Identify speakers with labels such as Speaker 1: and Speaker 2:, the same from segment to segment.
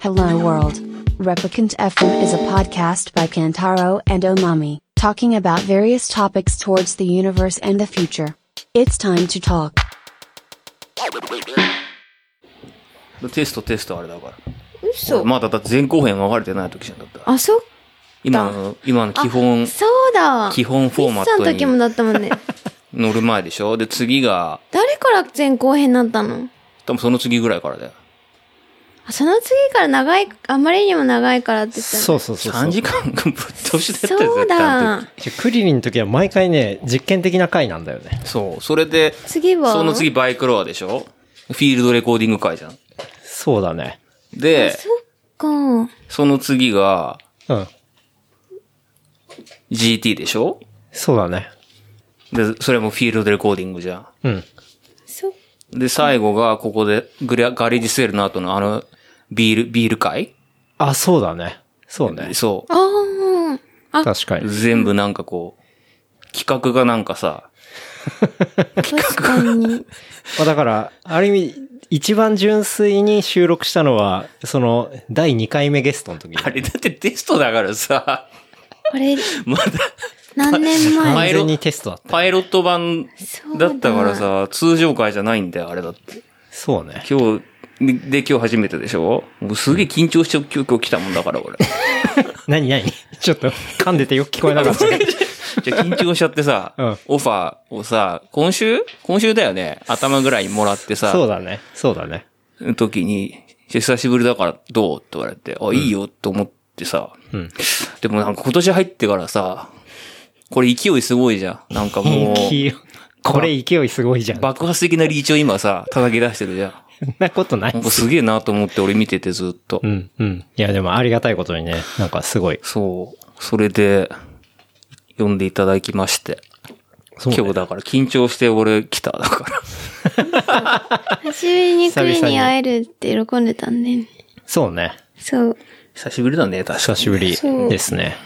Speaker 1: Hello World. Replicant FM is a podcast by Kantaro and Omami, talking about various topics towards the universe and the future. It's time to talk.
Speaker 2: テストテストあれだから。
Speaker 3: 嘘
Speaker 2: まだだって前後編分かれてない時じゃんだったら。
Speaker 3: あ、そっ
Speaker 2: 今の、今の
Speaker 3: か。
Speaker 2: 基本、
Speaker 3: そうだ。
Speaker 2: 基本フォーマットに
Speaker 3: ピッツァの時もだった もんね。
Speaker 2: 乗る前でしょで、次が、
Speaker 3: 誰から前後編になったの
Speaker 2: 多分その次ぐらいからだよ。
Speaker 3: あその次から長い、あまりにも長いからって言ってたの。
Speaker 4: そうそうそうそう。
Speaker 2: 3時間ぶっ通しだったよ、
Speaker 3: そう
Speaker 2: 絶対あの
Speaker 3: だ
Speaker 2: 時。。
Speaker 4: じゃあクリリンの時は毎回ね、実験的な回なんだよね。
Speaker 2: そう。それで、
Speaker 3: 次は
Speaker 2: その次バイクロアでしょフィールドレコーディング会じゃん。
Speaker 4: そうだね。
Speaker 2: で、
Speaker 3: そっか。
Speaker 2: その次が
Speaker 4: うん。
Speaker 2: GT でしょ
Speaker 4: そうだね。
Speaker 2: で、それもフィールドレコーディングじゃ
Speaker 4: うん。
Speaker 3: そっ
Speaker 2: ん。で、最後がここでグレガレージセールの後のあの、ビール、ビール会
Speaker 4: あ、そうだね。そうね。
Speaker 2: そう。
Speaker 3: あーあ。
Speaker 4: 確かに。
Speaker 2: 全部なんかこう、企画がなんかさ、
Speaker 3: 確かに。
Speaker 4: まあだから、ある意味、一番純粋に収録したのは、その、第2回目ゲストの時
Speaker 2: あれだってテストだからさ、
Speaker 3: これ、
Speaker 2: まだ
Speaker 3: 何年前
Speaker 4: 完全にテストだった。
Speaker 2: パイロット版だったからさ、通常会じゃないんだよ、あれだって。
Speaker 4: そうね。
Speaker 2: 今日、で、今日初めてでしょもうすげえ緊張して今日今日来たもんだから、 俺。
Speaker 4: 何 何ちょっと、噛んでてよく聞こえなか った。
Speaker 2: じゃあ緊張しちゃってさ、
Speaker 4: うん
Speaker 2: オファーをさ、今週今週だよね。頭ぐらいにもらってさ、
Speaker 4: そうだね。そうだね。
Speaker 2: 時に、久しぶりだからどうって言われて、あ、いいよと思ってさ、
Speaker 4: うん。
Speaker 2: でもなんか今年入ってからさ、これ勢いすごいじゃん。なんかもう、
Speaker 4: 勢いこれ勢いすごいじゃん。
Speaker 2: 爆発的なリーチを今さ、叩き出してるじゃん。
Speaker 4: そんなことない
Speaker 2: なんか。すげえなと思って俺見ててずっと。
Speaker 4: うん、うん。いや、でもありがたいことにね、なんかすごい。
Speaker 2: そう。それで、呼んでいただきまして。
Speaker 4: そうね
Speaker 2: 今日だから緊張して俺来た。だから。
Speaker 3: 初めにクリに会えるって喜んでたんだよね。
Speaker 4: そうね。
Speaker 3: そう。
Speaker 2: 久しぶりだね、確か
Speaker 4: 久しぶり
Speaker 3: そう
Speaker 4: ですね。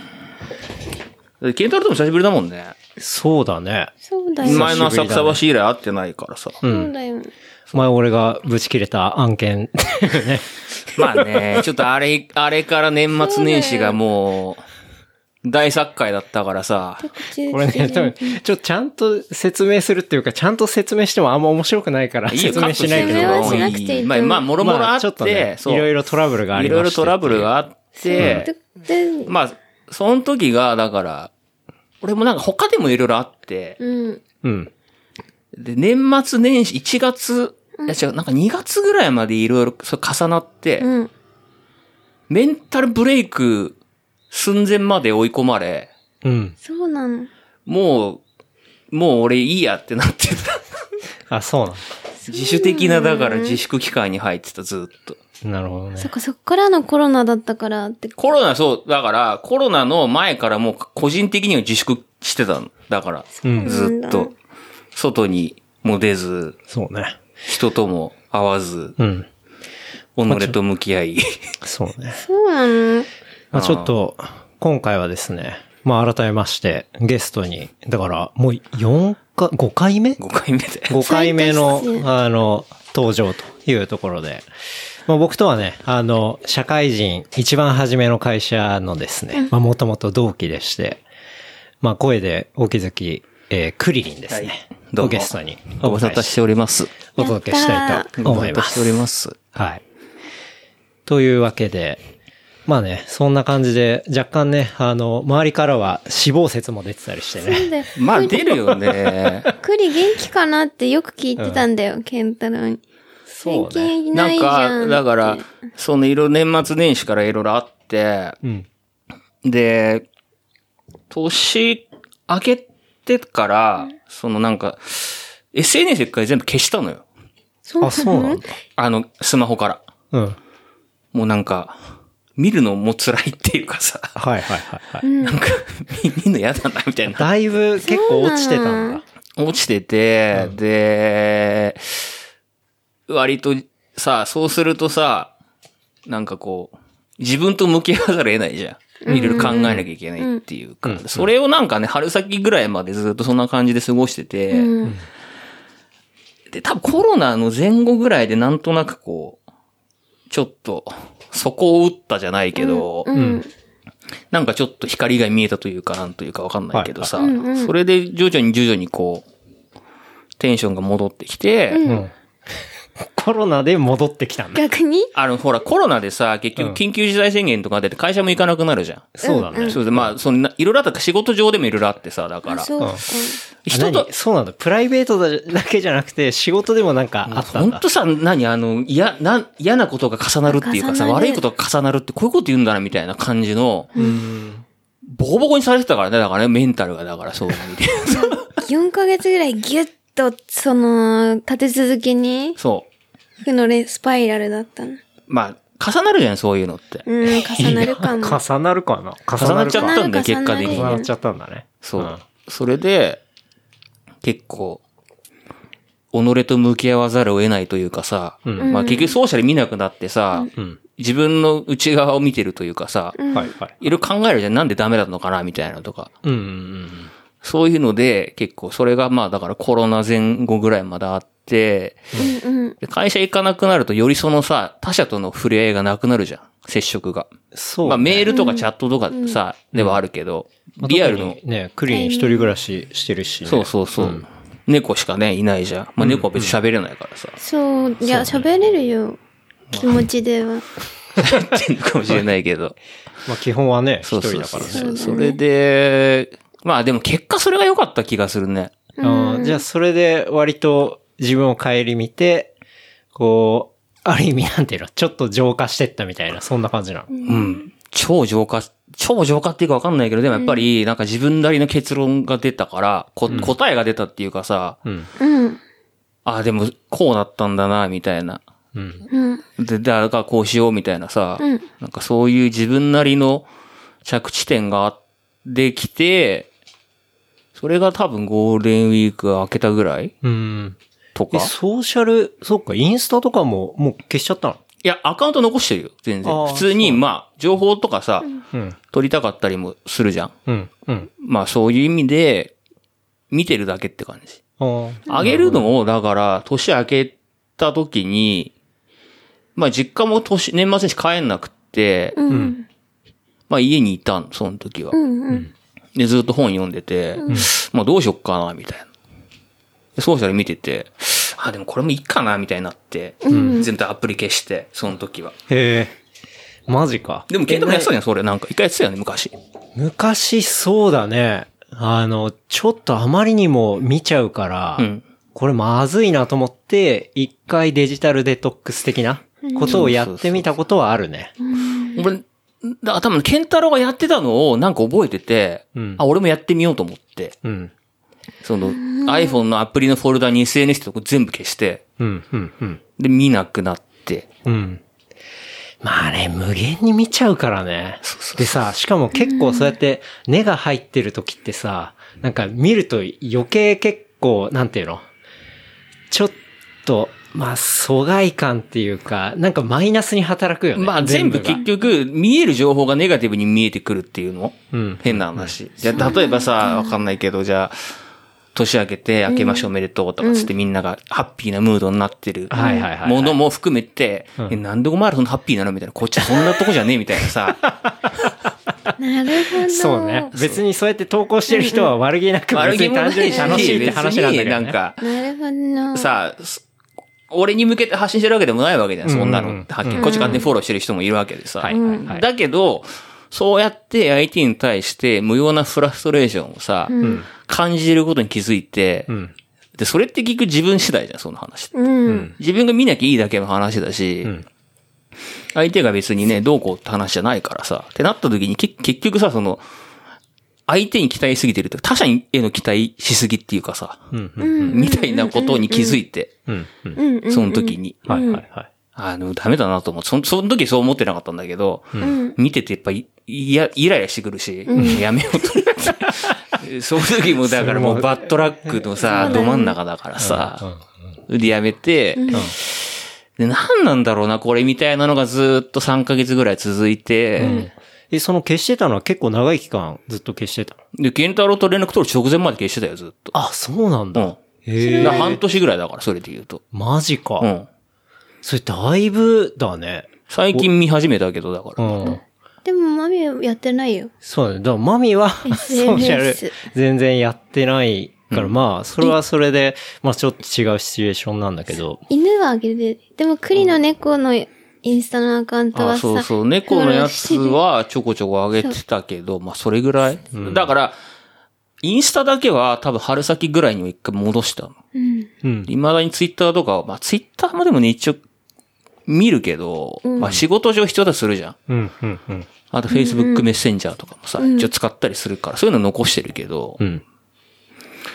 Speaker 2: に。ケンタルとも久しぶりだもんね。
Speaker 4: そうだね。
Speaker 3: そうだよ。
Speaker 2: 前の浅草橋以来会ってないからさ。
Speaker 3: そうだよ。
Speaker 4: 前俺がぶち切れた案 件。ね。
Speaker 2: まあね、ちょっとあれ、あれから年末年始がもう、大作界だったからさ。
Speaker 4: こ れね、多分、ちょっとちゃんと説明するっていうか、ちゃんと説明してもあんま面白くないから、
Speaker 2: いいよ
Speaker 4: 説明しないけ
Speaker 3: カットして
Speaker 4: ど。
Speaker 3: それはしなくていい
Speaker 2: まあ、まあ、もろもろあ
Speaker 4: ま
Speaker 2: っ
Speaker 4: あ、ちょっと
Speaker 2: て
Speaker 4: ね、、
Speaker 2: そう
Speaker 4: いろいろトラブルがあ
Speaker 2: い
Speaker 4: りま
Speaker 2: ろいろ
Speaker 4: して
Speaker 2: トラブルがあって、
Speaker 3: で、
Speaker 2: まあ、その時が、だから、俺もなんか他でもいろいろあって、
Speaker 3: うん。
Speaker 4: うん。
Speaker 2: で、年末年始、1月、いや違う、なんか2月ぐらいまでいろいろそう重なって、
Speaker 3: うん。
Speaker 2: メンタルブレイク寸前まで追い込まれ、
Speaker 4: うん。
Speaker 3: そうなの。
Speaker 2: もう、もう俺いいやってなってた。
Speaker 4: あ、そうなん
Speaker 2: 自主的な、だから自粛期間に入ってた、ずっと。
Speaker 4: だなるほどね
Speaker 3: そっ。か、そっからのコロナだったからって。
Speaker 2: コロナ、そう、だから、コロナの前からもう個人的には自粛してたの。だから、
Speaker 4: うん
Speaker 2: ずっと、外にも出ず、
Speaker 4: そうね。
Speaker 2: 人とも会わず、
Speaker 4: うん。
Speaker 2: 己と向き合い。
Speaker 4: そうね。
Speaker 3: そうなの。
Speaker 4: まあ、ちょっと、今回はですね、まあ、改めまして、ゲストに、だから、もう4か、5回目
Speaker 2: 5回目で。
Speaker 4: 5回目の
Speaker 3: 最多出、演
Speaker 4: あの、登場というところで、まあ、僕とはね、あの、社会人、一番初めの会社のですね、まあ、もともと同期でして、まあ、声でお気づき、えー、クリリンですね。
Speaker 2: どう
Speaker 4: を
Speaker 2: も
Speaker 4: ゲストに
Speaker 2: ご無沙汰しております。
Speaker 4: お届けしたいと
Speaker 2: ご無
Speaker 4: 思
Speaker 2: 沙
Speaker 4: い
Speaker 2: 汰
Speaker 4: ま
Speaker 2: し
Speaker 4: す
Speaker 2: てお。ります。
Speaker 4: はい。というわけで、まあね、そんな感じで、若干ね、あの、周りからは死亡説も出てたりして ね。
Speaker 3: で、
Speaker 2: まあ出るよね。
Speaker 3: 栗元気かなってよく聞いてたんだよ、ケンタロウに。
Speaker 4: そう
Speaker 3: 最近
Speaker 4: ね
Speaker 3: い
Speaker 2: な
Speaker 3: ない
Speaker 2: ん
Speaker 3: じゃん。
Speaker 2: か、だから、そのいろいろ年末年始からいろいろあって、
Speaker 4: うん。
Speaker 2: で、年明けてから、そのなんか、SNS で一回全部消したのよ。
Speaker 3: そう
Speaker 4: あ、そうなんだ。
Speaker 2: あの、スマホから。
Speaker 4: うん。はい
Speaker 2: もうなんか、見るのも辛いっていうかさ、
Speaker 4: はいはいはい。
Speaker 2: なんか、見見るの嫌だなみたいな。
Speaker 4: だいぶ結構落ちてたんだ。
Speaker 2: 落ちてて、で、割とさ、そうするとさ、なんかこう、自分と向き合わざるを得ないじゃん。いろいろ考えなきゃいけないっていうか、それをなんかね、春先ぐらいまでずっとそんな感じで過ごしてて、
Speaker 3: うん。
Speaker 2: で、多分コロナの前後ぐらいでなんとなくこう、ちょっと、そこを打ったじゃないけど、
Speaker 3: うん。
Speaker 2: なんかちょっと光が見えたというか、なんというかわかんないけどさ、
Speaker 3: いうんうん
Speaker 2: それで徐々に徐々にこう、テンションが戻ってきて、
Speaker 4: うん。コロナで戻ってきたんだ。
Speaker 3: 逆に
Speaker 2: あの、ほら、コロナでさ、結
Speaker 4: うん
Speaker 2: 局緊急事態宣言とか出て会社も行かなくなるじゃん。
Speaker 4: そうだね。
Speaker 2: そうで、まあ、そんな、いろいろあったから仕事上でもいろいろあってさ、だから。
Speaker 3: そう。うん
Speaker 4: うん
Speaker 2: 人
Speaker 4: あ
Speaker 2: と
Speaker 4: 何、そうなんだ。プライベートだけじゃなくて、仕事でもなんかあった
Speaker 2: ほ
Speaker 4: ん
Speaker 2: ん
Speaker 4: だ。
Speaker 2: とさ、何あの、嫌、な、嫌なことが重なるっていうかさ、
Speaker 3: 重なる
Speaker 2: 悪いことが重なるってこういうこと言うんだな、みたいな感じの、
Speaker 4: うん。
Speaker 2: ボコボコにされてたからね、だからね、メンタルが、だからそういう意味で。
Speaker 3: 4ヶ月ぐらいギュッと、その、立て続けに、
Speaker 2: そう。
Speaker 3: 負のレスパイラルだったの。
Speaker 2: まあ、重なるじゃん、そういうのって。
Speaker 3: うん、重なるかも。
Speaker 4: 重なるかな
Speaker 2: 重なっちゃっ
Speaker 4: 重
Speaker 2: たんだよ、結
Speaker 3: 重なる
Speaker 2: 果的
Speaker 3: た
Speaker 2: に
Speaker 4: 重。なっちゃったんだね。
Speaker 2: そう。
Speaker 4: ん
Speaker 2: それで、結構、己と向き合わざるを得ないというかさ、
Speaker 4: うん
Speaker 2: まあ結局ソーシャル見なくなってさ、
Speaker 4: うん。
Speaker 2: 自分の内側を見てるというかさ、
Speaker 4: はいはい。
Speaker 2: いろいろ考えるじゃん、なんでダメだったのかな、みたいなのとか。
Speaker 4: うんうん
Speaker 2: そういうので、結構、それがまあだからコロナ前後ぐらいまであって、
Speaker 3: うんうん。
Speaker 2: で会社行かなくなるとよりそのさ、他者との触れ合いがなくなるじゃん、接触が。
Speaker 4: そう。
Speaker 2: まあメールとかチャットとかさ、ではあるけど、リアルの
Speaker 4: 特にね、クリーン一人暮らししてるしね。
Speaker 2: そうそうそう。猫しかね、いないじゃん。まあ、猫は別に喋れないからさ。
Speaker 3: そう、いや、喋れるよ。気持ちでは。
Speaker 2: ってんのかもしれないけど。
Speaker 4: まあ基本はね、
Speaker 2: そうそ
Speaker 4: 一人
Speaker 2: う
Speaker 4: だか
Speaker 2: そう
Speaker 4: らね。
Speaker 2: そう。それで、まあでも結果それが良かった気がするね。
Speaker 4: あーじゃあそれで割と自分を顧みて、こう、ある意味なんていうの、ちょっと浄化してったみたいな、そんな感じなの。
Speaker 2: うん。超浄化、超浄化っていうか分かんないけど、でもやっぱり、なんか自分なりの結論が出たから、こ答えが出たっていうかさ、
Speaker 4: うん。
Speaker 3: うん。
Speaker 2: ああ、でもこうなったんだな、みたいな。
Speaker 4: うん。
Speaker 3: うん。
Speaker 2: で、だからこうしようみたいなさ、
Speaker 3: うん
Speaker 2: なんかそういう自分なりの着地点ができて、それが多分ゴールデンウィーク明けたぐらい
Speaker 4: うん。
Speaker 2: とか
Speaker 4: え、。ソーシャル、そっか、インスタとかももう消しちゃったの
Speaker 2: いや、アカウント残してるよ、全
Speaker 4: あ
Speaker 2: 然。
Speaker 4: ー
Speaker 2: 普通に、まあ、情報とかさ、
Speaker 4: うん。
Speaker 2: 取りたかったりもするじゃん。
Speaker 4: うん。うん。
Speaker 2: まあそういう意味で、見てるだけって感じ。
Speaker 4: あー
Speaker 2: あげるのを、だから、年明けた時に、まあ実家も年、年末に帰んなくって、
Speaker 3: うん。
Speaker 2: まあ家にいたん、その時は。
Speaker 3: うん。うん。
Speaker 2: で、ずっと本読んでて、まあどうしよっかな、みたいな。でソーシャル見てて、あ、でもこれもいいかな、みたいになって、全体アプリ消して、その時は。
Speaker 4: へえ。マジか。
Speaker 2: でも、ケントもやってたじゃん、それ。なんか、一回やってたよね、昔。
Speaker 4: 昔そうだね。あの、ちょっとあまりにも見ちゃうから、
Speaker 2: うん
Speaker 4: これまずいなと思って、一回デジタルデトックス的なことをやってみたことはあるね。
Speaker 2: 俺、だ多分、ケンタロウがやってたのを、なんか覚えてて、
Speaker 4: うん
Speaker 2: あ、俺もやってみようと思って、
Speaker 4: うん。
Speaker 2: その、iPhone のアプリのフォルダに SNS とか全部消して、
Speaker 4: うん、うん、うん。
Speaker 2: で、見なくなって、
Speaker 4: うん。まあね、無限に見ちゃうからね。でさ、しかも結構そうやって根が入ってる時ってさ、なんか見ると余計結構、なんていうのちょっと、まあ、疎外感っていうか、なんかマイナスに働くよね。
Speaker 2: まあ全部
Speaker 4: が
Speaker 2: 結局、見える情報がネガティブに見えてくるっていうの
Speaker 4: うん
Speaker 2: 変な話。じゃあ、例えばさ、わかんないけど、じゃあ、年明けて、明けましておめでとうとかつってみんながハッピーなムードになってる
Speaker 4: はいはいはいはい
Speaker 2: ものも含めて
Speaker 4: うん、
Speaker 2: えなんでお前らそんなハッピーなのみたいな、こっちはそんなとこじゃねえみたいなさ、
Speaker 3: なるほど。
Speaker 4: そうね。別にそうやって投稿してる人は 悪気なく、別に単純に楽しいって話なんだけ
Speaker 2: 別にな
Speaker 4: ど、ね。
Speaker 2: んか、
Speaker 3: なるほど。
Speaker 2: さ、す俺に向けて発信してるわけでもないわけじゃん、そんな
Speaker 4: うんうん
Speaker 2: の。はっきりこっち勝手にフォローしてる人もいるわけでさ。
Speaker 4: はいはいはい。
Speaker 2: だけど、そうやって IT に対して無用なフラストレーションをさ、
Speaker 4: うん。
Speaker 2: 感じることに気づいて、
Speaker 4: うん。
Speaker 2: で、それって結局自分次第じゃん、その話って。
Speaker 3: うん。
Speaker 2: 自分が見なきゃいいだけの話だし、
Speaker 4: ん
Speaker 2: 相手が別にね、どうこうって話じゃないからさ、ってなった時にけ結局さ、その、相手に期待しすぎてるとか、他者への期待しすぎっていうかさ、
Speaker 4: うん。うん。
Speaker 3: うん。
Speaker 2: みたいなことに気づいて、
Speaker 4: うん。うん。
Speaker 3: うん。うん。
Speaker 2: その時に。
Speaker 4: はいはいはい。
Speaker 2: あの、ダメだなと思って、その、その時そう思ってなかったんだけど、
Speaker 3: うん。
Speaker 2: 見ててやっぱい、いや、イライラしてくるし、やめようと思って。その時もだからもうバッドラックのさ、ど真ん中だからさ、でやめて、で、何なんだろうな、これみたいなのがずっと3ヶ月ぐらい続いて、
Speaker 4: え、その消してたのは結構長い期間ずっと消してたの
Speaker 2: で、ケンタロウと連絡取る直前まで消してたよ、ずっと。
Speaker 4: あ、そうなんだ。
Speaker 2: う
Speaker 4: へ
Speaker 2: ん。
Speaker 4: え
Speaker 2: な。半年ぐらいだから、それで言うと。
Speaker 4: マジか。
Speaker 2: うん。
Speaker 4: それだいぶだね。
Speaker 2: 最近見始めたけど、だか
Speaker 4: う
Speaker 2: ら。
Speaker 4: ん。
Speaker 3: でも、マミやってないよ。
Speaker 4: そうだね。だからマ ミは、
Speaker 3: SNS
Speaker 4: ソーシャル全然やってないから、まあ、それはそれで、まあちょっと違うシチュエーションなんだけど、
Speaker 3: 犬はあげて、でも、栗の猫のインスタのアカウントは
Speaker 2: あ
Speaker 3: さ、
Speaker 2: そうそう。猫のやつはちょこちょこ上げてたけど、まあそれぐらい。だから、インスタだけは多分春先ぐらいには一回戻したの。
Speaker 3: うん。
Speaker 4: うん。
Speaker 2: 未だにツイッターとかは、まあツイッターもでもね、一応見るけど、まあ仕事上必要だとするじゃん。
Speaker 4: うん、うん、うん。
Speaker 2: あと Facebook メッセンジャーとかもさ、一応使ったりするから、そういうの残してるけど
Speaker 4: う、ん。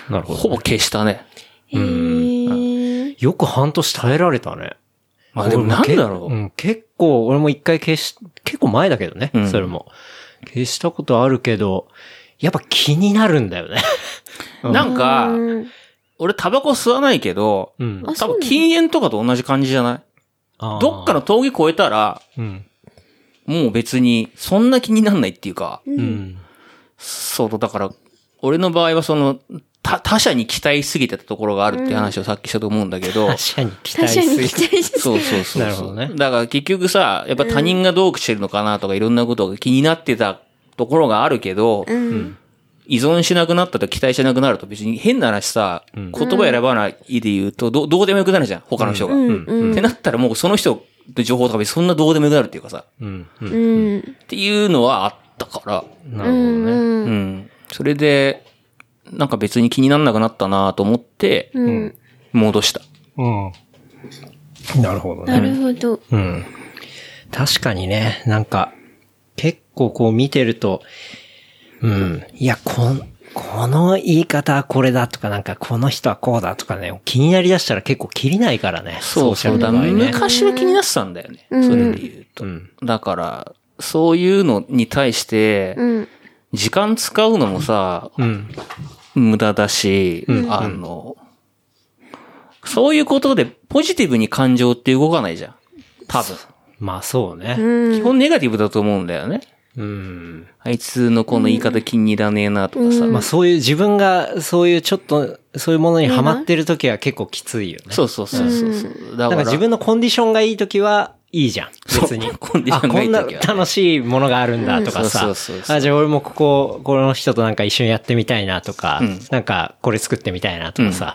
Speaker 4: なるほど。
Speaker 2: ほぼ消したね。
Speaker 3: へー。
Speaker 4: よく半年耐えられたね。
Speaker 2: まあでもなんだろ
Speaker 4: 俺もけ
Speaker 2: う。
Speaker 4: ん結構、俺も一回消し、結構前だけどね、
Speaker 2: うん
Speaker 4: それも。消したことあるけど、やっぱ気になるんだよね。
Speaker 2: なんか、
Speaker 3: うん
Speaker 2: 俺タバコ吸わないけど、
Speaker 4: うん。
Speaker 3: あ
Speaker 2: 多
Speaker 3: そうな
Speaker 2: 分
Speaker 3: の
Speaker 2: 禁煙とかと同じ感じじゃないどっか
Speaker 4: の、
Speaker 2: の峠越えたら、
Speaker 4: うん。
Speaker 2: もう別に、そんな気になんないっていうか、
Speaker 4: うん。
Speaker 2: そう、だから、俺の場合はその、他、他者に期待しすぎてたところがあるって話をさっきしたと思うんだけど、
Speaker 4: 他者に期
Speaker 3: 他
Speaker 4: 待
Speaker 3: 者
Speaker 4: す
Speaker 3: に
Speaker 4: る
Speaker 3: 期。待して
Speaker 2: そうそうそう。
Speaker 4: なるほどね
Speaker 2: だから結局さ、やっぱ他人がどうしてるのかなとかいろんなことが気になってたところがあるけど、
Speaker 3: うん。
Speaker 2: 依存しなくなったと期待しなくなると別に変な話さ、
Speaker 4: ん
Speaker 2: 言葉選ばないで言うとどう、どうでもよくなるじゃん、他の人が。
Speaker 3: うんうん
Speaker 2: ってなったらもうその人の情報とか別にそんなどうでもよくなるっていうかさ、
Speaker 4: うん。うん。
Speaker 3: うん。
Speaker 2: っていうのはあったから、
Speaker 4: なるほどね。
Speaker 2: うん。それで、なんか別に気になんなくなったなと思って、
Speaker 3: うん。
Speaker 2: 戻した。
Speaker 4: うん。なるほど
Speaker 3: な。るほど。
Speaker 4: うん。確かにね、なんか、結構こう見てると、うん。いや、こん、この言い方はこれだとか、なんかこの人はこうだとかね、気になりだしたら結構切りないからね。
Speaker 2: そう
Speaker 4: ソーシャ
Speaker 2: そ
Speaker 4: ル
Speaker 2: うだ、
Speaker 4: の場合ね。
Speaker 2: 昔は気になってたんだよね。それで言うと。
Speaker 4: うん。
Speaker 2: だから、そういうのに対して、
Speaker 3: うん。
Speaker 2: 時間使うのもさ、
Speaker 4: うん。
Speaker 2: 無駄だし、あの、そういうことでポジティブに感情って動かないじゃん。多分。
Speaker 4: まあそうね。
Speaker 2: 基本ネガティブだと思うんだよね。
Speaker 4: うん。
Speaker 2: あいつのこの言い方気に入らねえなとかさ。
Speaker 4: まあそういう自分が、そういうちょっと、そういうものにハマってる時は結構きついよね。
Speaker 2: そうそうそうそうそう。だ
Speaker 4: なんか自分のコンディションがいい時はいいじゃん。別に
Speaker 2: そう。コンディションがいい時はね
Speaker 4: あこんな楽しいものがあるんだとか
Speaker 2: う
Speaker 4: さ
Speaker 2: んそうそうそう。そう
Speaker 4: あ、じゃあ俺もここ、この人となんか一緒にやってみたいなとか、
Speaker 2: うん
Speaker 4: なんかこれ作ってみたいなとかさ。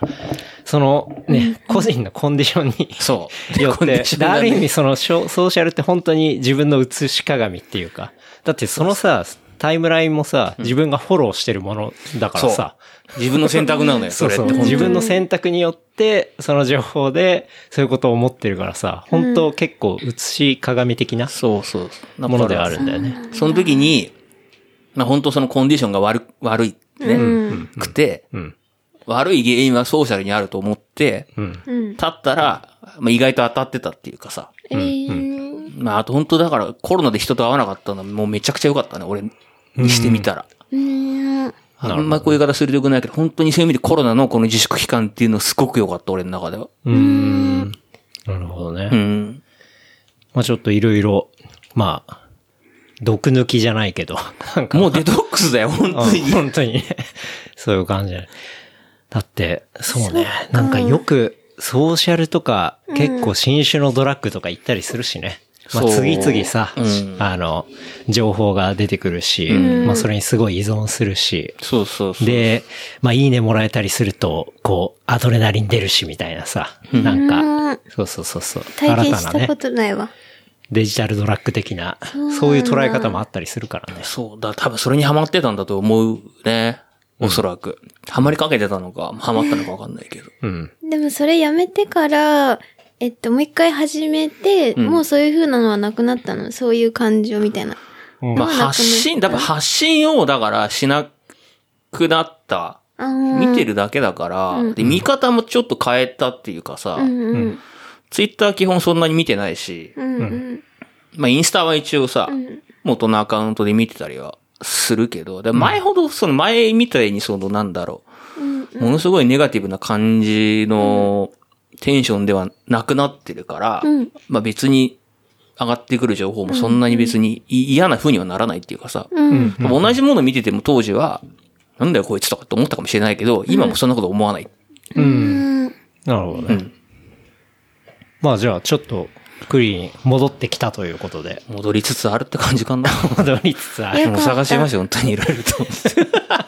Speaker 4: そのね、個人のコンディションに
Speaker 2: そう。
Speaker 4: よ
Speaker 2: コ
Speaker 4: っ
Speaker 2: ンデ
Speaker 4: て
Speaker 2: ィシ、ョン
Speaker 4: だ
Speaker 2: が
Speaker 4: ある
Speaker 2: ね
Speaker 4: 意味そのショソーシャルって本当に自分の映し鏡っていうか。だってそのさ、タイムラインもさ、自分がフォローしてるものだからさ。
Speaker 2: 自分の選択なのよ、そ
Speaker 4: そ
Speaker 2: うれって
Speaker 4: そう。
Speaker 2: 本当に。
Speaker 4: 自分の選択によって、その情報で、そういうことを思ってるからさ、本当結構映し鏡的な
Speaker 2: そうそう。な
Speaker 4: ものではあるんだよね。
Speaker 2: その時に、まあ本当そのコンディションが悪、悪い、ね、くて、
Speaker 4: ん
Speaker 2: 悪い原因はソーシャルにあると思って、
Speaker 4: うん。
Speaker 3: うん。
Speaker 2: 立ったら、まあ、意外と当たってたっていうかさ。
Speaker 3: えー
Speaker 2: まあ、あと本当だからコロナで人と会わなかったのはもうめちゃくちゃ良かったね、俺にしてみたら。
Speaker 3: うん。
Speaker 2: あんまこういう言い方すると良くないけど、本当にそういう意味でコロナのこの自粛期間っていうのすごく良かった、俺の中では。
Speaker 4: うん。なるほど
Speaker 2: う
Speaker 4: ね。
Speaker 2: ん。
Speaker 4: まあちょっといろいろ、まあ、毒抜きじゃないけど、なんか、
Speaker 2: もうデトックスだよ、本当
Speaker 4: うん
Speaker 2: に。
Speaker 4: 本当に ね。そういう感じだねだって、そうね。なんかよく、ソーシャルとか、結構新種のドラッグとか行ったりするしね。まあ
Speaker 2: そう
Speaker 4: 次々さ、
Speaker 2: うん
Speaker 4: あの、情報が出てくるし、まあそれにすごい依存するし、
Speaker 2: そうそうそう。
Speaker 4: で、まあいいねもらえたりすると、こう、アドレナリン出るしみたいなさ、なん
Speaker 3: う
Speaker 4: か
Speaker 3: ん、
Speaker 4: そうそうそうそう、
Speaker 3: 体験
Speaker 4: 新
Speaker 3: した
Speaker 4: な
Speaker 3: た
Speaker 4: ね
Speaker 3: こ、とないわ。
Speaker 4: デジタルドラッグ的な、そういう捉え方もあったりするからね。
Speaker 2: そう、だ、多分それにハマってたんだと思うね。おそらく。ハマりかけてたのか、ハマったのかわかんないけど。
Speaker 4: うん。
Speaker 3: でもそれやめてから、えっと、もう一回始めて、もうそういう風なのはなくなったの。そういう感情みたいな。
Speaker 2: まあ発信、多分発信をだからしなくなった。
Speaker 3: あー
Speaker 2: 見てるだけだから、で、見方もちょっと変えたっていうかさ、
Speaker 3: うんうん。
Speaker 2: ツイッター基本そんなに見てないし、
Speaker 3: うんうん。
Speaker 2: まあインスタは一応さ、
Speaker 3: ん
Speaker 2: 元のアカウントで見てたりはするけど、で前ほどその前みたいにそのなんだろ
Speaker 3: うん
Speaker 2: う、ものすごいネガティブな感じのテンションではなくなってるから、
Speaker 3: うん
Speaker 2: まあ別に上がってくる情報もそんなに別にい嫌な風にはならないっていうかさ、
Speaker 3: うん。
Speaker 2: 同じもの見てても当時は、なんだよこいつとかって思ったかもしれないけど、今もそんなこと思わない。
Speaker 4: うん
Speaker 3: うん。
Speaker 4: なるほどね。まあじゃあちょっとクリーン戻ってきたということで、
Speaker 2: 戻りつつあるって感じ かな。
Speaker 4: 戻りつつある。
Speaker 2: もう探しますよ、本当にいろいろと。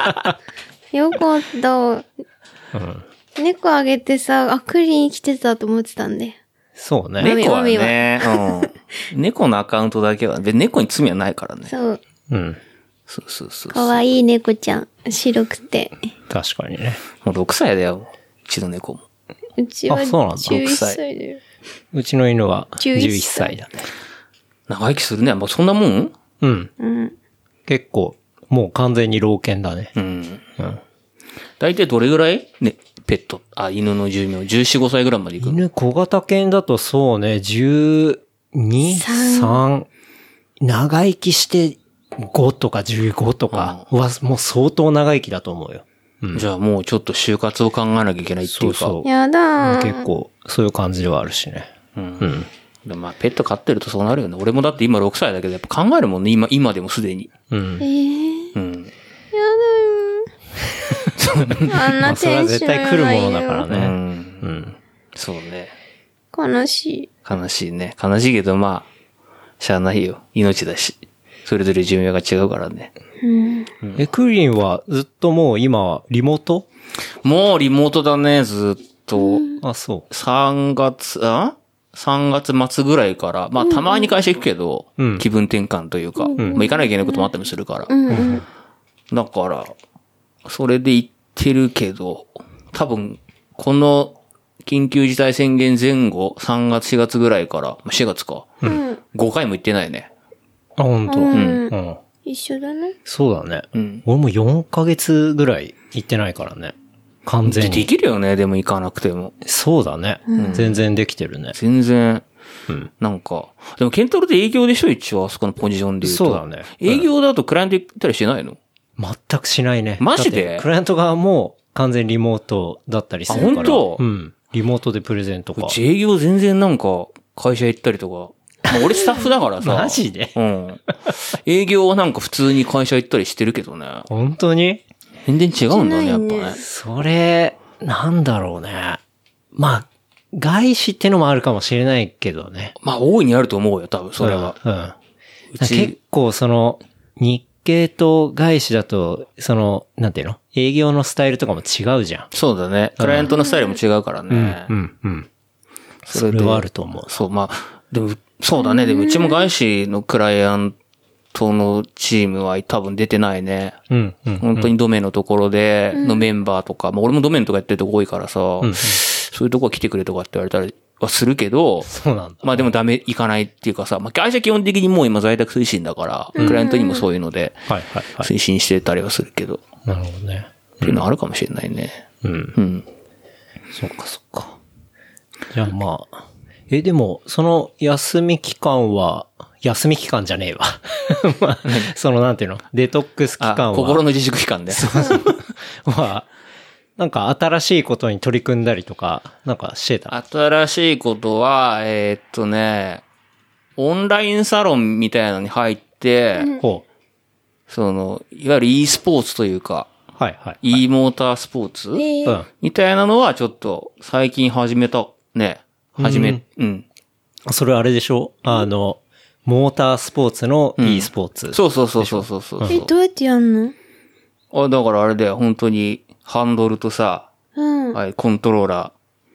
Speaker 3: よかった。
Speaker 4: うん、
Speaker 3: 猫あげてさ、あ、クリーン来てたと思ってたんで。
Speaker 4: そうね。
Speaker 2: 猫はね、うん。猫のアカウントだけは、で猫に罪はないからね。
Speaker 3: そう。
Speaker 4: うん。
Speaker 2: そうそうそう
Speaker 3: かわいい猫ちゃん。白くて。
Speaker 4: 確かにね。
Speaker 2: もう6歳だよ、うちの猫も。
Speaker 3: うちは
Speaker 4: あそうなんだ
Speaker 3: 11
Speaker 2: 六歳
Speaker 3: 歳だよ。
Speaker 4: うちの犬は11
Speaker 3: 11
Speaker 4: 歳だね。
Speaker 2: 長生きするね。もうそんなもん
Speaker 4: うん。
Speaker 3: うん。
Speaker 4: 結構、もう完全に老犬だね。
Speaker 2: うん。
Speaker 4: うん。
Speaker 2: 大体どれぐらいね、ペット、あ、犬の寿命、14、5歳ぐらいまでいくの
Speaker 4: 犬小型犬だとそうね、12、3、長生きして5とか15とかはもう相当長生きだと思うよ。うん。
Speaker 2: じゃあもうちょっと就活を考えなきゃいけないっていうか。
Speaker 4: そうそう
Speaker 3: やだー。
Speaker 4: 結構、そういう感じではあるしね。
Speaker 2: うん。でまあ、ペット飼ってるとそうなるよね。俺もだって今6歳だけど、やっぱ考えるもんね、今、今でもすでに。
Speaker 4: うん。
Speaker 3: えー、
Speaker 2: うん。
Speaker 3: あん
Speaker 4: まあ
Speaker 3: な
Speaker 4: それ
Speaker 3: テ
Speaker 4: は
Speaker 3: ンシ
Speaker 4: 絶
Speaker 3: ョン
Speaker 4: 対来るものだから
Speaker 2: う
Speaker 4: ね。
Speaker 2: ん。
Speaker 4: うん。
Speaker 2: そうね。
Speaker 3: 悲しい。
Speaker 2: 悲しいね。悲しいけど、まあ、しゃあないよ。命だし。それぞれ寿命が違うからね。
Speaker 3: うん。
Speaker 4: え、クリンはずっともう今はリモート
Speaker 2: もうリモートだね、ずっと。
Speaker 4: あ、そ
Speaker 2: 3月、あ ?3 月末ぐらいから、まあたまに会社行くけど、
Speaker 4: うん
Speaker 2: 気分転換というか、まあ行かなきゃいけないこともあったりもするから。
Speaker 3: うんうん。
Speaker 2: だから、それで行ってるけど、多分、この緊急事態宣言前後、3月4月ぐらいから、まあ4月か、
Speaker 3: うん。
Speaker 2: 5回も行ってないね。
Speaker 4: う。あ、本当。
Speaker 3: うん
Speaker 4: うん。
Speaker 3: 一緒だね。
Speaker 4: そうだね。
Speaker 2: うん
Speaker 4: 俺も4ヶ月ぐらい行ってないからね。完
Speaker 2: で
Speaker 4: 全
Speaker 2: で
Speaker 4: に。
Speaker 2: きるよね、でも行かなくても。
Speaker 4: そうだね。全然できてるね。
Speaker 2: 全然、
Speaker 4: うん
Speaker 2: なんか、でもケンタロウって営業でしょ一応、あそこのポジションで言うと。
Speaker 4: そうだね
Speaker 2: 営業だとクライアント行ったりしてないの
Speaker 4: 全くしないね。
Speaker 2: マジで
Speaker 4: だってクライアント側も完全リモートだったりするから。
Speaker 2: あ本当
Speaker 4: うん。リモートでプレゼント
Speaker 2: う
Speaker 4: か。
Speaker 2: ち営業全然なんか、会社行ったりとか。まあ、俺スタッフだからさ。
Speaker 4: マジで
Speaker 2: うん。営業はなんか普通に会社行ったりしてるけどね。
Speaker 4: 本当に
Speaker 2: 全然違うんだね、
Speaker 3: し
Speaker 2: や
Speaker 3: ない
Speaker 2: っぱ
Speaker 3: ね
Speaker 2: ね。
Speaker 4: それ、なんだろうね。まあ、外資ってのもあるかもしれないけどね。
Speaker 2: まあ、大いにあると思うよ、多分、それは。
Speaker 4: うん。うん
Speaker 2: う
Speaker 4: 結
Speaker 2: ち、
Speaker 4: 構その、日系と外資だと、その、なんていうの営業のスタイルとかも違うじゃん。
Speaker 2: そうだね。クライアントのスタイルも違うからね。
Speaker 4: ん、うん。
Speaker 2: そ
Speaker 4: そ
Speaker 2: れで
Speaker 4: れはあると思う。
Speaker 2: そう、まあ、でも、そうだね。でも、うちも外資のクライアントのチームは多分出てないね。
Speaker 4: うん、うん。
Speaker 2: 本当にドメのところで、のメンバーとか、まあ俺もドメのとかやってるとこ多いからさ、そういうとこ来てくれとかって言われたりはするけど、
Speaker 4: そうなんだ。
Speaker 2: まあでもダメ、行かないっていうかさ、まあ会社基本的にもう今在宅推進だから、クライアントにもそういうので、
Speaker 4: はい、はい、は
Speaker 2: 推進してたりはするけど、
Speaker 4: い。なるほどね。
Speaker 2: っていうのはあるかもしれないね。
Speaker 4: うん。
Speaker 2: うん。
Speaker 4: そっか、そっか。じゃあまあ。え、でも、その休み期間は、休み期間じゃねえわ。 まあ、そのなんていうのデトックス期間
Speaker 2: あ、
Speaker 4: は。
Speaker 2: 心の自粛期間ね。
Speaker 4: は、なんか新しいことに取り組んだりとか、なんかしてた。
Speaker 2: 新しいことは、えーっとね、オンラインサロンみたいなのに入って、
Speaker 4: ほ
Speaker 2: その、いわゆる e スポーツというか、
Speaker 4: う。はいはい。
Speaker 2: e モータースポーツ、
Speaker 3: え
Speaker 4: う
Speaker 3: ー、
Speaker 4: ん。
Speaker 2: みたいなのはちょっと最近始めた、ね。始め、うん。
Speaker 4: それあれでしょあの、モータースポーツの e スポーツ。
Speaker 2: そうそうそうそうそうそう。
Speaker 3: え、どうやってやんの
Speaker 2: あ、だからあれだよ、本当に、ハンドルとさ、
Speaker 3: うん。
Speaker 2: はい、コントローラ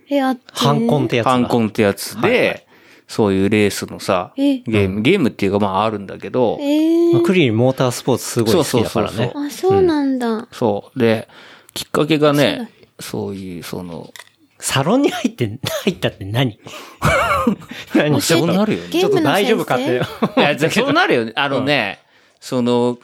Speaker 3: え、あって。
Speaker 4: ハンコンってや
Speaker 2: ー、
Speaker 4: つだ。
Speaker 2: ハンコンってやつで、そういうレースのさ、
Speaker 3: え
Speaker 2: ゲーム、ゲームっていうかまああるんだけど
Speaker 3: え、ー
Speaker 4: まあクリーンモータースポーツすごい好きだから
Speaker 2: そうそう
Speaker 4: ね
Speaker 2: そ。
Speaker 3: あ、そうなんだ。
Speaker 2: そう。で、きっかけがね、そういう、その、
Speaker 4: サロンに入って、入ったって何 何
Speaker 2: そうなるよね。
Speaker 3: ゲームの先生
Speaker 4: 大丈夫かって。
Speaker 2: いや、そうなるよね。あのね、その、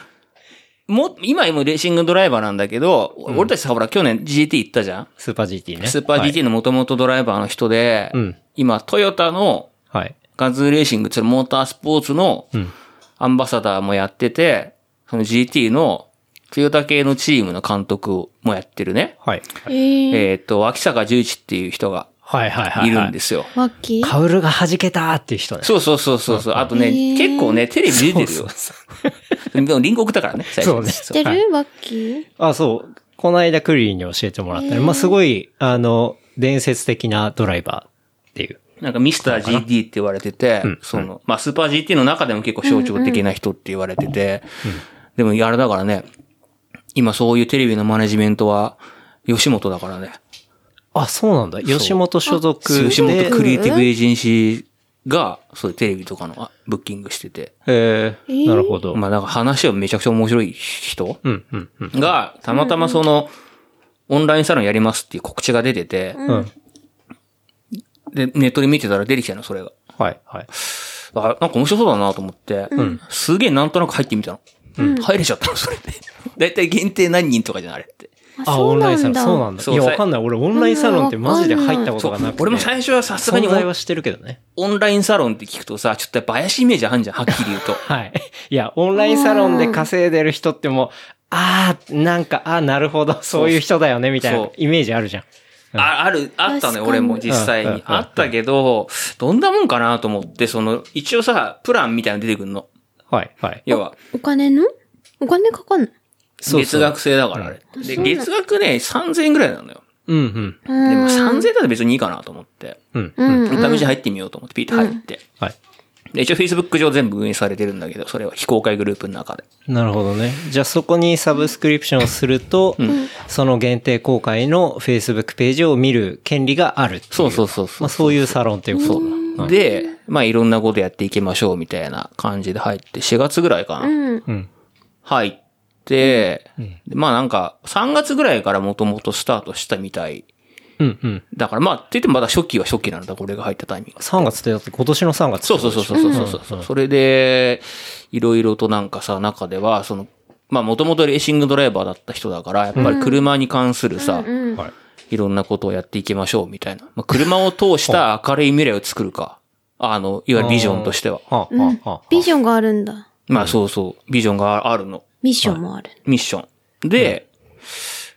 Speaker 2: も、今もレーシングドライバーなんだけど、俺たちさ、ほら、去年 GT 行ったじゃん
Speaker 4: スーパー GT ね。
Speaker 2: スーパー
Speaker 4: はい
Speaker 2: GT の元々ドライバーの人で、
Speaker 4: うん
Speaker 2: 今、トヨタの
Speaker 4: はい。
Speaker 2: ガズーレーシングっていうモータースポーツの
Speaker 4: うん
Speaker 2: アンバサダーもやってて、その GT のトヨタ系のチームの監督もやってるね。
Speaker 4: はい。
Speaker 3: えー、
Speaker 2: えっ、と、秋坂十一っていう人が
Speaker 4: はいはいはい。
Speaker 2: いるんですよ。
Speaker 3: ワッキー
Speaker 4: カウルが弾けたっていう人ね。
Speaker 2: そうそうそうそうそう。あとね、
Speaker 3: へー
Speaker 2: 結構ね、テレビ出てるよ。
Speaker 4: そうそう
Speaker 2: でも隣国だからね、最初
Speaker 4: そうね
Speaker 3: 知って
Speaker 4: はい
Speaker 3: るワッキー
Speaker 4: あ、そう。この間クリーンに教えてもらったね。まあ、すごい、あの、伝説的なドライバーっていう
Speaker 2: なんかミスター GD って言われてて、その、まあスーパー GT の中でも結構象徴的な人って言われてて、でもあれだからね、今そういうテレビのマネジメントは、吉本だからね。
Speaker 4: あ、そうなんだ。吉本所属で。
Speaker 2: 吉本クリエイティブエージェンシーが、そういうテレビとかのあブッキングしてて、
Speaker 4: えー、なるほど。
Speaker 2: まあなんか話はめちゃくちゃ面白い人
Speaker 4: うん、うん、うん。
Speaker 2: が、たまたまその、オンラインサロンやりますっていう告知が出てて、
Speaker 4: うん。
Speaker 2: で、ネットで見てたら出てきたの、それが。
Speaker 4: はい、はい。
Speaker 2: あ、なんか面白そうだなと思って、すげえなんとなく入ってみたの。入れちゃったの、 それで。だいたい限定何人とかじゃん、あれって。
Speaker 4: あ、
Speaker 3: そ
Speaker 4: オ
Speaker 3: う
Speaker 4: ンラ
Speaker 3: な
Speaker 4: インサ
Speaker 3: ん
Speaker 4: ロン、
Speaker 3: だ。
Speaker 4: そうなんだ。
Speaker 2: そう
Speaker 4: いや、
Speaker 2: さい
Speaker 4: わかんない。俺、オンラインサロンってマジで入ったことがなくて。
Speaker 2: 俺も最初はさすがに
Speaker 4: 存在はしてるけどね。
Speaker 2: オンラインサロンって聞くとさ、ちょっとやっぱ怪しいイメージあるじゃん、はっきり言うと。
Speaker 4: はい。いや、オンラインサロンで稼いでる人ってもう、あー、なんか、あー、なるほど、そういう人だよね、みたい
Speaker 2: そ
Speaker 4: な
Speaker 2: う
Speaker 4: イメージあるじゃん。
Speaker 2: あある、あったのよ、
Speaker 3: 確か
Speaker 2: 俺
Speaker 3: に
Speaker 2: も実際
Speaker 4: うんうんう
Speaker 2: に
Speaker 4: ん。
Speaker 2: あったけど、どんなもんかなと思って、その、一応さ、プランみたいなの出てくんの。
Speaker 4: はい、はい。
Speaker 2: 要は、
Speaker 3: お金のお金かかんない。
Speaker 4: そうそ
Speaker 2: 月
Speaker 4: う
Speaker 2: 額制だから、あれ。で、月額ね、3000円ぐらいなのよ。
Speaker 4: うん、うん、
Speaker 3: で
Speaker 2: でも3000円だと別にいいかなと思って、
Speaker 4: うん。
Speaker 3: うんう
Speaker 2: 試
Speaker 3: ん。
Speaker 2: し入ってみようと思って、ピッて入って。
Speaker 4: はい。
Speaker 2: で、一応 Facebook 上全部運営されてるんだけど、それは非公開グループの中で。
Speaker 4: なるほどね。じゃあそこにサブスクリプションをすると、その限定公開の Facebook ページを見る権利があるっていう。
Speaker 2: そうそうそうそう
Speaker 4: まあそういうサロンっていうことだ。はい
Speaker 2: で、まあいろんなことやっていきましょうみたいな感じで入って、4月ぐらいかな。
Speaker 3: うん。
Speaker 4: うん。
Speaker 2: 入って、でまあなんか3月ぐらいからもともとスタートしたみたい。
Speaker 4: うん、うん。
Speaker 2: だからまあ、って言ってもまだ初期は初期なんだ、俺が入ったタイミングが。
Speaker 4: 3月ってだって今年の3月。
Speaker 2: そうそうそうそうそうそうそう、それで、いろいろとなんかさ、中では、その、まあもともとレーシングドライバーだった人だから、やっぱり車に関するさ、
Speaker 3: うん。
Speaker 4: はい。
Speaker 2: いろんなことをやっていきましょうみたいな。まあ、車を通した明るい未来を作るか。あの、いわゆるビジョンとしては。
Speaker 4: はあ、はあ、はあ。
Speaker 3: ビジョンがあるんだ。
Speaker 2: まあそうそう、ビジョンがあるの。
Speaker 3: ミッションもある。
Speaker 2: ミッション。で、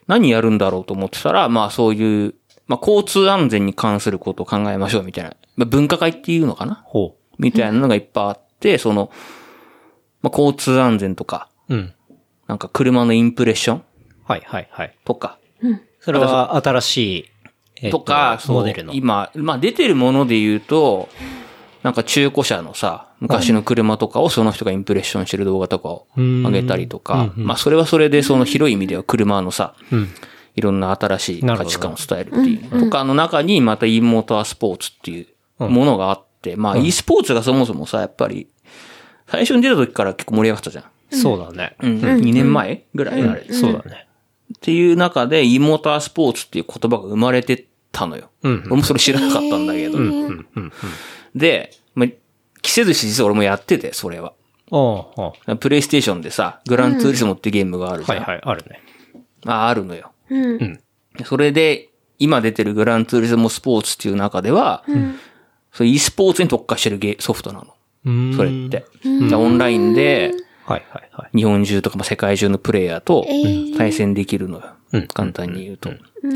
Speaker 2: 何やるんだろうと思ってたら、まあそういう、まあ交通安全に関することを考えましょうみたいな。まあ分科会っていうのかな
Speaker 4: ほ
Speaker 2: みたいなのがいっぱいあって、その、まあ交通安全とか、
Speaker 4: う。うん。
Speaker 2: なんか車のインプレッション
Speaker 4: はい、はい、はい。
Speaker 2: とか、
Speaker 4: それは新しい、えっ
Speaker 2: とか、そう
Speaker 4: モデルの。
Speaker 2: 今、まあ出てるもので言うと、なんか中古車のさ、昔の車とかをその人がインプレッションしてる動画とかを
Speaker 4: うん
Speaker 2: 上げたりとか、まあそれはそれでその広い意味では車のさ、
Speaker 4: うん。
Speaker 2: いろんな新しい
Speaker 4: なる
Speaker 2: 価
Speaker 4: ほど
Speaker 2: 値観を伝えるっていうのとかの中にまた e モータースポーツっていうものがあって、まあ e スポーツがそもそもさ、やっぱり最初に出た時から結構盛り上がったじゃん。
Speaker 4: そうだね。
Speaker 2: うん、2年前ぐらいあれ。っ
Speaker 4: そうだね。
Speaker 2: ていう中で e モータースポーツっていう言葉が生まれてたのよ。
Speaker 4: うん
Speaker 2: 俺もそれ知らなかったんだけど。
Speaker 4: うん、うん。
Speaker 2: で、まあ、着せずして実は俺もやってて、それは。
Speaker 4: ああ、は
Speaker 2: プレイステーションでさ、グランツーリスモってゲームがある
Speaker 4: あ
Speaker 2: じゃ
Speaker 4: は
Speaker 2: ん。
Speaker 4: い、はい、あるね。
Speaker 2: ああるのよ。
Speaker 3: うん。
Speaker 2: それで、今出てるグランツーリスモスポーツっていう中では、そう e スポーツに特化してるゲソフトなの。
Speaker 4: うん
Speaker 2: それって。だからオンラインで、
Speaker 4: はい、はい、はい。
Speaker 2: 日本中とかまあ世界中のプレイヤーと
Speaker 3: ー
Speaker 2: 対戦できるのよ。簡単に言うと。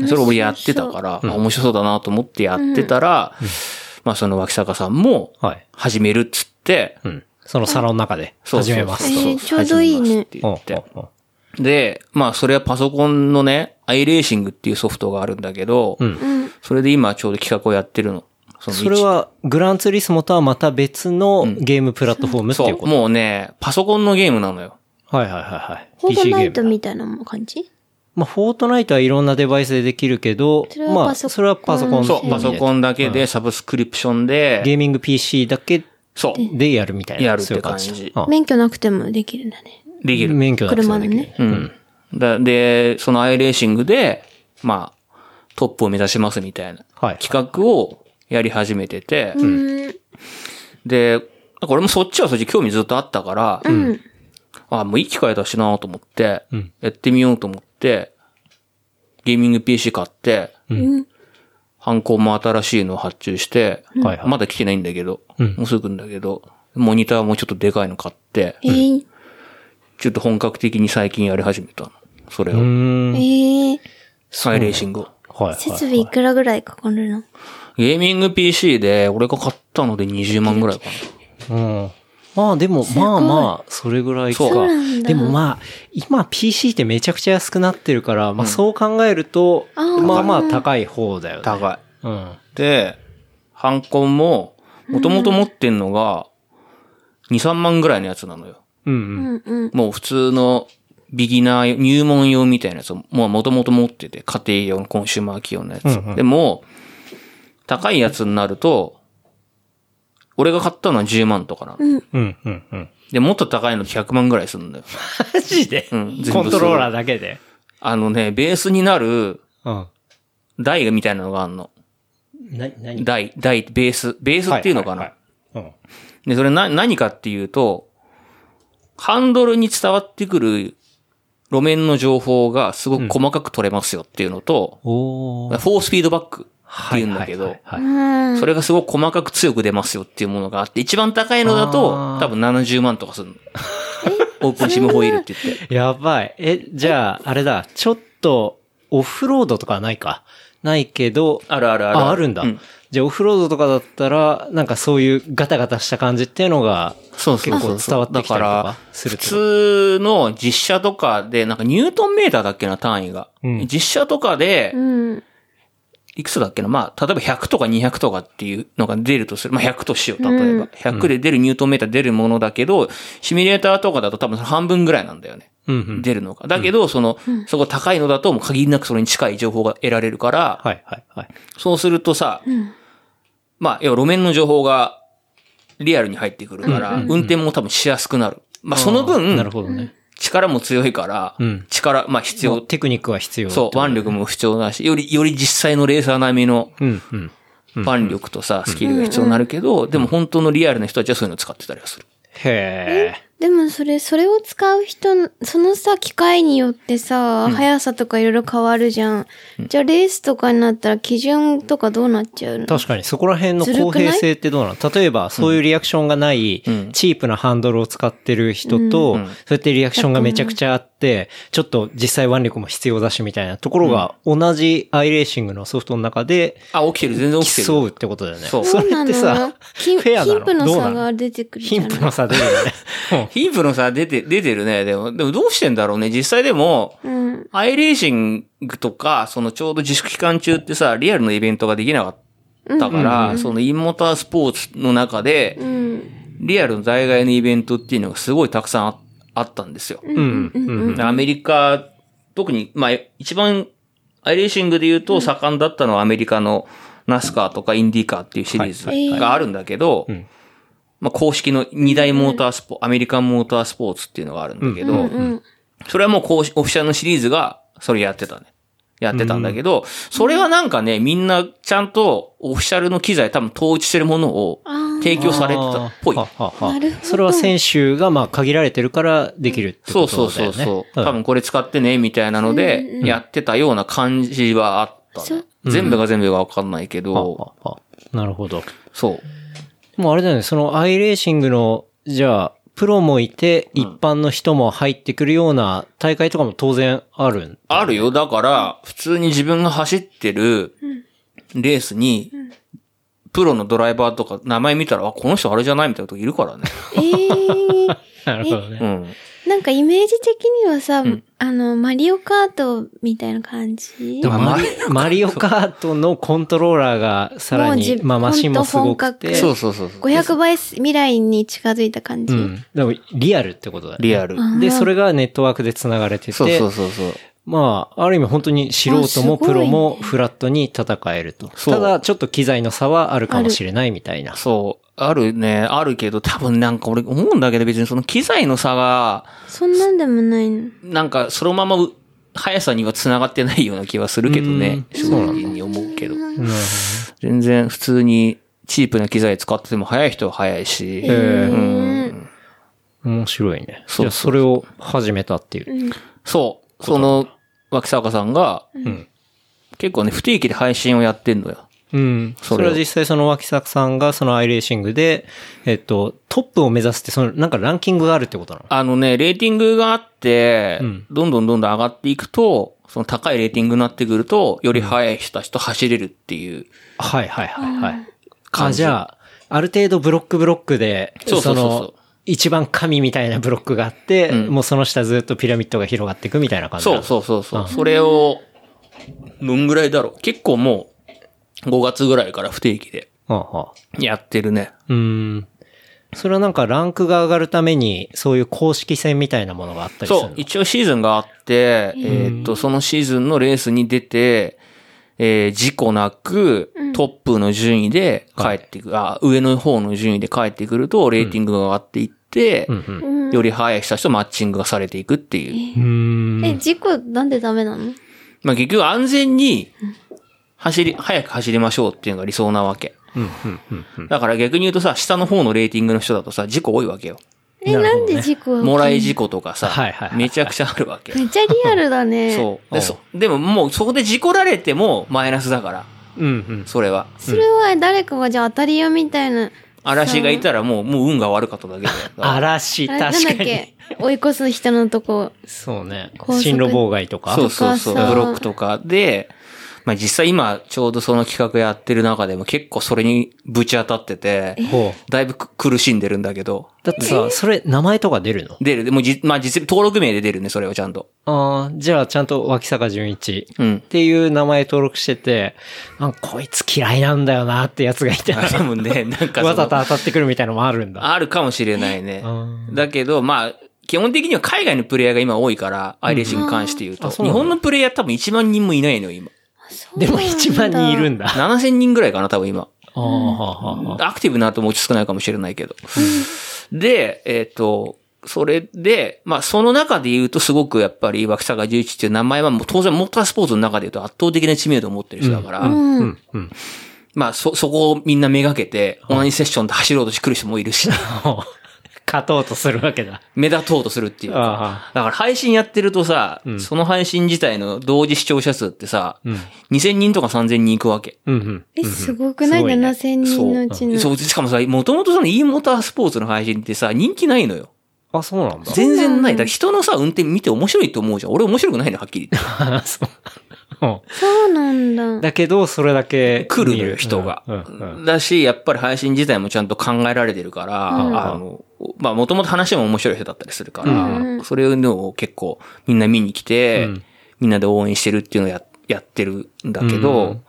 Speaker 2: それ俺やってたから、あ面白そうだなと思ってやってたら、まあその脇坂さんも
Speaker 4: はい。
Speaker 2: 始めるっつって、
Speaker 4: うん。そのサロンの中で
Speaker 2: そう
Speaker 4: 始めます
Speaker 2: そうそう
Speaker 3: えーちょうどいいね
Speaker 2: 始めますって言って
Speaker 4: おうおう
Speaker 2: で、まあそれはパソコンのね、iRacing っていうソフトがあるんだけど、
Speaker 3: ん
Speaker 2: それで今ちょうど企画をやってるの。その
Speaker 4: それは、グランツーリスモとはまた別のゲームプラットフォームって
Speaker 2: そ
Speaker 4: いう
Speaker 2: う、
Speaker 4: こと。
Speaker 2: もうね、パソコンのゲームなのよ。
Speaker 4: はいはいはいはい。
Speaker 3: フォート
Speaker 4: PC ゲ
Speaker 3: ナ
Speaker 4: ー
Speaker 3: イ
Speaker 4: ム
Speaker 3: ト
Speaker 4: だ。
Speaker 3: みたいなもん感じ
Speaker 4: まあ、フォートナイトはいろんなデバイスでできるけど
Speaker 3: それ、は
Speaker 4: まあ、
Speaker 3: パソコン
Speaker 4: それはパソコン
Speaker 2: そう、パソコンだけでサブスクリプション
Speaker 4: ゲ
Speaker 2: で、
Speaker 4: ーミング PC だけ
Speaker 2: そう、
Speaker 4: でやるみたいな。
Speaker 2: やるっ
Speaker 4: そうい
Speaker 2: て
Speaker 4: う
Speaker 2: 感
Speaker 4: だ
Speaker 2: じ。
Speaker 4: あ
Speaker 3: 免許なくてもできるんだね。
Speaker 2: できる。
Speaker 4: 免許だけ
Speaker 3: 車の
Speaker 4: できる
Speaker 3: ね。
Speaker 2: うん。だで、その iRacing で、まあ、トップを目指しますみたいな
Speaker 4: はい
Speaker 2: 企画をやり始めてて、
Speaker 3: うん。
Speaker 2: で、なんか俺もそっちはそっち興味ずっとあったから、
Speaker 3: うん。
Speaker 2: あ、もういい機会だしなと思って、
Speaker 4: ん
Speaker 2: やってみようと思って、ゲーミング PC 買って、
Speaker 3: うん。
Speaker 2: ハンコも新しいのを発注して、
Speaker 4: はいはい
Speaker 2: まだ来てないんだけど、
Speaker 4: うん
Speaker 2: もうすぐんだけど、モニターもちょっとでかいの買って、
Speaker 3: えー、
Speaker 2: ちょっと本格的に最近やり始めたの。それを。
Speaker 4: う
Speaker 3: え
Speaker 4: ーん。
Speaker 3: ー、
Speaker 2: サイレーシングを。
Speaker 4: はいはい。
Speaker 3: 設備いくらぐらいかかるの
Speaker 2: ゲーミング PC で、俺が買ったので20万ぐらいか
Speaker 4: うん。まあでも、まあまあ、それぐらいか
Speaker 2: そう
Speaker 3: なん。だ
Speaker 4: でもまあ、今 PC ってめちゃくちゃ安くなってるから、まあそう考えると、
Speaker 3: あー
Speaker 4: まあまあ高い方だよね。
Speaker 2: な。高い。
Speaker 4: うん。
Speaker 2: で、ハンコンも、もともと持ってんのが、2、3万ぐらいのやつなのよ。
Speaker 4: うん
Speaker 3: う
Speaker 4: うん。
Speaker 3: んうん。
Speaker 2: もう普通のビギナー、入門用みたいなやつを、もう元々持ってて、家庭用のコンシューマー企業のやつ。
Speaker 4: うんうん
Speaker 2: でも、高いやつになると、俺が買ったのは10万とかなの。
Speaker 4: うんうんうん。
Speaker 2: で、もっと高いの100万ぐらいするんだよ。
Speaker 4: マジで、
Speaker 2: うん全部
Speaker 4: コントローラーだけで。
Speaker 2: あのね、ベースになる
Speaker 4: うん。
Speaker 2: 台みたいなのがあるの。
Speaker 4: な、何
Speaker 2: 台、台、ベース、ベースっていうのかな。
Speaker 4: はいはいはい
Speaker 2: で、それな、何かっていうと、ハンドルに伝わってくる路面の情報がすごく細かく取れますよっていうのと、
Speaker 4: うん。お
Speaker 2: フォ
Speaker 4: ー。
Speaker 2: ースピードバックっていうんだけど、
Speaker 4: はいはいはいは
Speaker 3: う
Speaker 4: い
Speaker 3: ん。
Speaker 2: それがすごく細かく強く出ますよっていうものがあって、一番高いのだと
Speaker 4: あー
Speaker 2: 多分70万とかするの。オープンシムホイールって言って。
Speaker 4: やばい。え、じゃあ、あれだ、ちょっと、オフロードとかはないか。ないけど、
Speaker 2: あるあるある。
Speaker 4: あ、あるんだ。
Speaker 2: う
Speaker 4: じゃあ、オフロードとかだったら、なんかそういうガタガタした感じっていうのが、
Speaker 2: そうそうそう
Speaker 4: 結構伝わってきたりとかす
Speaker 2: 普
Speaker 4: るってこと
Speaker 2: 通の実写とかで、なんかニュートンメーターだっけな、単位が。
Speaker 4: うん
Speaker 2: 実写とかで、
Speaker 3: うん。
Speaker 2: いくつだっけなまあ、例えば100とか200とかっていうのが出るとする。まあ、100としよう。例えば。100で出るニュートンメーター出るものだけど、シミュレーターとかだと多分その半分ぐらいなんだよね。
Speaker 4: うんうん。
Speaker 2: 出るのが。だけど、その、そこ高いのだともう限りなくそれに近い情報が得られるから、
Speaker 4: はいはいはい。
Speaker 2: そうするとさ、まあ、要は路面の情報がリアルに入ってくるから、運転も多分しやすくなる。まあ、その
Speaker 4: あーなる
Speaker 2: 分、
Speaker 4: ほどね。
Speaker 2: 力も強いから
Speaker 4: うん、
Speaker 2: 力、まあ必
Speaker 4: もう
Speaker 2: 要。
Speaker 4: テクニックは必要。
Speaker 2: そう、腕力も必要だし、より、より実際のレーサー並みの
Speaker 4: う。うんうん。
Speaker 2: 腕力とさ、スキルが必要になるけど、でも本当のリアルな人たちはそういうの使ってたりはする。
Speaker 4: へ
Speaker 3: でもそれ、それを使う人の、そのさ、機械によってさ、速さとかいろいろ変わるじゃん。じゃあレースとかになったら基準とかどうなっちゃうの
Speaker 4: え。確かに、そこら辺の
Speaker 3: ずるくない
Speaker 4: 公平性ってどうなの例えば、そういうリアクションがない、
Speaker 2: ん
Speaker 4: チープなハンドルを使ってる人
Speaker 2: う
Speaker 4: と、
Speaker 2: ん
Speaker 4: そうやってリアクションがめちゃくちゃあって、ちょっと実際腕力も必要だしみたいなところが、同じ i レーシングのソフトの中で、
Speaker 2: あ、起きてる、全然起きてる。
Speaker 4: 競うってことだよね。
Speaker 2: そ
Speaker 4: そうれってさ、
Speaker 3: そうなの
Speaker 4: フェアなの
Speaker 3: 貧富の
Speaker 4: どう
Speaker 3: 差
Speaker 4: なの
Speaker 3: が出てくるじゃ
Speaker 4: 貧
Speaker 3: ん。
Speaker 4: 富の差出るよね。
Speaker 2: ヒープのさ、出て、出てるね。でも、でもどうしてんだろうね。実際でも、
Speaker 3: うん。
Speaker 2: アイレーシングとか、そのちょうど自粛期間中ってさ、リアルのイベントができなかったから、そのインモータースポーツの中で、
Speaker 3: うん。
Speaker 2: リアルの在外のイベントっていうのがすごいたくさんああったんですよ。
Speaker 4: うんうんうん
Speaker 2: アメリカ、特に、まあ、一番、アイレーシングで言うと盛んだったのはアメリカのナスカーとかインディカーっていうシリーズがあるんだけど、
Speaker 4: はいはい
Speaker 2: まあ、公式の二大モータースポ、アメリカンモータースポーツっていうのがあるんだけど、
Speaker 3: うんうん。
Speaker 2: それはもう公式オフィシャルのシリーズが、それやってたね。やってたんだけど、それはなんかね、みんなちゃんとオフィシャルの機材多分統一してるものを
Speaker 3: あ
Speaker 2: 提供されてたっぽい。
Speaker 4: ははは
Speaker 3: なるほど
Speaker 4: それは選手がまあ限られてるからできるって
Speaker 2: そ
Speaker 4: こ
Speaker 2: うそ
Speaker 4: と
Speaker 2: う
Speaker 4: だ
Speaker 2: そ
Speaker 4: よ
Speaker 2: う
Speaker 4: ね。
Speaker 2: そう。多分これ使ってね、みたいなので、やってたような感じはあったね、全部が全部がわかんないけ
Speaker 4: うんは
Speaker 2: ど、
Speaker 4: ははなるほど。
Speaker 2: そう。
Speaker 4: もうあれだよね、その i レーシングの、じゃあ、プロもいて、一般の人も入ってくるような大会とかも当然あるん。
Speaker 2: あるよ。だから、普通に自分が走ってるレースに、プロのドライバーとか名前見たら、あ、この人あれじゃないみたいな人いるからね。
Speaker 3: えー、
Speaker 4: なるほどね
Speaker 2: う。ん。
Speaker 3: なんかイメージ的にはさ、あの、マリオカートみたいな感じ
Speaker 4: でも
Speaker 2: まあ
Speaker 4: マリマリオカートのコントローラーがさら
Speaker 3: もう
Speaker 4: に、
Speaker 3: じ
Speaker 4: まあマシンもすごく
Speaker 3: え
Speaker 4: て、
Speaker 2: そうそうそうそう。
Speaker 3: ?500 倍未来に近づいた感じ。
Speaker 4: うん。でもリアルってことだよね。
Speaker 2: リアル。
Speaker 4: で、それがネットワークで繋がれてて、
Speaker 2: そうそうそうそう。
Speaker 4: まあ、ある意味本当に素人
Speaker 3: あすごいね
Speaker 4: もプロもフラットに戦えると。
Speaker 2: そう
Speaker 4: ただ、ちょっと機材の差はあるかもしれないみたいな。
Speaker 2: そう。あるね。あるけど、多分なんか俺思うんだけど、別にその機材の差が、
Speaker 3: そんなんでもないの。
Speaker 2: なんかそのまま速さには繋がってないような気はするけどね。正直に思うけど。
Speaker 4: うん
Speaker 2: 全然普通にチープな機材使ってても速い人は速いし。うん
Speaker 4: 面白いね。
Speaker 2: そうそう
Speaker 4: じゃあ、それを始めたっていう。
Speaker 2: そう。その、脇坂さんが、
Speaker 4: ん
Speaker 2: 結構ね、不定期で配信をやってんのよ。
Speaker 4: うん。
Speaker 2: そ
Speaker 4: そ
Speaker 2: れ
Speaker 4: れ
Speaker 2: を
Speaker 4: は実際その脇坂さんがそのアイレーシングで、えっと、トップを目指すって、そのなんかランキングがあるってことなの
Speaker 2: あのね、レーティングがあって、
Speaker 4: うん
Speaker 2: どんどんどんどん上がっていくと、その高いレーティングになってくると、より速い人たちと走れるっていう。
Speaker 4: はいはいはいはい。
Speaker 2: 感
Speaker 4: あ、
Speaker 2: じ
Speaker 4: じゃあ、ある程度ブロックブロックで、
Speaker 2: そうそうそうそう
Speaker 4: の、一番神みたいなブロックがあって、
Speaker 2: うん
Speaker 4: もうその下ずっとピラミッドが広がっていくみたいな感じ
Speaker 2: そうそうそうそう。それを、どんぐらいだろう。結構もう、5月ぐらいから不定期で
Speaker 4: あはあ
Speaker 2: やってるね。
Speaker 4: うーん。それはなんかランクが上がるために、そういう公式戦みたいなものがあったりする
Speaker 2: そう
Speaker 4: の。、
Speaker 2: 一応シーズンがあって、えーっと、そのシーズンのレースに出て、えー事故なく、トップの順位で帰ってく、あ、上の方の順位で帰ってくると、レーティングが上がっていって、
Speaker 4: うん
Speaker 3: うん
Speaker 2: より早い人たちとマッチングがされていくっていう。
Speaker 4: うーん。
Speaker 3: え、事故なんでダメなの
Speaker 2: まあ結局安全に、走り、早く走りましょうっていうのが理想なわけ。
Speaker 4: うんうんうんうん
Speaker 2: だから逆に言うとさ、下の方のレーティングの人だとさ、事故多いわけよ。
Speaker 3: え、
Speaker 4: なる
Speaker 3: な
Speaker 4: ほど
Speaker 3: ん
Speaker 4: ね
Speaker 3: で事故
Speaker 2: もらい事故とかさ
Speaker 4: はいはいは、い
Speaker 2: めちゃくちゃあるわけ。
Speaker 3: めっちゃリアルだ ね。
Speaker 2: そう。で、そ、でももうそこで事故られてもマイナスだから、
Speaker 4: うんうん。
Speaker 2: それは。
Speaker 3: それは誰かがじゃあ当たり屋みたいな。
Speaker 2: 嵐がいたらもう、もう運が悪かっただけ で。
Speaker 4: 嵐、
Speaker 3: あれなん
Speaker 4: 確
Speaker 3: だ
Speaker 4: か
Speaker 3: っ
Speaker 4: に。
Speaker 3: け追い越す人のとこ。
Speaker 4: そうね。
Speaker 3: 高速
Speaker 4: 進路妨害とか。
Speaker 2: そうそうそう。
Speaker 3: とかさ
Speaker 2: ブロックとかで、まあ実際今ちょうどその企画やってる中でも結構それにぶち当たってて、
Speaker 4: ほう
Speaker 2: だいぶく苦しんでるんだけど、
Speaker 4: だってさ、それ、名前とか出るの
Speaker 2: 出る。でもじ、まあ実、登録名で出るね、それはちゃんと。
Speaker 4: ああ、じゃあちゃんと脇坂純一っ
Speaker 2: うん。
Speaker 4: ていう名前登録してて、あ、こいつ嫌いなんだよなってやつがいたら、
Speaker 2: 多分ね、なんかその
Speaker 4: わざと当たってくるみたいのもあるんだ。
Speaker 2: あるかもしれないね
Speaker 4: う。
Speaker 2: だけど、まあ、基本的には海外のプレイヤーが今多いから、アイレーシングに関して言うと。
Speaker 4: あ
Speaker 2: 日
Speaker 4: そうなんだ
Speaker 2: 本のプレイヤー多分1万人もいないのよ、今。
Speaker 4: でも1万人いる
Speaker 3: んだ。
Speaker 4: んだ。
Speaker 2: 7000人ぐらいかな、多分今。
Speaker 4: あーはあはあはあ
Speaker 2: アクティブなともうちょっと少ないかもしれないけど。で、えっ、と、それで、まあ、その中で言うとすごくやっぱり、脇坂十一っていう名前はもう当然モータースポーツの中で言うと圧倒的な知名度を持ってる人だから、
Speaker 4: うん。うん。
Speaker 2: まあ、そ、そこをみんなめがけて、同じセッションで走ろうとしてくる人もいるし、
Speaker 4: もう勝とうとするわけだ。
Speaker 2: 目立とうとするっていうか
Speaker 4: あ
Speaker 2: だから配信やってるとさ、その配信自体の同時視聴者数ってさ、
Speaker 4: うん
Speaker 2: 2000人とか3000人いくわけ。
Speaker 4: うんうん。
Speaker 3: え、すごくない
Speaker 4: すごいね
Speaker 3: ?7000 人のうちの。
Speaker 2: そう、しかもさ、もともとその e モータースポーツの配信ってさ、人気ないのよ。
Speaker 4: あ、そうなんだ。
Speaker 2: 全然ない。だから人のさ、運転見て面白いと思うじゃん。俺面白くないの、はっきり言って。
Speaker 4: あ そううん
Speaker 3: そうなんだ。
Speaker 4: だけど、それだけ。
Speaker 2: 来るのよ、人が
Speaker 4: うんうん。
Speaker 2: だし、やっぱり配信自体もちゃんと考えられてるから、
Speaker 4: ん
Speaker 2: あの、まあ、もともと話も面白い人だったりするから、
Speaker 3: うん
Speaker 2: それをのを結構みんな見に来て、
Speaker 4: うん
Speaker 2: みんなで応援してるっていうのをややってるんだけど、
Speaker 4: うん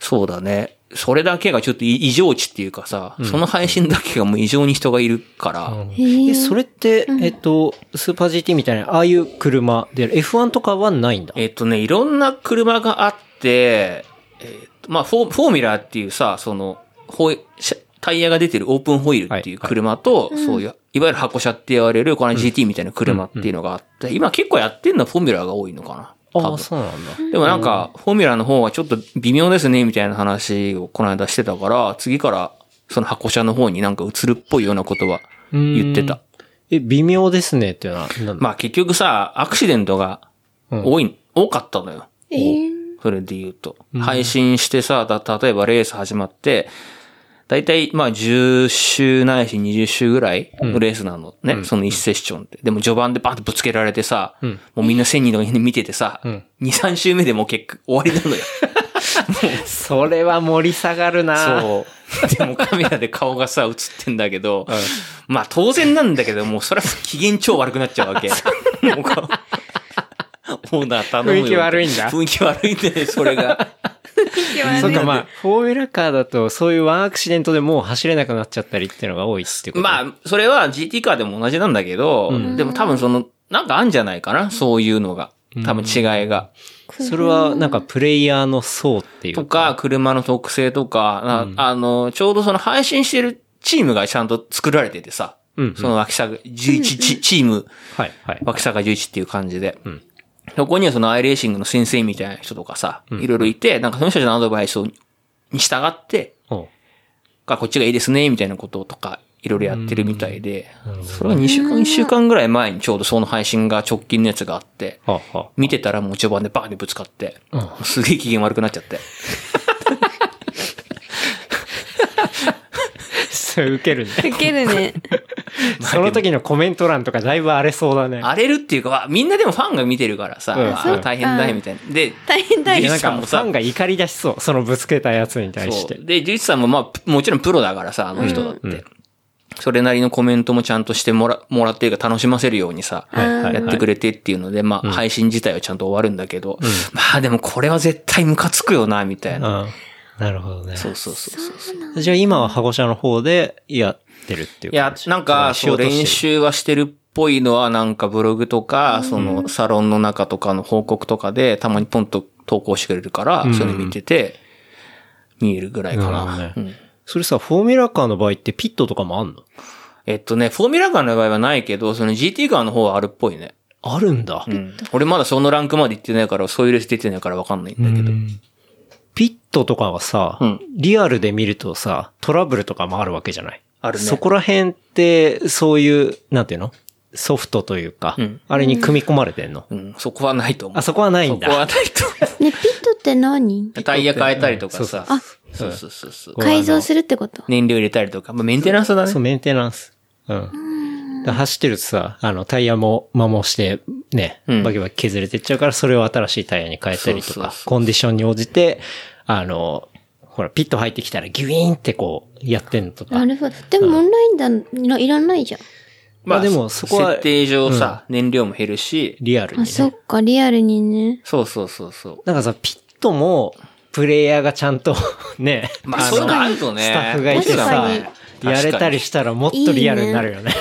Speaker 2: そうだね。それだけがちょっと異異常値っていうかさ、その配信だけがもう異常に人がいるから、
Speaker 4: うん
Speaker 3: へー
Speaker 4: え、それって、えっと、スーパー GT みたいな、ああいう車で、F1 とかはないんだ。
Speaker 2: えっとね、いろんな車があって、えっとまあフォー、フォーミュラーっていうさ、その、ホイ車タイヤが出てるオープンホイールっていう
Speaker 4: はいはい
Speaker 2: 車と、そういう、いわゆる箱車って言われる、この GT みたいな車っていうのがあって、今結構やってんのはフォーミュラーが多いのかな。
Speaker 4: あ
Speaker 2: 多
Speaker 4: あ、
Speaker 2: 分
Speaker 4: そうなんだ。
Speaker 2: でもなんか、フォーミュラーの方はちょっと微妙ですね、みたいな話をこの間してたから、次から、その箱車の方になんか移るっぽいようなことは言ってた。
Speaker 4: え、微妙ですねっていうのは、なんだ
Speaker 2: まあ結局さ、アクシデントが多い、多かったのよ。
Speaker 3: えー
Speaker 2: それで言うと。配信してさ、た、例えばレース始まって、だいたい、まあ、10周ないし20周ぐらいのレースなのね。その1セッションって。でも序盤でバンとぶつけられてさ、もうみんな1000人とかに見ててさ、2、3周目でもう結果終わりなのよ。
Speaker 4: それは盛り下がるなう。
Speaker 2: そう。 でもカメラで顔がさ、映ってんだけど、まあ当然なんだけど、もうそれは機嫌超悪くなっちゃうわけ。もうこうオーナー頼むよ。
Speaker 4: 雰囲気悪いんだ
Speaker 2: 雰囲気悪いんだよ、それが。
Speaker 4: そっか、まあ、フォーミュラカーだと、そういうワンアクシデントでもう走れなくなっちゃったりっていうのが多いっていうこと。あ、
Speaker 2: まあ、それは GT カーでも同じなんだけど、でも多分その、なんかあんじゃないかな、そういうのが。多分違いが。
Speaker 4: それは、なんか、プレイヤーの層っていう
Speaker 2: とか、車の特性とか、なあの、ちょうどその配信してるチームがちゃんと作られててさ、
Speaker 4: うん
Speaker 2: その脇坂11チチーム、
Speaker 4: はい、はい。
Speaker 2: 脇坂11っていう感じで。そこにはそのアイレーシングの先生みたいな人とかさ、いろいろいて、なんかその人たちのアドバイスに従って、
Speaker 4: おう
Speaker 2: がこっちがいいですね、みたいなこととか、いろいろやってるみたいで、それは2週間、1週間ぐらい前にちょうどその配信が直近のやつがあって、
Speaker 4: はあはあ
Speaker 2: 見てたらもう序盤でバーンでぶつかって、すげえ機嫌悪くなっちゃって。
Speaker 4: そう、受け るね。
Speaker 3: 受けるね。
Speaker 4: その時のコメント欄とかだいぶ荒れそうだね。
Speaker 2: 荒れるっていうか、わみんなでもファンが見てるからさ、
Speaker 4: うん
Speaker 2: あ
Speaker 4: そう
Speaker 2: ー大変だよみたいな。で、
Speaker 3: 大変だ
Speaker 2: い
Speaker 3: よ。
Speaker 2: やな
Speaker 4: な
Speaker 2: ん
Speaker 4: ん
Speaker 2: か
Speaker 4: か、
Speaker 2: もう
Speaker 4: フ
Speaker 2: さ
Speaker 4: ァンが怒り出しそう。そのぶつけたやつに対し
Speaker 2: そ
Speaker 4: て
Speaker 2: う。。で、ジュイチさんもまあ、もちろんプロだからさ、あの人だって。それなりのコメントもちゃんとしてもら、もらっていうか楽しませるようにさ、
Speaker 4: いはいはい
Speaker 2: やってくれてっていうので、まあ、配信自体はちゃんと終わるんだけど、まあでもこれは絶対ムカつくよな、みたいな。
Speaker 4: うん。なるほどね。
Speaker 2: そうそうそうそうそう。
Speaker 4: じゃあ今は羽子社の方でやってるっていう
Speaker 2: いや
Speaker 4: 感、じ
Speaker 2: なんか、
Speaker 4: しよ
Speaker 2: そう、
Speaker 4: としてる
Speaker 2: 練習はしてるっぽいのは、なんかブログとか、その、サロンの中とかの報告とかで、たまにポンと投稿してくれるから、
Speaker 4: うん
Speaker 2: それ見てて、見えるぐらいかな。
Speaker 4: なるほ
Speaker 2: う
Speaker 4: ど
Speaker 2: ん
Speaker 4: それさ、フォーミュラカーの場合ってピットとかもあんの
Speaker 2: えっとね、フォーミュラガーの場合はないけど、その GT ガーの方はあるっぽいね。
Speaker 4: あるんだ。
Speaker 2: うん。俺まだそのランクまで行ってないから、そういうレース出てないからわかんないんだけど。
Speaker 4: うんピットとかはさ、
Speaker 2: うん
Speaker 4: リアルで見るとさ、トラブルとかもあるわけじゃない
Speaker 2: あるね
Speaker 4: そこら辺って、そういう、なんていうのソフトというか、
Speaker 2: うん
Speaker 4: あれに組み込まれてんの、
Speaker 2: うん、そこはないと思う。
Speaker 4: あ、そこはないんだ。
Speaker 2: そこはないと思
Speaker 3: ね、ピットって何
Speaker 2: う。タイヤ変えたりとかさ。
Speaker 3: あ
Speaker 2: そうそうそうそう。
Speaker 4: こう
Speaker 3: 改造するってこと
Speaker 2: 燃料入れたりとか。まあ、メンテナンスだね
Speaker 4: そう、。メンテナンス。うん。だから走ってるとさ、あの、タイヤも摩耗して、ね、
Speaker 2: うん
Speaker 4: バキバキ削れてっちゃうから、それを新しいタイヤに変えたり
Speaker 2: そ
Speaker 4: と
Speaker 2: うそう
Speaker 4: か
Speaker 2: そう、
Speaker 4: コンディションに応じて、あの、ほら、ピット入ってきたらギュイーンってこう、やってんのとか
Speaker 3: な。るほど。でもオンラインだいらいらないじゃん。
Speaker 4: まあでもそこは
Speaker 2: 設定上さ、燃料も減るし、
Speaker 4: リアルに、
Speaker 3: あ、
Speaker 4: ね。
Speaker 3: そっか、リアルにね。
Speaker 2: そうそうそうそ
Speaker 4: なんかさ、ピットも、プレイヤーがちゃんと、 ね、
Speaker 2: う。まあ、そういうのあるとね。
Speaker 4: スタッフがいて
Speaker 3: 確
Speaker 4: さ
Speaker 3: かに、
Speaker 4: やれたりしたらもっとリアルになるよね。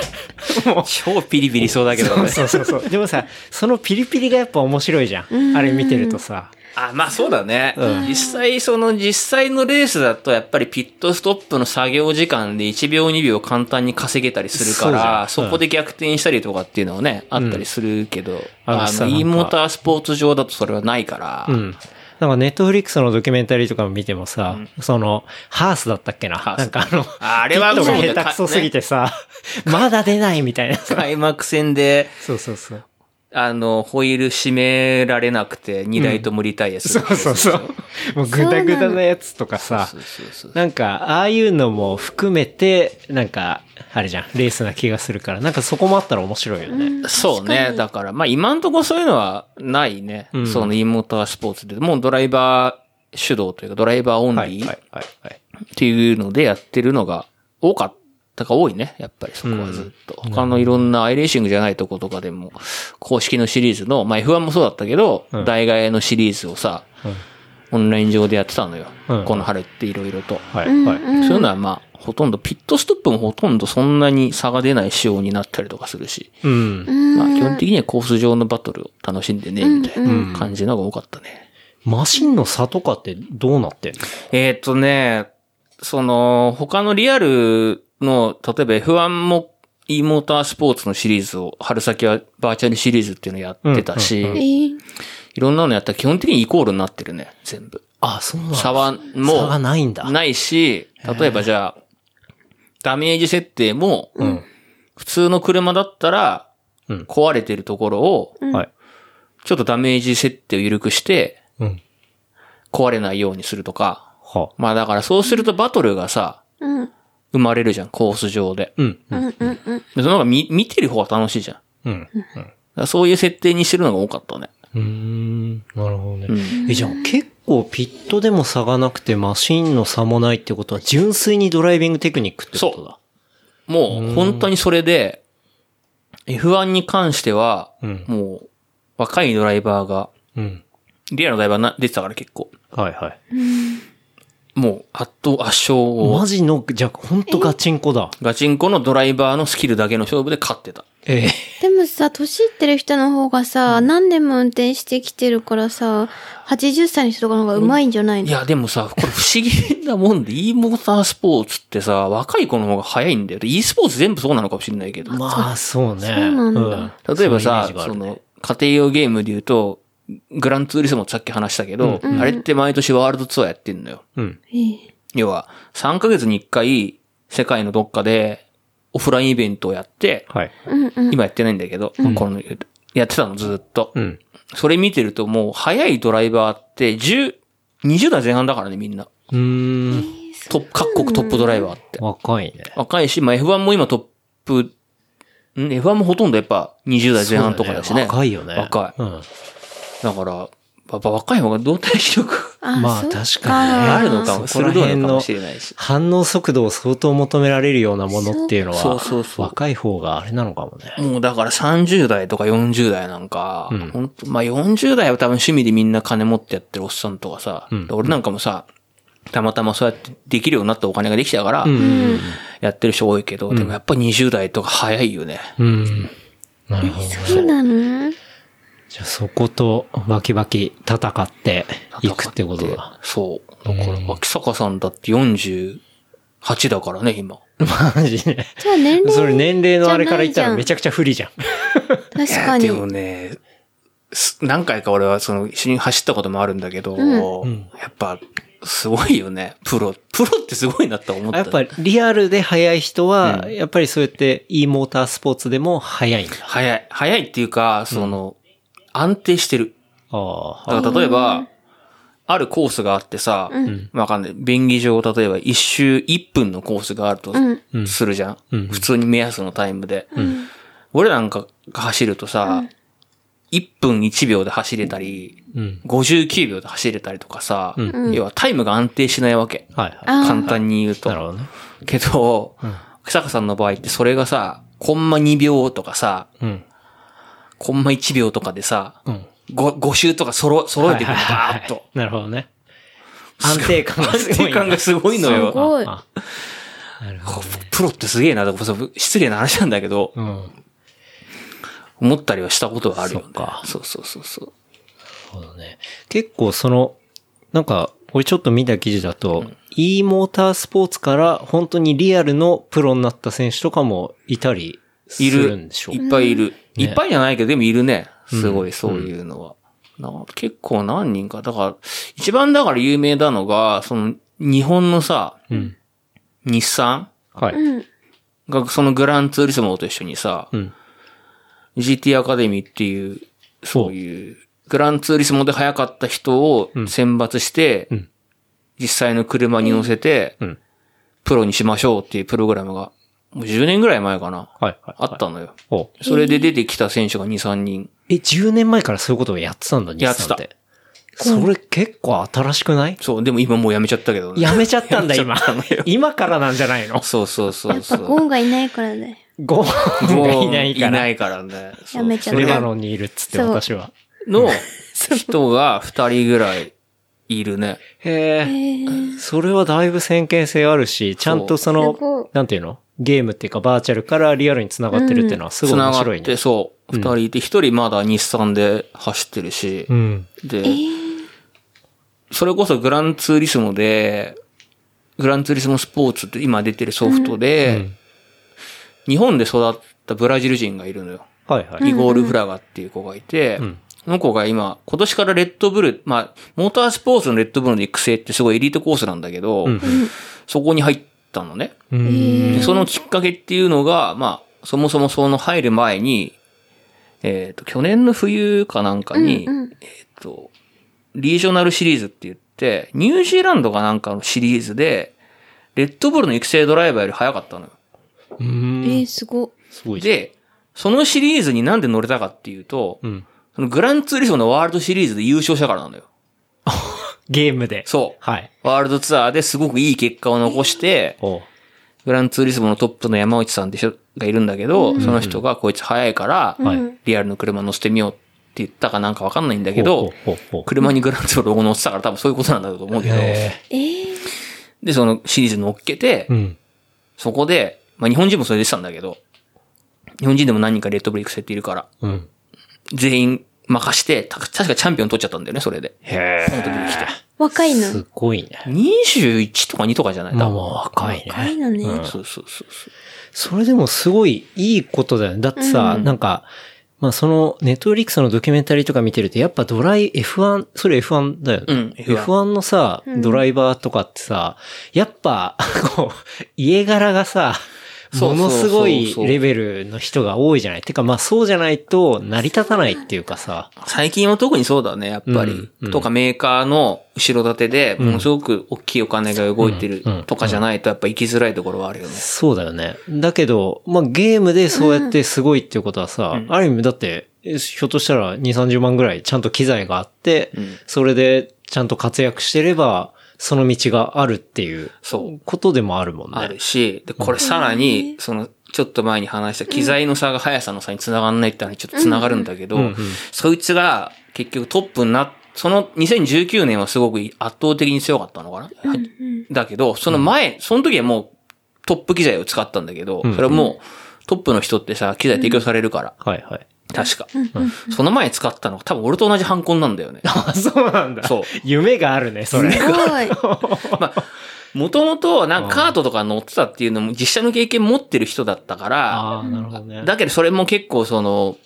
Speaker 2: 超ピリピリそうだけどね。
Speaker 4: そうそうそう。でもさ、そのピリピリがやっぱ面白いじゃん。あれ見てるとさ。
Speaker 2: あ、まあそうだね。実際、その実際のレースだと、やっぱりピットストップの作業時間で1秒2秒簡単に稼げたりするか
Speaker 4: そうじゃんう
Speaker 2: ら、
Speaker 4: ん
Speaker 2: そ,、こで逆転したりとかっていうのはね、あったりするけど、
Speaker 4: あの
Speaker 2: あ
Speaker 4: さ
Speaker 2: の、
Speaker 4: なんか
Speaker 2: e モータースポーツ上だとそれはないから、
Speaker 4: うん。なんかネットフリックスのドキュメンタリーとかも見てもさ、その、ハースだったっけな。
Speaker 2: ハース
Speaker 4: なんかあの、
Speaker 2: ああれは
Speaker 4: ピットが
Speaker 2: そうね
Speaker 4: 下手くそすぎてさ、まだ出ないみたいなさ。
Speaker 2: 開幕戦で、
Speaker 4: そうそうそう。
Speaker 2: あの、ホイール締められなくて、2台ともリタイアす
Speaker 4: そ
Speaker 2: る。
Speaker 4: うそうそう。もうグダグダなやつとかさ
Speaker 2: そう、そうそう。
Speaker 4: なんか、ああいうのも含めて、なんか、あれじゃん、レースな気がするから、なんかそこもあったら面白いよね。
Speaker 2: そうね。だから、まあ今んとこそういうのはないね。
Speaker 4: うん
Speaker 2: その e モータースポーツで。もうドライバー主導というか、ドライバーオン
Speaker 4: はい
Speaker 2: リ
Speaker 4: は
Speaker 2: ー
Speaker 4: いはいはい。
Speaker 2: っていうのでやってるのが多かったか多いね。やっぱりそこはずっと。他のいろんなアイレーシングじゃないとことかでも、公式のシリーズの、まあ F1 もそうだったけど、
Speaker 4: うん
Speaker 2: 代替えのシリーズをさ、オンライン上でやってたのよ。
Speaker 4: うん
Speaker 2: この春っていろいろと。
Speaker 4: は
Speaker 3: う
Speaker 4: い
Speaker 3: ん、う。
Speaker 4: はい。
Speaker 2: そういうんのはまあ、ほとんど、ピットストップもほとんどそんなに差が出ない仕様になったりとかするし。
Speaker 4: うん。
Speaker 2: まあ、基本的にはコース上のバトルを楽しんでね、みたいな感じのが多かったね。
Speaker 4: マシンの差とかってどうなってんの
Speaker 2: えーっとね、その、他のリアルの、例えば F1 も e モータースポーツのシリーズを、春先はバーチャルシリーズっていうのやってたし、
Speaker 4: うんうん
Speaker 3: えー、
Speaker 2: いろんなのやったら基本的にイコールになってるね、全部。
Speaker 4: あ、そうなんだ
Speaker 2: 差は
Speaker 4: 差
Speaker 2: も
Speaker 4: が
Speaker 2: う、
Speaker 4: ないんだ。
Speaker 2: ないし、例えばじゃあ、ダメージ設定も、
Speaker 4: うん。
Speaker 2: 普通の車だったら、
Speaker 4: うん
Speaker 2: 壊れてるところを、
Speaker 4: はい。
Speaker 2: ちょっとダメージ設定を緩くして、
Speaker 4: うん。
Speaker 2: 壊れないようにするとか。
Speaker 4: は
Speaker 2: まあだからそうするとバトルがさ、
Speaker 3: うん。
Speaker 2: 生まれるじゃん、コース上で。
Speaker 4: うん。
Speaker 3: う
Speaker 4: う。
Speaker 3: んんうんうん。
Speaker 2: で、その方が見、見てる方が楽しいじゃん。だか
Speaker 4: うん。
Speaker 2: らそういう設定にしてるのが多かったね。
Speaker 4: うーん。なるほどね。
Speaker 2: う
Speaker 4: え、じゃあ結構ピットでも差がなくてマシンの差もないってことは純粋にドライビングテクニックってことだ。
Speaker 2: もう本当にそれで、F1 に関しては、
Speaker 4: うん
Speaker 2: もう若いドライバーが、
Speaker 4: うん。
Speaker 2: リアルのドライバーな出てたから結構、
Speaker 4: はいはい。
Speaker 2: もう圧倒圧勝を、
Speaker 4: マジの、じゃあほんとガチンコだ。
Speaker 2: ガチンコのドライバーのスキルだけの勝負で勝ってた。
Speaker 4: ええ。
Speaker 3: でもさ、年いってる人の方がさ、何年も運転してきてるからさ、80歳の人とかの方が上手いんじゃない
Speaker 2: い
Speaker 3: の、
Speaker 2: や、でもさ、これ不思議なもんで、e モータースポーツってさ、若い子の方が早いんだよ。で e スポーツ全部そうなのかもしれないけど。
Speaker 4: まあ、そうね。そう
Speaker 3: なんだ
Speaker 2: 例えばさ、そ
Speaker 4: いうイメージがあるね
Speaker 2: の、家庭用ゲームで言うと、グランツーリスモってさっき話したけど、あれって毎年ワールドツアーやってんのよ。
Speaker 4: うん。
Speaker 3: ええ
Speaker 2: 要は、3ヶ月に1回、世界のどっかで、オフラインイベントをやって、
Speaker 4: はい。
Speaker 3: うんうん。
Speaker 2: 今やってないんだけど、この、やってたのずっと。
Speaker 4: うん。
Speaker 2: それ見てるともう、速いドライバーって、10、20代前半だからね、みんな。
Speaker 4: うーん。
Speaker 2: トップ、各国トップドライバーって。
Speaker 4: 若いね。
Speaker 2: 若いし、まあ F1 も今トップ、ん ?F1 もほとんどやっぱ20代前半とかだしね。
Speaker 4: 若いよね。
Speaker 2: 若い。
Speaker 4: うん。
Speaker 2: だから、やっぱ若い方が動体視力
Speaker 3: あ
Speaker 4: まあ
Speaker 3: そっ
Speaker 4: 確かにね
Speaker 2: があるのかも、
Speaker 4: そこ
Speaker 2: 鋭
Speaker 4: ら
Speaker 2: い
Speaker 4: 辺
Speaker 2: のか
Speaker 4: の
Speaker 2: もしれないし。
Speaker 4: 反応速度を相当求められるようなものっていうのは、
Speaker 2: そうそうそう
Speaker 4: 若い方があれなのかもね。
Speaker 2: もうだから30代とか40代なんか、
Speaker 4: ん
Speaker 2: ほんと、まあ40代は多分趣味でみんな金持ってやってるおっさんとかさ、
Speaker 4: うん
Speaker 2: で俺なんかもさ、たまたまそうやってできるようになったお金ができたから、
Speaker 3: うん。
Speaker 2: やってる人多いけど、でもやっぱ20代とか早いよね。
Speaker 4: うん。なるほど。
Speaker 3: そうだな。
Speaker 4: じゃあそことバキバキ戦っていくってことだ。
Speaker 2: そう。だから、脇坂さんだって48だからね、今。
Speaker 4: マジで。
Speaker 3: じゃあ年齢
Speaker 4: それ年齢のあれから言った
Speaker 3: じゃ
Speaker 4: ら
Speaker 3: ない
Speaker 4: めちゃくちゃ不利じゃん。
Speaker 3: 確か
Speaker 2: で
Speaker 3: に。
Speaker 2: もね、す何回か俺はその一緒に走ったこともあるんだけど、
Speaker 4: ん
Speaker 2: やっぱすごいよね。プロ。プロってすごいなと思った。
Speaker 4: やっぱリアルで速い人は、やっぱりそうやって e モータースポーツでも速いんだ。
Speaker 2: 早い。早いっていうか、その、安定してる。
Speaker 4: ああ。
Speaker 2: だから例えば、あるコースがあってさ、わかんない。便宜上、例えば一周1分のコースがあるとするじゃん。
Speaker 4: うん
Speaker 2: 普通に目安のタイムで。俺なんかが走るとさ、1分1秒で走れたり、
Speaker 4: うん。
Speaker 2: 59秒で走れたりとかさ、
Speaker 4: う
Speaker 2: 要はタイムが安定しないわけ。
Speaker 4: はいはい。
Speaker 3: あー
Speaker 2: 簡単に言うと。
Speaker 4: なるほどね。
Speaker 2: けど、草加さんの場合ってそれがさ、コンマ2秒とかさ、
Speaker 4: うん。
Speaker 2: コンマ1秒とかでさ、
Speaker 4: うん。
Speaker 2: 5, 周とか揃揃えてくる、
Speaker 4: はいはいはい
Speaker 2: バーッと。
Speaker 4: なるほどね。安定感がすごい。
Speaker 2: 安定感がすごいのよ
Speaker 3: すごい。
Speaker 4: あなるほどね。
Speaker 2: プロってすげえな、そう失礼な話なんだけど、
Speaker 4: うん。なる
Speaker 2: 思ったりはしたことはあるよね。
Speaker 4: そっか
Speaker 2: そうそうそうそう。
Speaker 4: ほどね。結構その、なんか、俺ちょっと見た記事だと、e モータースポーツから本当にリアルのプロになった選手とかもいたりす
Speaker 2: い
Speaker 4: るん
Speaker 2: る
Speaker 4: でしょ。
Speaker 2: いっぱいいる。い
Speaker 4: ね
Speaker 2: っぱいじゃないけど、でもいるね。すごい、そういうのは。な結構何人か。だから、一番だから有名なのが、その、日本のさ、
Speaker 4: うん。
Speaker 2: 日産
Speaker 4: はい。
Speaker 3: うん。
Speaker 2: が、そのグランツーリスモと一緒にさ、
Speaker 4: うん。
Speaker 2: GT アカデミーっていう、そういう、グランツーリスモで速かった人を選抜して、
Speaker 4: うん
Speaker 2: 実際の車に乗せて、
Speaker 4: うん。
Speaker 2: プロにしましょうっていうプログラムが、もう10年ぐらい前かな。
Speaker 4: はいはい。
Speaker 2: あったのよ。
Speaker 4: お
Speaker 2: それで出てきた選手が2、3人。
Speaker 4: え、10年前からそういうことをやってたんだ、日
Speaker 2: やって
Speaker 4: 産
Speaker 2: た
Speaker 4: って。それ結構新しくない
Speaker 2: そう、でも今もうやめちゃったけどね。
Speaker 4: やめちゃ ったんだ、
Speaker 2: やめ
Speaker 4: 今
Speaker 2: ちゃったのよ。
Speaker 4: 今からなんじ ゃないの
Speaker 2: そうそうそ
Speaker 3: や
Speaker 2: う
Speaker 3: っ
Speaker 2: そ
Speaker 3: ぱ
Speaker 2: う。
Speaker 3: ゴンがいないからだよ。
Speaker 4: ゴーがいないか
Speaker 2: いな
Speaker 4: ら。
Speaker 2: いからね。そう
Speaker 3: やめちゃった
Speaker 4: レバノンにいるっつって、
Speaker 3: そう
Speaker 4: 私は。
Speaker 2: の人が2人ぐらいいるね。
Speaker 4: へえ。
Speaker 3: えー
Speaker 4: それはだいぶ先見性あるし、ちゃんと
Speaker 3: す
Speaker 4: そ
Speaker 3: ごい
Speaker 4: の、なんていうのゲームっていうかバーチャルからリアルに繋がってるっていうのはすごい
Speaker 2: 繋
Speaker 4: 面
Speaker 2: が
Speaker 4: 白
Speaker 2: っ
Speaker 4: い
Speaker 2: て、
Speaker 4: ね。
Speaker 2: そう。2人いて、1人まだ日産で走ってるし
Speaker 4: う。ん。
Speaker 2: で、それこそグランツーリスモで、グランツーリスモスポーツって今出てるソフトで、日本で育ったブラジル人がいるのよ。
Speaker 4: はいはい。
Speaker 2: イゴール・フラガっていう子がいて、その子が今、今年からレッドブル、まあ、モータースポーツのレッドブルの育成ってすごいエリートコースなんだけど、そこに入ったのね。でそのきっかけっていうのが、まあ、そもそもその入る前に、えっ、と、去年の冬かなんかに、えっ、と、リージョナルシリーズって言って、ニュージーランドかなんかのシリーズで、レッドブルの育成ドライバーより早かったのよ。
Speaker 4: う
Speaker 3: え
Speaker 4: ん。
Speaker 3: ー、すご。
Speaker 4: すごいじ
Speaker 2: で、そのシリーズになんで乗れたかっていうと、
Speaker 4: ゃん。うん。
Speaker 2: そのグランツーリスモのワールドシリーズで優勝したからなんだよ。
Speaker 4: ゲームで。
Speaker 2: そ
Speaker 4: はい。
Speaker 2: う。ワールドツアーですごくいい結果を残して、
Speaker 4: おう
Speaker 2: グランツーリスモのトップの山内さんって人がいるんだけど、その人がこいつ早いから、
Speaker 4: はい
Speaker 2: リアルの車乗せてみようって言ったかなんかわかんないんだけ
Speaker 4: ほう
Speaker 2: ど、
Speaker 4: ほうほうほう
Speaker 2: 車にグランツーのロゴ乗ってたから多分そういうことなんだろうと思うけど、
Speaker 4: へ
Speaker 3: えー、
Speaker 2: で、そのシリーズ乗っけて、
Speaker 4: えうん。
Speaker 2: そこで、まあ日本人もそれでしたんだけど、日本人でも何人かレッドブリックスやっているから、
Speaker 4: うん。
Speaker 2: 全員任して、た確かチャンピオン取っちゃったんだよね、それで。
Speaker 4: へ
Speaker 3: 若い
Speaker 4: え。
Speaker 3: の。
Speaker 4: すごいね。
Speaker 2: 21とか2とかじゃない
Speaker 4: まあ
Speaker 2: 多分
Speaker 4: まあ若いね。
Speaker 3: 若いのね。
Speaker 2: そうそうそうそう。
Speaker 4: それでもすごいいいことだよね。だってさ、なんか、まあその、ネットフリックスのドキュメンタリーとか見てると、やっぱドライ、F1、それ F1 だよね。
Speaker 2: うん F1
Speaker 4: F1 のさ、ドライバーとかってさ、やっぱ、 こう、家柄がさ、
Speaker 2: そ
Speaker 4: も
Speaker 2: うそう
Speaker 4: の
Speaker 2: そう
Speaker 4: す
Speaker 2: そう
Speaker 4: ごいレベルの人が多いじゃない。てかまあそうじゃないと成り立たないっていうかさ、
Speaker 2: 最近は特にそうだね、やっぱり。
Speaker 4: うんうん
Speaker 2: とかメーカーの後ろ盾で、ものすごく大きいお金が動いてる
Speaker 4: うんうん
Speaker 2: とかじゃないと、やっぱ行きづらいところはあるよね。
Speaker 4: そうだよね。だけど、まあ、ゲームでそうやってすごいっていうことはさ、ある意味だって、えひょっとしたら2、30万ぐらいちゃんと機材があって、それでちゃんと活躍してれば、その道があるっていう
Speaker 2: そう
Speaker 4: ことでもあるもんね。
Speaker 2: あるし、で、これさらに、その、ちょっと前に話した機材の差が速さの差につながんないって話にちょっとつながるんだけど、そいつが結局トップになっその2019年はすごく圧倒的に強かったのかな、だけど、その前、その時はもうトップ機材を使ったんだけど、
Speaker 4: うん
Speaker 2: それはもうトップの人ってさ、機材提供されるから、
Speaker 4: はいはい。
Speaker 2: 確か、その前使ったのが多分俺と同じハンコンなんだよね。
Speaker 4: あ、そうなんだ。
Speaker 2: そう。
Speaker 4: 夢があるね、それ。
Speaker 3: すごい。
Speaker 2: まあ、もともとなんかカートとか乗ってたっていうのも実写の経験持ってる人だったから、
Speaker 4: ああ、なるほどね。
Speaker 2: だけどそれも結構その、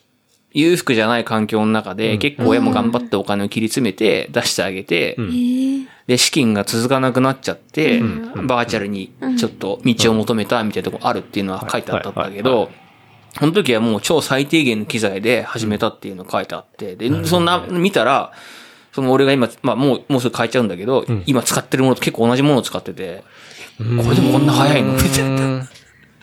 Speaker 2: 裕福じゃない環境の中で、結構親も頑張ってお金を切り詰めて出してあげて、
Speaker 4: うん
Speaker 3: ええ
Speaker 2: で、資金が続かなくなっちゃって、
Speaker 4: ん
Speaker 2: バーチャルにちょっと道を求めたみたいなとこあるっていうのは書いてあったんだけど、その時はもう超最低限の機材で始めたっていうの書いてあって、で、そんな見たら、その俺が今、まあもう、もうすぐ変えちゃうんだけど、今使ってるものと結構同じものを使ってて、これでもこんな早いのみたいな。
Speaker 4: な。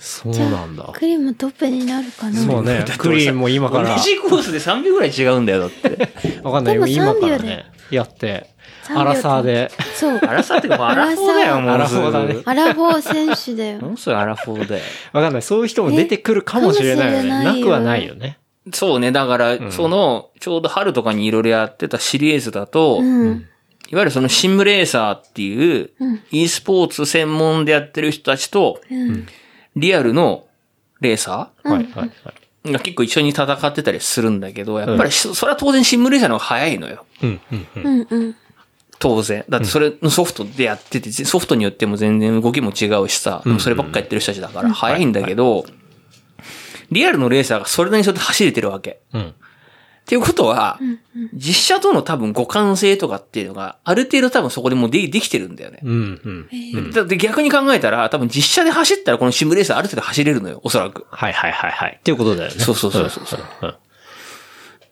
Speaker 4: そうなんだ。
Speaker 3: クリームトップになるかな。
Speaker 4: そ うね。クリーンも今から
Speaker 2: 同、じコースで3秒ぐらい違うんだよ、だ って。
Speaker 4: わかんない
Speaker 3: でも
Speaker 4: 今か
Speaker 3: 3秒
Speaker 4: らね
Speaker 3: で、
Speaker 4: やって、
Speaker 3: 3秒
Speaker 4: アラサーで、
Speaker 3: そう。
Speaker 2: アラサーっていうか、もうアラフォーだよ、もう。
Speaker 4: アラフォーだね
Speaker 2: す
Speaker 3: アラフォー選手だ
Speaker 2: ぐ。
Speaker 3: よ。
Speaker 2: もうすぐアラフォーだよ。
Speaker 4: わかんない。そういう人も出てくるかもしれないよね。
Speaker 3: え
Speaker 4: なくはないよね。
Speaker 2: そうね。だから、その、ちょうど春とかにいろいろやってたシリーズだと、
Speaker 3: うん。
Speaker 2: いわゆるそのシムレーサーっていう、e スポーツ専門でやってる人たちと、
Speaker 3: うん。
Speaker 2: リアルのレーサ
Speaker 4: はいはいはい。
Speaker 2: ーが結構一緒に戦ってたりするんだけど、やっぱりし、それは当然シムレーサーの方が早いのよ。
Speaker 4: うんうんうん。
Speaker 3: うん。うん。
Speaker 2: 当然。だってそれのソフトでやってて、ソフトによっても全然動きも違うしさ、でもそればっかやってる人たちだから早いんだけど、リアルのレーサーがそれなりにそれで走れてるわけ。
Speaker 4: うん。
Speaker 2: っていうことは、実写との多分互換性とかっていうのが、ある程度多分そこでもうでできてるんだよね。
Speaker 4: うんうん。
Speaker 2: だって逆に考えたら、多分実写で走ったらこのシムレーサーある程度走れるのよ、おそらく。
Speaker 4: はいはいはいはい。っていうことだよね。
Speaker 2: そうそうそうそう
Speaker 4: うん。うん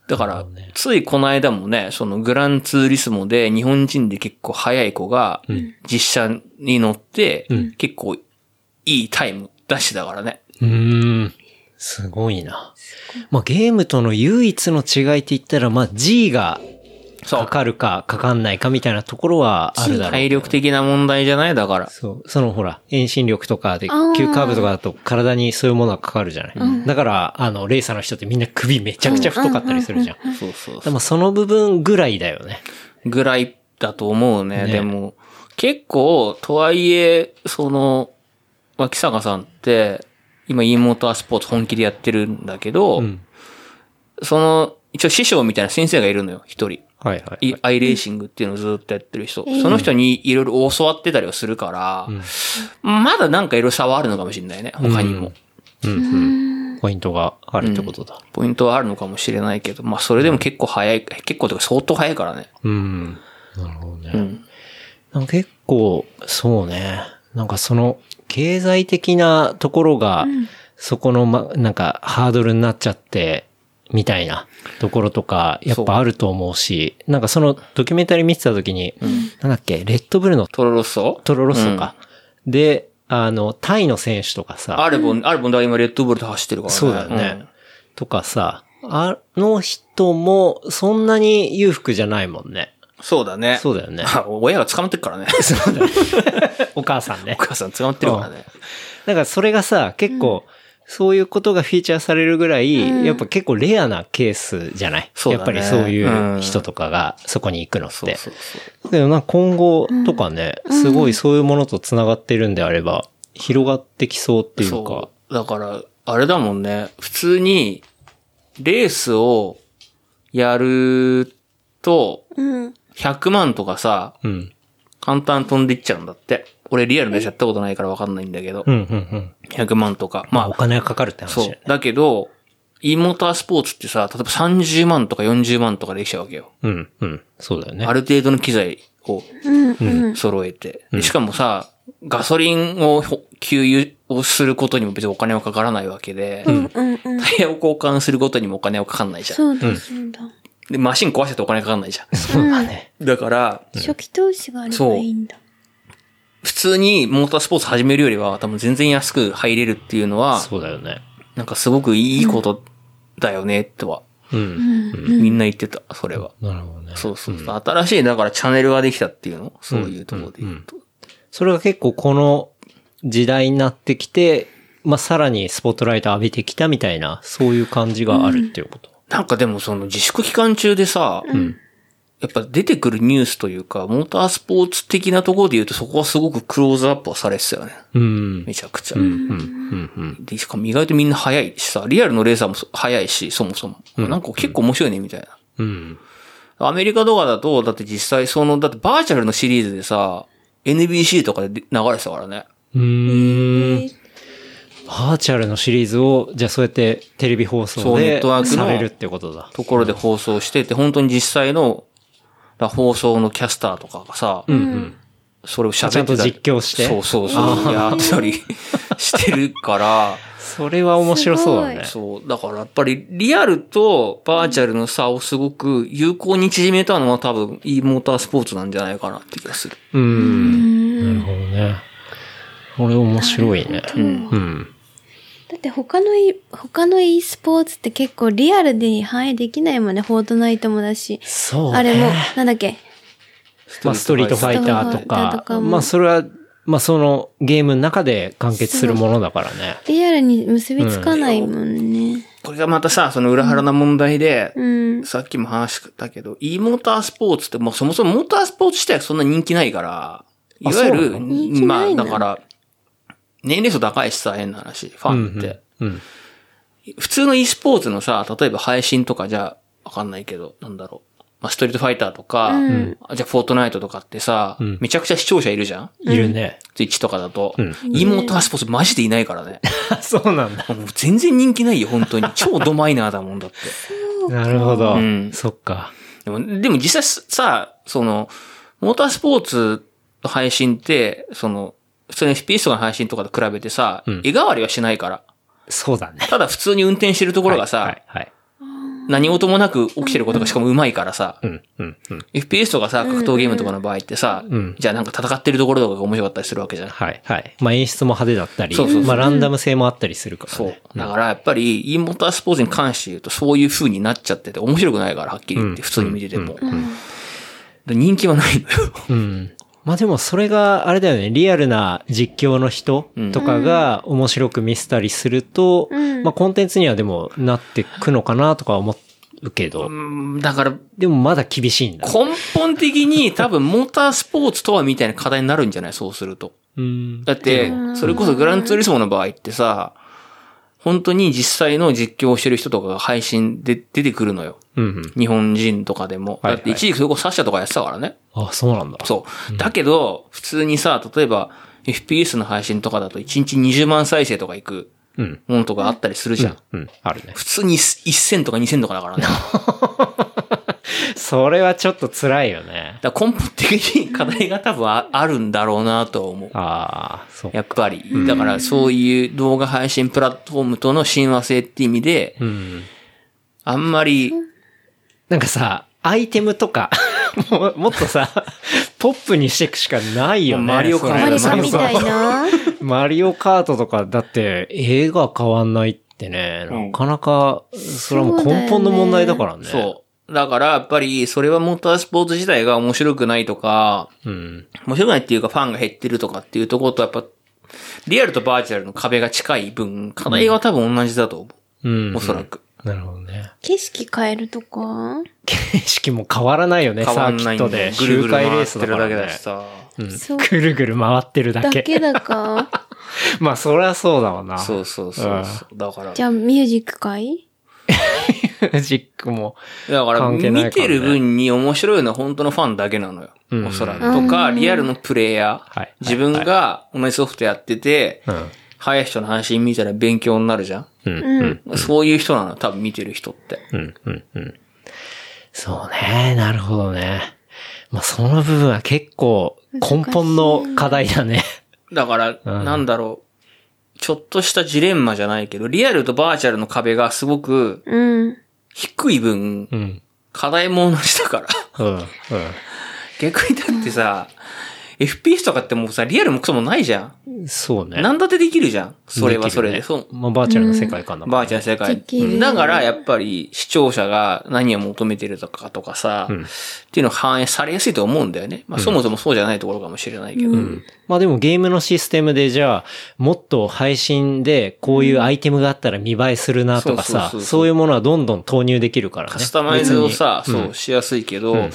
Speaker 2: だから、ついこの間もね、そのグランツーリスモで日本人で結構速い子が、実写に乗って、結構いいタイム出してたからね。
Speaker 4: うーん。すごいな。まあゲームとの唯一の違いって言ったら、まあ G が
Speaker 2: そ
Speaker 4: か
Speaker 2: う。
Speaker 4: かるかかかんないかみたいなところはあるだろう
Speaker 2: 体。力的な問題じゃないだから。
Speaker 4: そう。そのほら、遠心力とかで、
Speaker 3: あー
Speaker 4: 急カーブとかだと体にそういうものがかかるじゃない。だから、あの、レーサーの人ってみんな首めちゃくちゃ太かったりするじゃん。
Speaker 2: そうそう
Speaker 4: でもその部分ぐらいだよね。
Speaker 2: ぐらいだと思うね。
Speaker 4: ね
Speaker 2: でも、結構、とはいえ、その、脇坂さんって、今 e モータースポーツ本気でやってるんだけど、
Speaker 4: ん
Speaker 2: その、一応師匠みたいな先生がいるのよ、一人。
Speaker 4: はいはい
Speaker 2: アイレーシングっていうのをずっとやってる人。その人にいろいろ教わってたりはするから、まだなんかいろいろ差はあるのかもしれないね、他にも。
Speaker 4: ポイントがあるってことだ。
Speaker 2: ポイントはあるのかもしれないけど、まあそれでも結構早い、結構というか相当早いからね。
Speaker 4: うん。なるほどね。
Speaker 2: うん。
Speaker 4: なんか結構、そうね。なんかその、経済的なところが、そこの、ま、なんか、ハードルになっちゃって、みたいなところとか、やっぱあると思うし、なんかそのドキュメンタリー見てた時に、なんだっけ、レッドブルの
Speaker 2: トロロッソ
Speaker 4: トロロッソか。で、あの、タイの選手とかさ、
Speaker 2: アルボン、アルボンだから今レッドブルで走ってるからね。
Speaker 4: そうだよね、とかさ、あの人もそんなに裕福じゃないもんね。
Speaker 2: うんそうだね。
Speaker 4: そうだよね。
Speaker 2: あ 親が捕まってるから ね。
Speaker 4: お母さんね
Speaker 2: お。母さん捕まってるからね。
Speaker 4: だからそれがさ、結構、そういうことがフィーチャーされるぐらい、やっぱ結構レアなケースじゃない、
Speaker 2: そうだ
Speaker 4: や
Speaker 2: ね
Speaker 4: っぱりそういう人とかがそこに行くのって。
Speaker 2: そうそうそう。
Speaker 4: でもなんか今後とかね、すごいそういうものと繋がってるんであれば、広がってきそうっていうか
Speaker 2: そ。うだから、あれだもんね。普通に、レースをやると、
Speaker 3: うん。
Speaker 2: 100万とかさ、
Speaker 4: うん。
Speaker 2: 簡単に飛んでいっちゃうんだって。俺リアルなやつやったことないからわかんないんだけど
Speaker 4: う、んうんうん。
Speaker 2: 100万とか。
Speaker 4: ま
Speaker 2: ま
Speaker 4: あお
Speaker 2: あ、
Speaker 4: 金がかかるって話
Speaker 2: そう。だけど、e モータースポーツってさ、例えば30万とか40万とかできちゃうわけよ。
Speaker 4: うんうん。そうだよね。
Speaker 2: ある程度の機材を揃えて。でしかもさ、ガソリンをほ給油をすることにも別にお金はかからないわけで、
Speaker 3: うん。うん。
Speaker 2: タイヤを交換することにもお金はかかんないじゃん。
Speaker 3: そうだ、そうだ。
Speaker 2: で、マシン壊しててお金かかんないじゃん。
Speaker 4: そうだね。
Speaker 2: だから、
Speaker 3: 初期投資があればいいんだ。
Speaker 2: 普通にモータースポーツ始めるよりは多分全然安く入れるっていうのは、
Speaker 4: そうだよね。
Speaker 2: なんかすごくいいことだよね、とは、
Speaker 4: うん。
Speaker 2: みんな言ってた、それは。
Speaker 4: なるほどね。
Speaker 2: そうそうそう。新しい、だからチャンネルができたっていうのそういうところで言うと。
Speaker 4: それが結構この時代になってきて、まあ、さらにスポットライト浴びてきたみたいな、そういう感じがあるっていうこと。
Speaker 2: なんかでもその自粛期間中でさ、やっぱ出てくるニュースというか、モータースポーツ的なところで言うと、そこはすごくクローズアップはされてたよね。
Speaker 4: うん。
Speaker 2: めちゃくちゃ。
Speaker 4: うん。うん。
Speaker 2: で、しかも意外とみんな早いしさ、リアルのレーサーもそ早いし、そもそも。なんか結構面白いね、みたいな。
Speaker 4: うん。
Speaker 2: アメリカとかだと、だって実際その、だってバーチャルのシリーズでさ、NBC とかで流れてたからね。
Speaker 4: うん。バーチャルのシリーズを、じゃあそうやってテレビ放
Speaker 2: そ
Speaker 4: 送
Speaker 2: うネッ
Speaker 4: で
Speaker 2: トワークの
Speaker 4: されるってことだ。
Speaker 2: ところで放送してて、本当に実際の、だ放送のキャスターとかがさ、それを喋ってたり
Speaker 4: ちゃんと実況して
Speaker 2: そうそうそう。やってたり してるから、
Speaker 4: それは面白そうだね。
Speaker 2: そう。だからやっぱりリアルとバーチャルの差をすごく有効に縮めたのは多分 e モータースポーツなんじゃないかなって気がする。
Speaker 4: うん。なるほどね。これ面白いね。うん。
Speaker 3: だって他のい、他の e スポーツって結構リアルで反映できないもんね。フォートナイトもだし。
Speaker 4: そうね。
Speaker 3: あれも、なんだっけ
Speaker 4: まあ、ストリートファイター
Speaker 3: ストリートフ
Speaker 4: と
Speaker 3: ァイター
Speaker 4: か
Speaker 3: と、かも
Speaker 4: まあ、それは、まあ、そのゲームの中で完結するものだからね。
Speaker 3: リアルに結びつかないもんね。
Speaker 2: これがまたさ、その裏腹な問題で、
Speaker 3: うん。
Speaker 2: さっきも話したけど、e モータースポーツって、もうそもそもモータースポーツ自体そんな人気ないから、いわゆ
Speaker 4: そう
Speaker 2: る、
Speaker 4: なの
Speaker 3: 人気
Speaker 2: ま
Speaker 3: な
Speaker 2: あ
Speaker 3: い
Speaker 2: だ
Speaker 3: の
Speaker 2: から、年齢層高いしさ、変な話、フ
Speaker 4: う
Speaker 2: ァン
Speaker 4: ん
Speaker 2: って。
Speaker 4: うん。
Speaker 2: 普通の e スポーツのさ、例えば配信とかじゃ、わかんないけど、なんだろう。まあ、ストリートファイターとか、
Speaker 3: ん
Speaker 2: あじゃあフォートナイトとかってさ、
Speaker 4: ん
Speaker 2: めちゃくちゃ視聴者いるじゃん
Speaker 4: いるね。
Speaker 2: ツイッチとかだと。
Speaker 4: うん
Speaker 2: e モータースポーツマジでいないからね。
Speaker 4: そうなんだ。
Speaker 2: もう全然人気ないよ、本当に。超ドマイナーだもんだって。
Speaker 4: なるほど。
Speaker 2: うん
Speaker 4: そっか。
Speaker 2: でも、でも実際さ、その、モータースポーツの配信って、その、普通の FPS とかの配信とかと比べてさ、
Speaker 4: ん
Speaker 2: 絵代わりはしないから。
Speaker 4: そうだね。
Speaker 2: ただ普通に運転してるところがさ、
Speaker 4: はい、はい。
Speaker 2: 何事もなく起きてることがしかもうまいからさ、
Speaker 4: うん、うん、うん。
Speaker 2: FPS とかさ、格闘ゲームとかの場合ってさ、
Speaker 4: ん
Speaker 2: じゃあなんか戦ってるところとかが面白かったりするわけじゃん。
Speaker 4: はい、はい。まあ、演出も派手だったり、
Speaker 2: そうそうそう
Speaker 4: まあ、ランダム性もあったりするから
Speaker 2: そう
Speaker 4: ね。。
Speaker 2: だからやっぱり、e モータースポーツに関して言うと、そういう風になっちゃってて、面白くないから、はっきり言って、普通に見てても。で人気はないのよ。
Speaker 4: うん。まあでもそれが、あれだよね、リアルな実況の人とかが面白く見せたりすると、
Speaker 3: うん
Speaker 4: まあコンテンツにはでもなってくのかなとか思うけど、
Speaker 2: うんだから、
Speaker 4: でもまだ厳しいんだ。
Speaker 2: 根本的に多分モータースポーツとはみたいな課題になるんじゃないそうすると。
Speaker 4: うん。
Speaker 2: だって、それこそグランツーリスモの場合ってさ、本当に実際の実況をしてる人とかが配信で出てくるのよ。
Speaker 4: うん。
Speaker 2: 日本人とかでも。
Speaker 4: はい
Speaker 2: だ
Speaker 4: はい
Speaker 2: って一時期それこそサッシャとかやってたからね。
Speaker 4: あ、そうなんだ。
Speaker 2: そう。だけど、普通にさ、例えば FPS の配信とかだと1日20万再生とかいく
Speaker 4: うん。
Speaker 2: ものとかあったりするじゃん。
Speaker 4: うん。あるね。
Speaker 2: 普通に1000とか2000とかだ からね。
Speaker 4: それはちょっと辛いよね。
Speaker 2: だから根本的に課題が多分ああるんだろうなとは思う。
Speaker 4: ああ、そう。
Speaker 2: やっぱり。だからそういう動画配信プラットフォームとの親和性って意味で、
Speaker 4: うん。
Speaker 2: あんまり、
Speaker 4: なんかさ、アイテムとか、 もうもっと さ、ポップにしていくしかないよね。
Speaker 2: もうマリオカート
Speaker 4: それ
Speaker 3: マリカ
Speaker 2: カ
Speaker 3: みたいな。
Speaker 4: マリオカートとか、だって、絵が変わんないってね、
Speaker 2: うん
Speaker 4: なかなか、それはもう根本の問題だからね。
Speaker 2: そう。だからやっぱり、それはモータースポーツ自体が面白くないとか、
Speaker 4: う。うん。
Speaker 2: 面白くないっていうかファンが減ってるとかっていうところとやっぱ、リアルとバーチャルの壁が近い分、課題は多分同じだと思
Speaker 4: う
Speaker 2: う。
Speaker 4: ん。
Speaker 2: おそら。く。
Speaker 4: なるほどね。
Speaker 3: 景色変えるとか
Speaker 4: 景色も変わらないよね、
Speaker 2: 変
Speaker 4: サ
Speaker 2: わ
Speaker 4: ー
Speaker 2: ん
Speaker 4: キ
Speaker 2: ないん
Speaker 4: ット
Speaker 2: だ
Speaker 4: で。
Speaker 2: よぐるぐ
Speaker 4: 周
Speaker 2: る
Speaker 4: 回レ
Speaker 2: 回
Speaker 4: ー
Speaker 2: っ
Speaker 4: ス
Speaker 2: て
Speaker 4: だか
Speaker 2: る
Speaker 4: ら
Speaker 2: だ
Speaker 4: ね
Speaker 2: けだしさ。
Speaker 3: そう。
Speaker 4: ぐるぐる回ってるだ
Speaker 3: だ
Speaker 4: け。
Speaker 3: けだか。
Speaker 4: まあ、そりゃそうだわな。
Speaker 2: そうそうそうそう。だから。
Speaker 3: じゃあミュージック会
Speaker 4: うん。ジックも。
Speaker 2: だから、
Speaker 4: 関係ない
Speaker 2: 見
Speaker 4: から
Speaker 2: て
Speaker 4: ね
Speaker 2: る分に面白いのは本当のファンだけなのよ。
Speaker 4: うん
Speaker 2: おそらく。とか、リアルのプレイヤ
Speaker 4: は
Speaker 2: ー
Speaker 4: い。
Speaker 2: 自分が同じソフトやってて、
Speaker 4: うん。
Speaker 2: 早い人の配信見たら勉強になるじゃん。
Speaker 4: うん。うん。
Speaker 2: そういう人なの、多分見てる人って。
Speaker 4: うん。うん。うん。そうね。なるほどね。まあ、その部分は結構、根本の課題だね。
Speaker 2: だから、
Speaker 4: ん
Speaker 2: なんだろう。ちょっとしたジレンマじゃないけど、リアルとバーチャルの壁がすごく
Speaker 3: うん。
Speaker 2: 低い分、
Speaker 4: うん。
Speaker 2: 課題も同じだから。
Speaker 4: うん。うん。
Speaker 2: 逆にだってさ、FPS とかってもうさ、リアルもクソもないじゃん。
Speaker 4: そうね。
Speaker 2: なんだってできるじゃん。それはそれで。
Speaker 4: きる
Speaker 2: そ
Speaker 4: ね
Speaker 2: う
Speaker 4: まあ、バーチャルの世界観だもん
Speaker 2: バーチャル世
Speaker 3: できる
Speaker 2: 界。だから、やっぱり視聴者が何を求めてるとかとかさ、っていうのが反映されやすいと思うんだよね。まあ、そもそもそうじゃないところかもしれないけど。
Speaker 4: まあでもゲームのシステムでじゃあ、もっと配信でこういうアイテムがあったら見栄えするなとか
Speaker 2: そうそうそ、
Speaker 4: さ
Speaker 2: うそう
Speaker 4: そういうものはどんどん投入できるからね。
Speaker 2: カスタマイズをさ、そう、しやすいけど、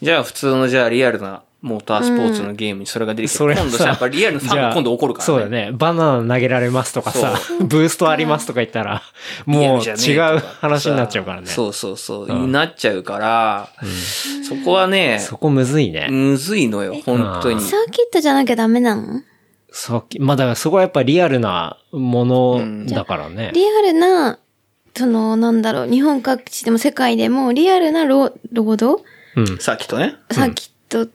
Speaker 2: じゃあ普通のじゃあリアルなモータースポーツのゲームにそれが出てきて、
Speaker 4: それ
Speaker 2: 今度さ、やっぱリアルのファン
Speaker 4: じゃ
Speaker 2: が
Speaker 4: あ
Speaker 2: 今度怒るからね。
Speaker 4: そうだね。バナナ投げられますとかさ、ブーストありますとか言ったら、もう
Speaker 2: リアル
Speaker 4: 違
Speaker 2: じゃねえ
Speaker 4: う
Speaker 2: とか
Speaker 4: 話になっちゃうからね。
Speaker 2: そうそうそう、なっちゃうから、そこはね、
Speaker 4: そこむずいね。
Speaker 2: むずいのよ、本当に。
Speaker 3: サーキットじゃなきゃダメなの
Speaker 4: さっき、まあだからそこはやっぱリアルなものだからね。
Speaker 3: リアルな、その、なんだろう、日本各地でも世界でもリアルな労労働
Speaker 4: うん。
Speaker 2: さっきとね。
Speaker 3: サーキット、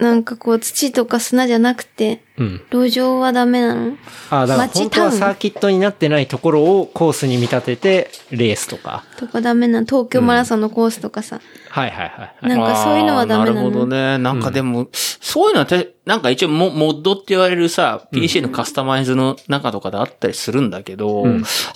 Speaker 3: なんかこう土とか砂じゃなくて、
Speaker 4: うん。
Speaker 3: 路上はダメなの
Speaker 4: ああ、だから
Speaker 3: 街
Speaker 4: 本当は
Speaker 3: タウン
Speaker 4: サーキットになってないところをコースに見立てて、レースとか。
Speaker 3: とかダメなの東京マラソンのコースとかさ。
Speaker 4: はいはいはいはい。
Speaker 3: なんかそういうのはダメなの
Speaker 2: あーるほどね。なんかでも、そういうのはて、なんか一応モモッドって言われるさ、PC のカスタマイズの中とかであったりするんだけど、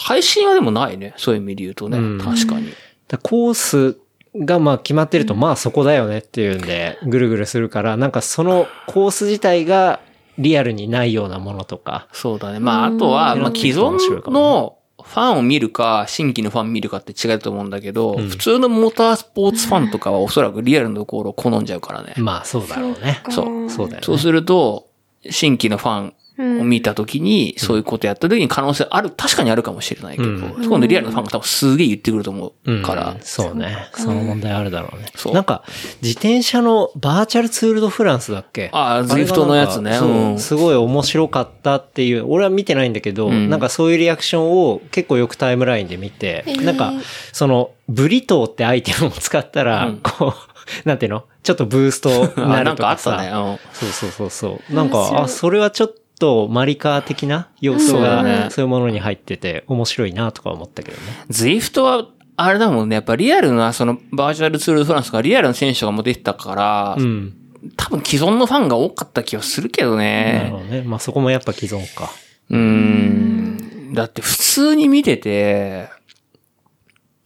Speaker 2: 配信はでもないね。そういう意味で言うとね。
Speaker 4: うん
Speaker 2: 確かに。
Speaker 4: だコースがまあ決まってると、まあそこだよねっていうんで、ぐるぐるするから、なんかそのコース自体がリアルにないようなものとか。
Speaker 2: そうだね。まあ、あとは、
Speaker 4: うん
Speaker 2: まあ、既
Speaker 4: 面白いか
Speaker 2: 存
Speaker 4: も
Speaker 2: のファンを見るか、新規のファン見るかって違いだと思うんだけど、普通のモータースポーツファンとかはおそらくリアルのところを好んじゃうからね。
Speaker 4: まあそうだろうね。
Speaker 2: そう
Speaker 4: そうだよ
Speaker 2: そう
Speaker 4: ね。
Speaker 2: すると、新規のファンを見たときに、そういうことやったときに可能性ある、確かにあるかもしれないけど、そこのリアルのファンが多分すげえ言ってくると思うから、
Speaker 4: うんそうね。その問題あるだろうね
Speaker 2: そ。う
Speaker 4: なんか、自転車のバーチャルツールドフランスだっけ
Speaker 2: ああ
Speaker 4: れがなんか
Speaker 2: Zwift のやつね
Speaker 4: そう
Speaker 2: うん
Speaker 4: すごい面白かったっていう、俺は見てないんだけど、
Speaker 2: ん
Speaker 4: なんかそういうリアクションを結構よくタイムラインで見て、なんか、その、ブリトーってアイテムを使ったら、こう、 なんていうのちょっとブーストにな
Speaker 2: あな
Speaker 4: る
Speaker 2: ん
Speaker 4: と
Speaker 2: かあ
Speaker 4: か
Speaker 2: っ
Speaker 4: さ。
Speaker 2: たね。うん
Speaker 4: そうそうそうそう。なんか、あ、それはちょっとマリカー的な要素
Speaker 2: そうだね
Speaker 4: が、そういうものに入ってて、面白いなとか思ったけどね。
Speaker 2: ズイフトは、あれだもんね。やっぱリアルな、その、バーチャルツールドフランスがリアルな選手がもう出てたから、
Speaker 4: うん。
Speaker 2: 多分既存のファンが多かった気がするけど
Speaker 4: なる
Speaker 2: ね
Speaker 4: ほ。どね。まあそこもやっぱ既存か。
Speaker 2: うーん。だって普通に見てて、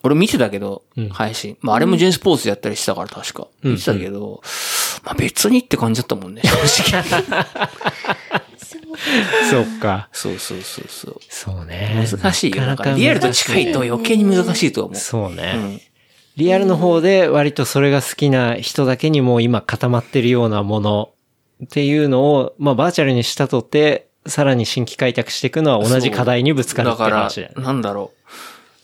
Speaker 2: 俺見てたけど、
Speaker 4: うん
Speaker 2: 配信。まああれもジェンスポーツやったりしたから確か。
Speaker 4: うん
Speaker 2: 見てたけど、まあ別にって感じだったもんね、正直。
Speaker 4: そうか。
Speaker 2: そうそうそうそう。
Speaker 4: そうね。
Speaker 2: 難しいよ。
Speaker 4: な
Speaker 2: だ
Speaker 4: か
Speaker 2: か
Speaker 4: な
Speaker 2: ら
Speaker 4: か
Speaker 2: リアルと近いと余計に難しいと思う。
Speaker 4: そうね、
Speaker 2: うん
Speaker 4: リアルの方で割とそれが好きな人だけにもう今固まってるようなものっていうのを、まあバーチャルにしたとて、さらに新規開拓していくのは同じ課題にぶつかるっていう話だよね。
Speaker 2: なんだろ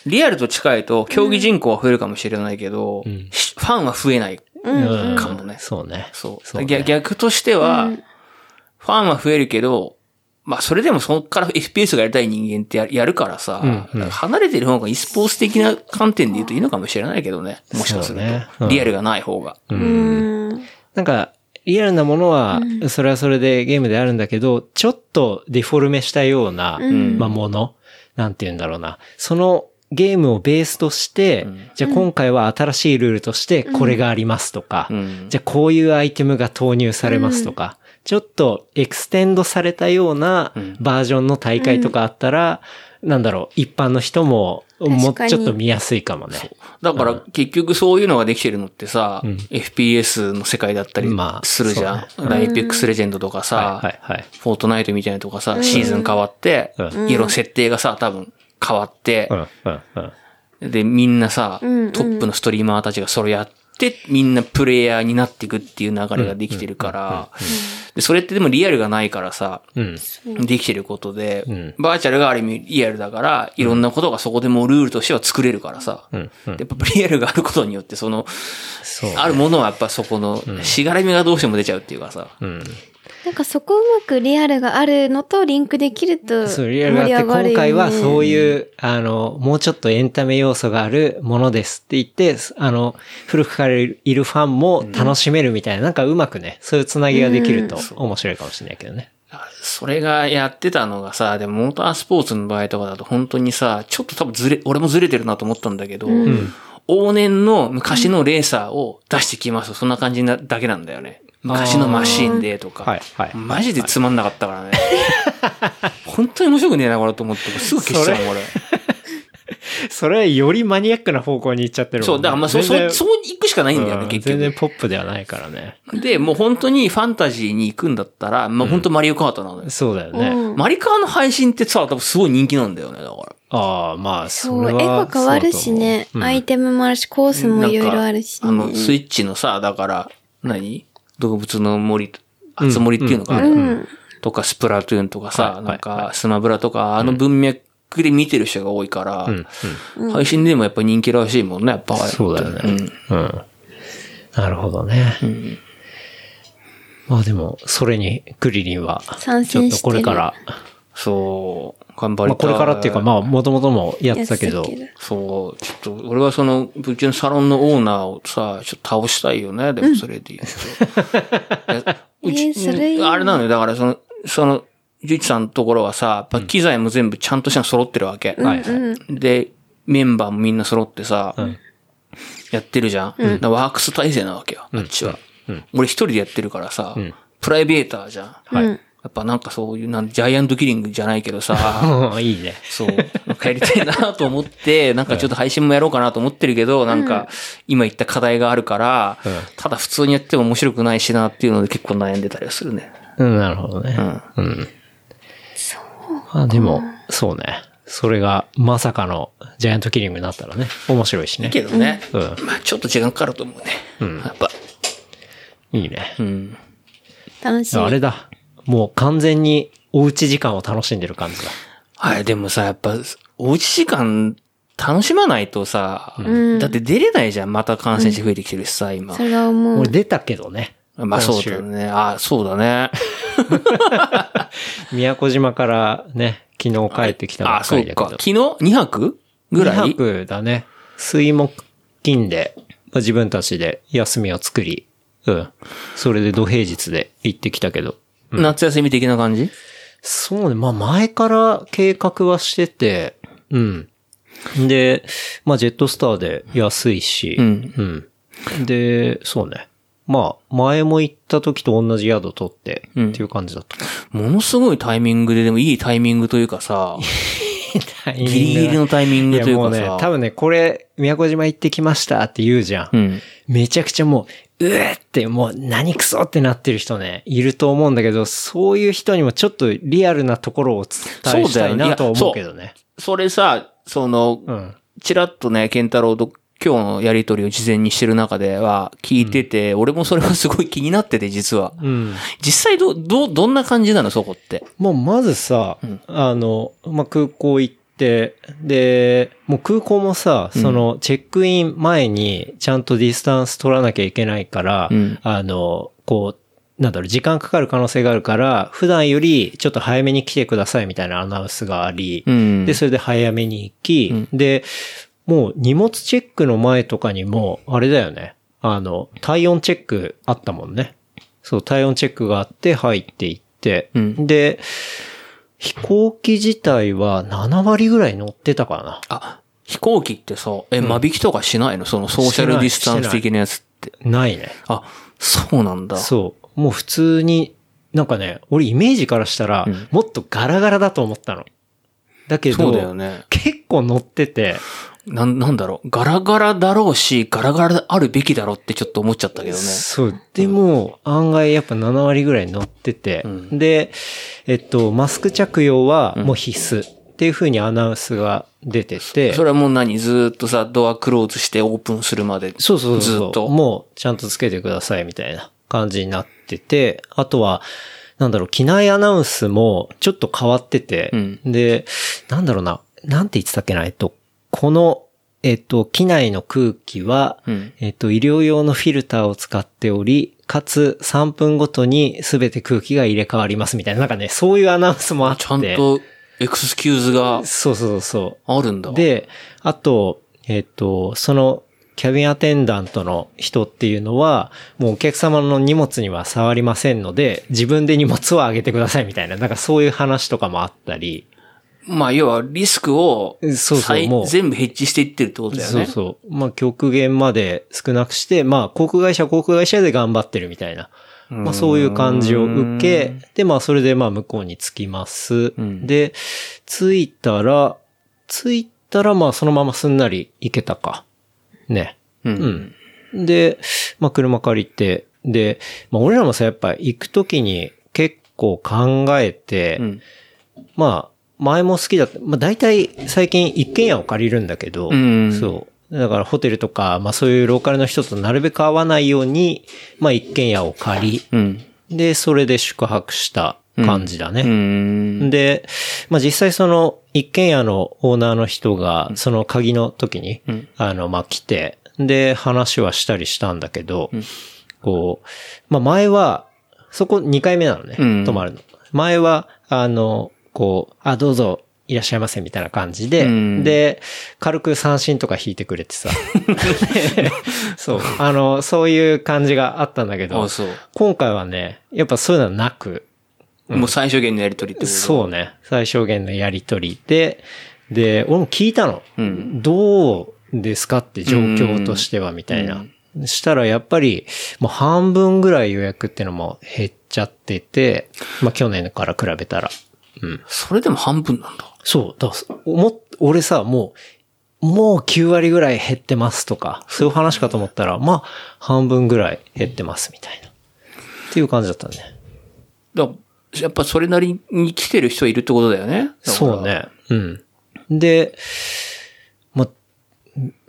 Speaker 2: う。リアルと近いと競技人口は増えるかもしれないけど、
Speaker 4: ん
Speaker 2: しファンは増えない。
Speaker 4: うん
Speaker 2: かもね
Speaker 4: そうね。
Speaker 2: そう。
Speaker 4: そうね
Speaker 2: 逆逆としては、ファンは増えるけど、まあそれでもそこから FPS がやりたい人間ってややるからさ、
Speaker 4: うんうん
Speaker 2: 離れてる方が e スポーツ的な観点で言うといいのかもしれないけどね。もしかすると。
Speaker 4: そうねうん
Speaker 2: リアルがない方が。
Speaker 3: うん。
Speaker 4: なんか、リアルなものは、それはそれでゲームであるんだけど、ちょっとデフォルメしたような、
Speaker 2: ん
Speaker 4: まあ、もの、なんて言うんだろうな。そのゲームをベースとして、じゃあ今回は新しいルールとして、これがありますとか、
Speaker 2: うん
Speaker 4: じゃあこういうアイテムが投入されますとか、ちょっとエクステンドされたようなバージョンの大会とかあったら、なんだろう、一般の人も、もう
Speaker 3: 確かに
Speaker 4: ちょっと見やすいかもね。
Speaker 2: だから結局そういうのができてるのってさ、FPS の世界だったり
Speaker 4: まあ
Speaker 2: するじゃん。
Speaker 4: そ
Speaker 2: エイペックスレジェンドとかさ、
Speaker 4: はいはいはい。
Speaker 2: フォートナイトみたいなとかさ、シーズン変わって、
Speaker 4: う
Speaker 2: 色の設定がさ、多分変わって
Speaker 4: う、ん、うん、うん。
Speaker 2: で、みんなさ、ト
Speaker 3: うんうん
Speaker 2: ップのストリーマーたちがそれやって、みんなプレイヤーになっていくっていう流れができてるから、で、それってでもリアルがないからさ、
Speaker 4: うん。
Speaker 2: できてることで
Speaker 4: ん、
Speaker 2: バーチャルがある意味リアルだから、いろんなことがそこでもうルールとしては作れるからさ、
Speaker 4: んうん
Speaker 2: でやっぱリアルがあることによって、その、
Speaker 4: そうね
Speaker 2: あるものはやっぱそこの、しがらみがどうしても出ちゃうっていうかさ、
Speaker 4: うん。
Speaker 3: なんかそこうまくリアルがあるのとリンクできると
Speaker 4: そう、
Speaker 3: 盛
Speaker 4: リ
Speaker 3: り
Speaker 4: ア
Speaker 3: 上が
Speaker 4: ルがあ
Speaker 3: る
Speaker 4: って、
Speaker 3: よ、ね。
Speaker 4: 今回はそういう、あの、もうちょっとエンタメ要素があるものですって言って、あの、古くからいるファンも楽しめるみたいな、なんかうまくね、そういうつなぎができると面白いかもしれないけどね。
Speaker 2: それがやってたのがさ、でもモータースポーツの場合とかだと本当にさ、ちょっと多分ずれ、俺もずれてるなと思ったんだけど、往年の昔のレーサーを出してきますと、そんな感じなだけなんだよね。昔のマシンでとか。
Speaker 4: はいはい
Speaker 2: マジでつまんなかったからね。本当に面白くねえな、これと思って、すぐ消しちゃうもん、俺。
Speaker 4: それはよりマニアックな方向に行っちゃってるもんね
Speaker 2: そう、だからまあ、そう、
Speaker 4: 全
Speaker 2: そ
Speaker 4: 然
Speaker 2: う、そう行くしかないんだよね、
Speaker 4: うん
Speaker 2: 結
Speaker 4: 全然
Speaker 2: 局。
Speaker 4: ポップではないからね。
Speaker 2: で、もう本当にファンタジーに行くんだったら、まあ本当マリオカートなのよ。
Speaker 4: そうだよね。
Speaker 2: マリカーの配信ってさ、多分すごい人気なんだよね、だから。
Speaker 4: ああ、まあ、
Speaker 3: そ、
Speaker 4: そうれ
Speaker 3: 絵
Speaker 4: は
Speaker 3: が変わるしね。
Speaker 4: そうだと思ううん
Speaker 3: アイテムもあるし、コースもいろいろあるし、ね。
Speaker 2: あの、スイッチのさ、だから、何動物の森、熱森っていうのか、
Speaker 3: うん。
Speaker 2: とか、スプラトゥーンとかさ、
Speaker 4: はい
Speaker 2: なんか、スマブラとか、あの文脈で見てる人が多いから、配信でもやっぱ人気らしいもんね、やっぱ。
Speaker 4: そうだよね。うん。なるほどね。まあでも、それに、グリリンは、
Speaker 3: 参
Speaker 4: ちょっ
Speaker 3: 戦
Speaker 4: と
Speaker 3: してる
Speaker 4: これから、
Speaker 2: そう、頑張り
Speaker 4: ま
Speaker 2: た
Speaker 4: あこれからっていうか、まあ、もともともやってたけ
Speaker 3: や、
Speaker 4: ど
Speaker 3: って
Speaker 2: そう、ちょっと、俺はその、うちのサロンのオーナーをさ、ちょっと倒したいよね、でもそれで言うと。いやう
Speaker 3: えーそれいい
Speaker 2: ち、
Speaker 3: な
Speaker 2: あれなのよ、だからその、その、じゅいちさんのところはさ、やっぱ機材も全部ちゃんとしたの揃ってるわけ。
Speaker 4: はいはい
Speaker 2: で、メンバーもみんな揃ってさ、やってるじゃん。だからワークス体制なわけよ、あっちは。俺一人でやってるからさ、プライベーターじゃん。
Speaker 4: はい
Speaker 2: やっぱなんかそういう、なんジャイアントキリングじゃないけどさ、
Speaker 4: うんいいね。
Speaker 2: そう。なんかやりたいなと思 って、なんかちょっと配信もやろうかなと思ってるけど、なんか今言った課題があるから、ただ普通にやっても面白くないしなっていうので結構悩んでたりはするね。
Speaker 4: うん、なるほどね。うん。まあでも、そうね。それが、まさかの、ジャイアントキリングになったらね、面白いしね。
Speaker 2: けどね、
Speaker 4: うん
Speaker 2: まあちょっと時間かかると思うね。やっぱ。
Speaker 4: いいね。
Speaker 2: うん。
Speaker 3: 楽しい。
Speaker 4: あれだ。もう完全に、おうち時間を楽しんでる感じだ。
Speaker 2: はい、でもさ、やっぱ、おうち時間楽しまないとさ、だって出れないじゃん。また感染者増えてきてるしさ、今
Speaker 3: そ。れは思う
Speaker 4: 俺。出たけどね。
Speaker 2: まあそうだよね。あそうだね。
Speaker 4: 宮古島からね、昨日帰ってきたば
Speaker 2: あ
Speaker 4: っか
Speaker 2: そう
Speaker 4: りだけ
Speaker 2: か。
Speaker 4: ど
Speaker 2: 昨。日 ?2 泊ぐらい
Speaker 4: 2泊だね。水木金で、まあ自分たちで休みを作り、うん。それで土平日で行ってきたけど。
Speaker 2: 夏休み的な感じ
Speaker 4: そうね。まあ前から計画はしてて、うん。で、まあジェットスターで安いし、
Speaker 2: ん
Speaker 4: うんで、そうね。まあ前も行った時と同じ宿取って、
Speaker 2: うん
Speaker 4: っていう感じだった。
Speaker 2: ものすごいタイミングで、でもいいタイミングというかさ、ギ
Speaker 4: ギ
Speaker 2: リギリのタイミングというかさ。
Speaker 4: やもうね、多分ね、これ、宮古島行ってきましたって言うじゃん。
Speaker 2: うん
Speaker 4: めちゃくちゃもう、うえってもう何クソってなってる人ね、いると思うんだけど、そういう人にもちょっとリアルなところをお伝えしたいなとは思うけどね。
Speaker 2: それさ、その、
Speaker 4: うん。
Speaker 2: ちらっとね、ケンタロウと今日のやりとりを事前にしてる中では聞いてて、俺もそれはすごい気になってて、実は。
Speaker 4: うん。
Speaker 2: 実際ど、ど、どんな感じなの、そこって。
Speaker 4: もうまずさ、あの、まあ、空港行って、で、もう空港もさ、その、チェックイン前にちゃんとディスタンス取らなきゃいけないから、
Speaker 2: うん
Speaker 4: あの、こう、なんだろう、時間かかる可能性があるから、普段よりちょっと早めに来てくださいみたいなアナウンスがあり、
Speaker 2: ん
Speaker 4: で、それで早めに行き、で、もう荷物チェックの前とかにも、あれだよね。あの、体温チェックあったもんね。そう、体温チェックがあって入っていって、
Speaker 2: うん
Speaker 4: で、飛行機自体は7割ぐらい乗ってたかな。
Speaker 2: あ、飛行機ってさ、え、間引きとかしないのそのソーシャルディスタンス的なやつって。
Speaker 4: ないね。
Speaker 2: あ、そうなんだ。
Speaker 4: そう。もう普通に、なんかね、俺イメージからしたら、
Speaker 2: うん
Speaker 4: もっとガラガラだと思ったの。だけど、
Speaker 2: そうだよね。
Speaker 4: 結構乗ってて、
Speaker 2: なん、なんだろう。ガラガラだろうし、ガラガラであるべきだろうってちょっと思っちゃったけどね。
Speaker 4: そう。でも、案外やっぱ7割ぐらい乗ってて、
Speaker 2: ん
Speaker 4: で、えっと、マスク着用はもう必須っていう風にアナウンスが出てて、
Speaker 2: それはもう何ずーっとさ、ドアクローズしてオープンするまで。
Speaker 4: そうそうそうそう
Speaker 2: ずっと。
Speaker 4: もうちゃんとつけてくださいみたいな感じになってて、あとは、なんだろう、機内アナウンスもちょっと変わってて、
Speaker 2: うん
Speaker 4: で、なんだろうな、なんて言ってたっけな、えっと、この、えっと、機内の空気は、
Speaker 2: うん
Speaker 4: えっと、医療用のフィルターを使っており、かつ3分ごとに全て空気が入れ替わりますみたいな、なんかね、そういうアナウンスもあって。
Speaker 2: ちゃんと、エクスキューズが
Speaker 4: そうそうそう。
Speaker 2: あるんだ。、
Speaker 4: で、あと、えっ、と、その、キャビンアテンダントの人っていうのは、もうお客様の荷物には触りませんので、自分で荷物をあげてくださいみたいな、なんかそういう話とかもあったり、
Speaker 2: まあ要はリスクを、
Speaker 4: そうそう
Speaker 2: 最
Speaker 4: もう
Speaker 2: 全部ヘッジしていってるってことだよ
Speaker 4: そう
Speaker 2: ね。
Speaker 4: そう。まあ、極限まで少なくして、まあ、航空会社は航空会社で頑張ってるみたいな。まあ、そういう感じを受け、で、まあ、それで、まあ、向こうに着きます。
Speaker 2: ん
Speaker 4: で、着いたら、着いたら、まあ、そのまますんなり行けたか。ね。
Speaker 2: うん。
Speaker 4: うん。で、まあ、車借りて、で、まあ、俺らもさ、やっぱ行くときに結構考えて、
Speaker 2: うん。
Speaker 4: まあ、前も好きだった。まあ大体最近一軒家を借りるんだけど、
Speaker 2: うん
Speaker 4: そう。だからホテルとか、まあそういうローカルの人となるべく会わないように、まあ一軒家を借
Speaker 2: うん。
Speaker 4: り、で、それで宿泊した感じだね。
Speaker 2: うーん。
Speaker 4: で、まあ、実際その一軒家のオーナーの人が、その鍵の時に、あの、まあ、来て、で、話はしたりしたんだけど、こう、まあ、前は、そこ2回目なのね、
Speaker 2: うん
Speaker 4: 泊まるの。前は、あの、こう、あ、どうぞ、いらっしゃいませ、みたいな感じで、
Speaker 2: うん
Speaker 4: で、軽く三振とか弾いてくれ てさ、 そう、あの、そういう感じがあったんだけど
Speaker 2: あ、そう。
Speaker 4: 今回はね、やっぱそういうのはなく、
Speaker 2: もう最小限のやりとりってこと
Speaker 4: そうね。最小限のやりとりで、で、俺も聞いたの。
Speaker 2: ん
Speaker 4: どうですかって状況としてはみたいな。したらやっぱり、もう半分ぐらい予約ってのも減っちゃってて、まあ去年から比べたら。うん。
Speaker 2: それでも半分なんだ。
Speaker 4: そう、だから思っ俺さ、もう、もう9割ぐらい減ってますとか、そういう話かと思ったら、まあ半分ぐらい減ってますみたいな。っていう感じだったね。
Speaker 2: だからやっぱそれなりに来てる人いるってことだよね。だから
Speaker 4: そう。ね。うん。で、ま、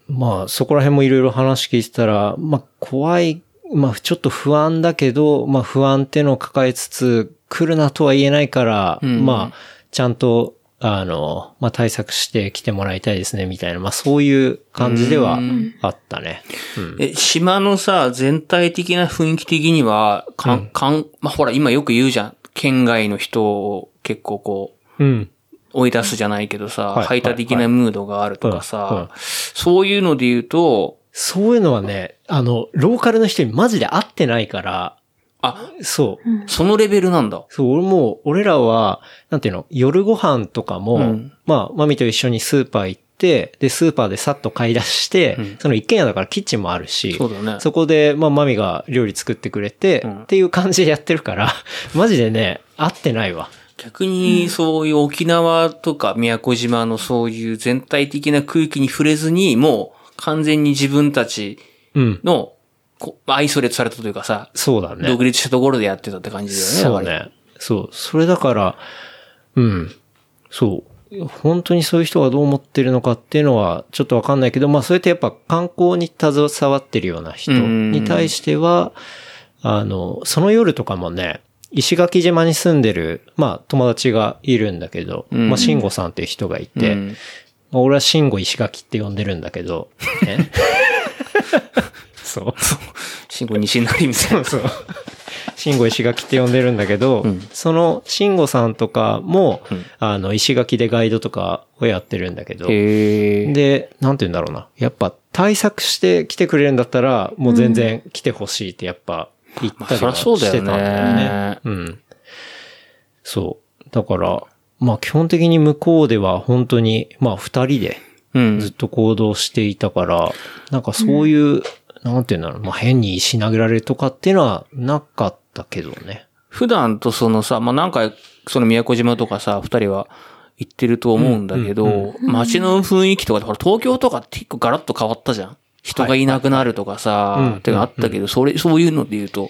Speaker 4: まあ、そこら辺もいろいろ話聞いてたら、まあ、怖い、まあ、ちょっと不安だけど、まあ、不安ってのを抱えつつ、来るなとは言えないから、
Speaker 2: ん
Speaker 4: まあ、ちゃんと、あの、まあ、対策して来てもらいたいですね、みたいな、まあ、そういう感じではあったね。うん。
Speaker 2: え、島のさ、全体的な雰囲気的には、かん、かん、まあ、ほら、今よく言うじゃん。県外の人を結構こう、
Speaker 4: うん。
Speaker 2: 追い出すじゃないけどさ、
Speaker 4: はい
Speaker 2: 排他的なムードがあるとかさ、
Speaker 4: はいはいうんうん
Speaker 2: そういうので言うと、
Speaker 4: そういうのはね、あの、ローカルの人にマジで会ってないから、
Speaker 2: あ、
Speaker 4: そう。
Speaker 2: そのレベルなんだ。
Speaker 4: そう、俺も、俺らは、なんていうの、夜ご飯とかも、
Speaker 2: うん
Speaker 4: まあ、マミと一緒にスーパー行って、で、スーパーでさっと買い出して、
Speaker 2: ん
Speaker 4: その一軒家だからキッチンもあるし、
Speaker 2: そうだね
Speaker 4: そこで、まあ、マミが料理作ってくれて、
Speaker 2: うん
Speaker 4: っていう感じでやってるから、 マジでね、合ってないわ。
Speaker 2: 逆に、そういう沖縄とか宮古島のそういう全体的な空気に触れずに、もう完全に自分たち
Speaker 4: うん。
Speaker 2: の、こアイソレートされたというかさ、
Speaker 4: そうだね。
Speaker 2: 独立したところでやってたって感じだよね。
Speaker 4: そうね。そう。それだから、うん。そう。本当にそういう人がどう思ってるのかっていうのはちょっとわかんないけど、まあそれってやっぱ観光に携わってるような人
Speaker 2: うん
Speaker 4: に対しては、あの、その夜とかもね、石垣島に住んでる、まあ友達がいるんだけど、
Speaker 2: ん
Speaker 4: まあ慎吾さんっていう人がいて、
Speaker 2: うん
Speaker 4: まあ俺は慎吾石垣って呼んでるんだけど、 ねそう。
Speaker 2: 進行西成みたいな。
Speaker 4: そう。慎吾石垣って呼んでるんだけど、その慎吾さんとかも、あの、石垣でガイドとかをやってるんだけど、
Speaker 2: へえ。
Speaker 4: で、なんて言うんだろうな。やっぱ対策して来てくれるんだったら、もう全然来てほしいってやっぱ言ったり
Speaker 2: まあそり
Speaker 4: は
Speaker 2: ゃそう
Speaker 4: し
Speaker 2: だ
Speaker 4: てた
Speaker 2: よ
Speaker 4: ん
Speaker 2: ね
Speaker 4: だよね。うん。そう。だから、まあ基本的に向こうでは本当に、まあ二人で
Speaker 2: うん
Speaker 4: ずっと行動していたから、なんかそういう、なんて言うんだろう、まあ、変に石投げられるとかっていうのはなかったけどね。
Speaker 2: 普段とそのさ、まあ、なんか、その宮古島とかさ、二人は行ってると思うんだけど、街の雰囲気とかで、ほら、東京とかって結構ガラッと変わったじゃん。人がいなくなるとか
Speaker 4: はい
Speaker 2: さ
Speaker 4: は、い
Speaker 2: ってのあったけど、それ、そういうので言うと、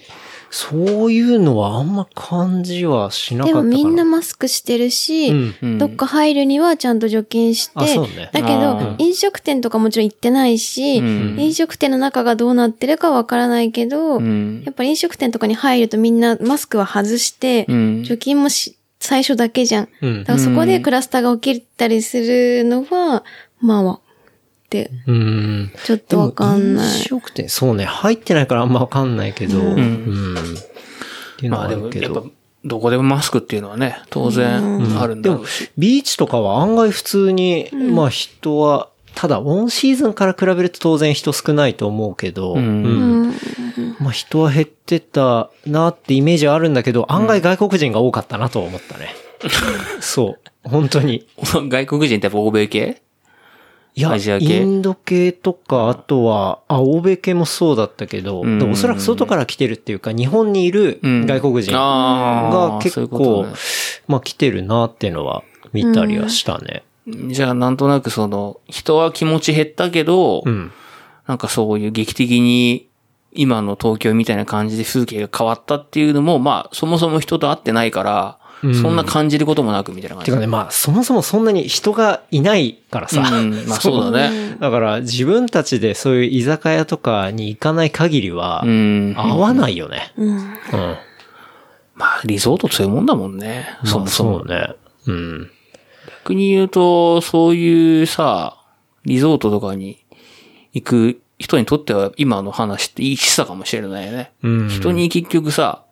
Speaker 4: そういうのはあんま感じはしなかっ
Speaker 3: で
Speaker 4: たか
Speaker 3: も
Speaker 4: な。
Speaker 3: みんなマスクしてるし、
Speaker 4: うん
Speaker 2: うん
Speaker 3: どっか入るにはちゃんと除菌し
Speaker 4: あ
Speaker 3: て、
Speaker 4: そうね
Speaker 3: だけ
Speaker 2: あー
Speaker 3: ど飲食店とかもちろん行ってないし、
Speaker 2: うん
Speaker 3: 飲食店の中がどうなってるかわからないけど、
Speaker 2: うん
Speaker 3: やっぱ飲食店とかに入るとみんなマスクは外して、
Speaker 2: うん
Speaker 3: 除菌もし最初だけじゃん。
Speaker 4: うん
Speaker 3: だからそこでクラスターが起きたりするのは、まあわって、
Speaker 4: うん。
Speaker 3: ちょっ
Speaker 4: で
Speaker 3: と
Speaker 4: も
Speaker 3: わかんない
Speaker 4: 飲。食店、そうね、入ってないからあんまわかんないけど、うん。っていう
Speaker 2: ま
Speaker 4: のは
Speaker 2: あ
Speaker 4: あ
Speaker 2: で
Speaker 4: る
Speaker 2: も、
Speaker 4: け
Speaker 2: やっ
Speaker 4: ど。
Speaker 2: ぱ、どこでもマスクっていうのはね、当然あるんだ
Speaker 4: で
Speaker 2: ろ
Speaker 4: も
Speaker 2: うし。、
Speaker 4: ビーチとかは案外普通に、まあ人は、ただオンシーズンから比べると当然人少ないと思うけど、
Speaker 2: うん
Speaker 3: うん
Speaker 4: まあ人は減ってたなってイメージはあるんだけど、案外外国人が多かったなと 思ったね。そう。本当に。
Speaker 2: 外国人ってやっぱ欧米系
Speaker 4: いや、
Speaker 2: アジア系
Speaker 4: インド系とか、あとは、あ、欧米系もそうだったけど、
Speaker 2: ん
Speaker 4: でもおそらく外から来てるっていうか、日本にいる
Speaker 2: うん
Speaker 4: 外国人
Speaker 2: あ
Speaker 4: が
Speaker 2: ーそうい
Speaker 4: 結
Speaker 2: うこと
Speaker 4: 構
Speaker 2: ね、
Speaker 4: まあ来てるなっていうのは見たりはしたね。
Speaker 2: じゃあ、なんとなくその、人は気持ち減ったけど、
Speaker 4: うん。
Speaker 2: なんかそういう劇的に今の東京みたいな感じで風景が変わったっていうのも、まあそもそも人と会ってないから、そんな感じることもなくみたいな感
Speaker 4: て
Speaker 2: じ。
Speaker 4: かね、まあ、そもそもそんなに人がいないからさ。
Speaker 2: うんまあそうだね。
Speaker 4: だから、自分たちでそういう居酒屋とかに行かない限りは
Speaker 2: う、ん。
Speaker 4: 合わないよね。
Speaker 3: うん。
Speaker 4: うん。
Speaker 2: まあ、リゾート強いもんだもんね。そもそも。
Speaker 4: まあそうね。うん。
Speaker 2: 逆に言うと、そういうさ、リゾートとかに行く人にとっては今の話っていい示唆かもしれないよね。
Speaker 4: うん
Speaker 2: 人に結局さ、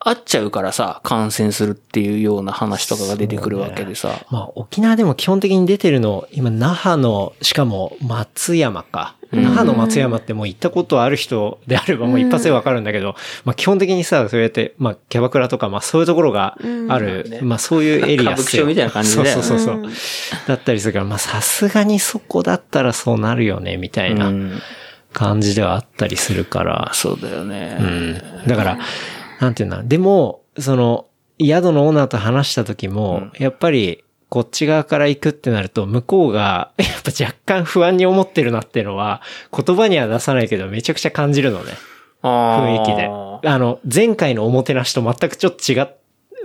Speaker 2: 会っちゃうからさ、感染するっていうような話とかが出てくるわけでさ。
Speaker 4: まあ、沖縄でも基本的に出てるの、今、那覇の、しかも松山か。那覇の松山ってもう行ったことある人であればもう一発でわかるんだけど、まあ基本的にさ、そうやって、まあキャバクラとか、まあそういうところがある、まあそういうエリアっすよ
Speaker 2: 歌舞伎町みたいな感じだよね
Speaker 4: そうそうそうそう。だったりするから、まあさすがにそこだったらそうなるよね、みたいな
Speaker 2: うん
Speaker 4: 感じではあったりするから。
Speaker 2: そうだよね。
Speaker 4: うんだから、なんていうんだ。でも、その、宿のオーナーと話した時も、やっぱり、こっち側から行くってなると、向こうが、 やっぱ若干不安に思ってるなっていうのは、言葉には出さないけど、めちゃくちゃ感じるのね。雰囲気で。
Speaker 2: あー
Speaker 4: あの、前回のおもてなしと全くちょっと違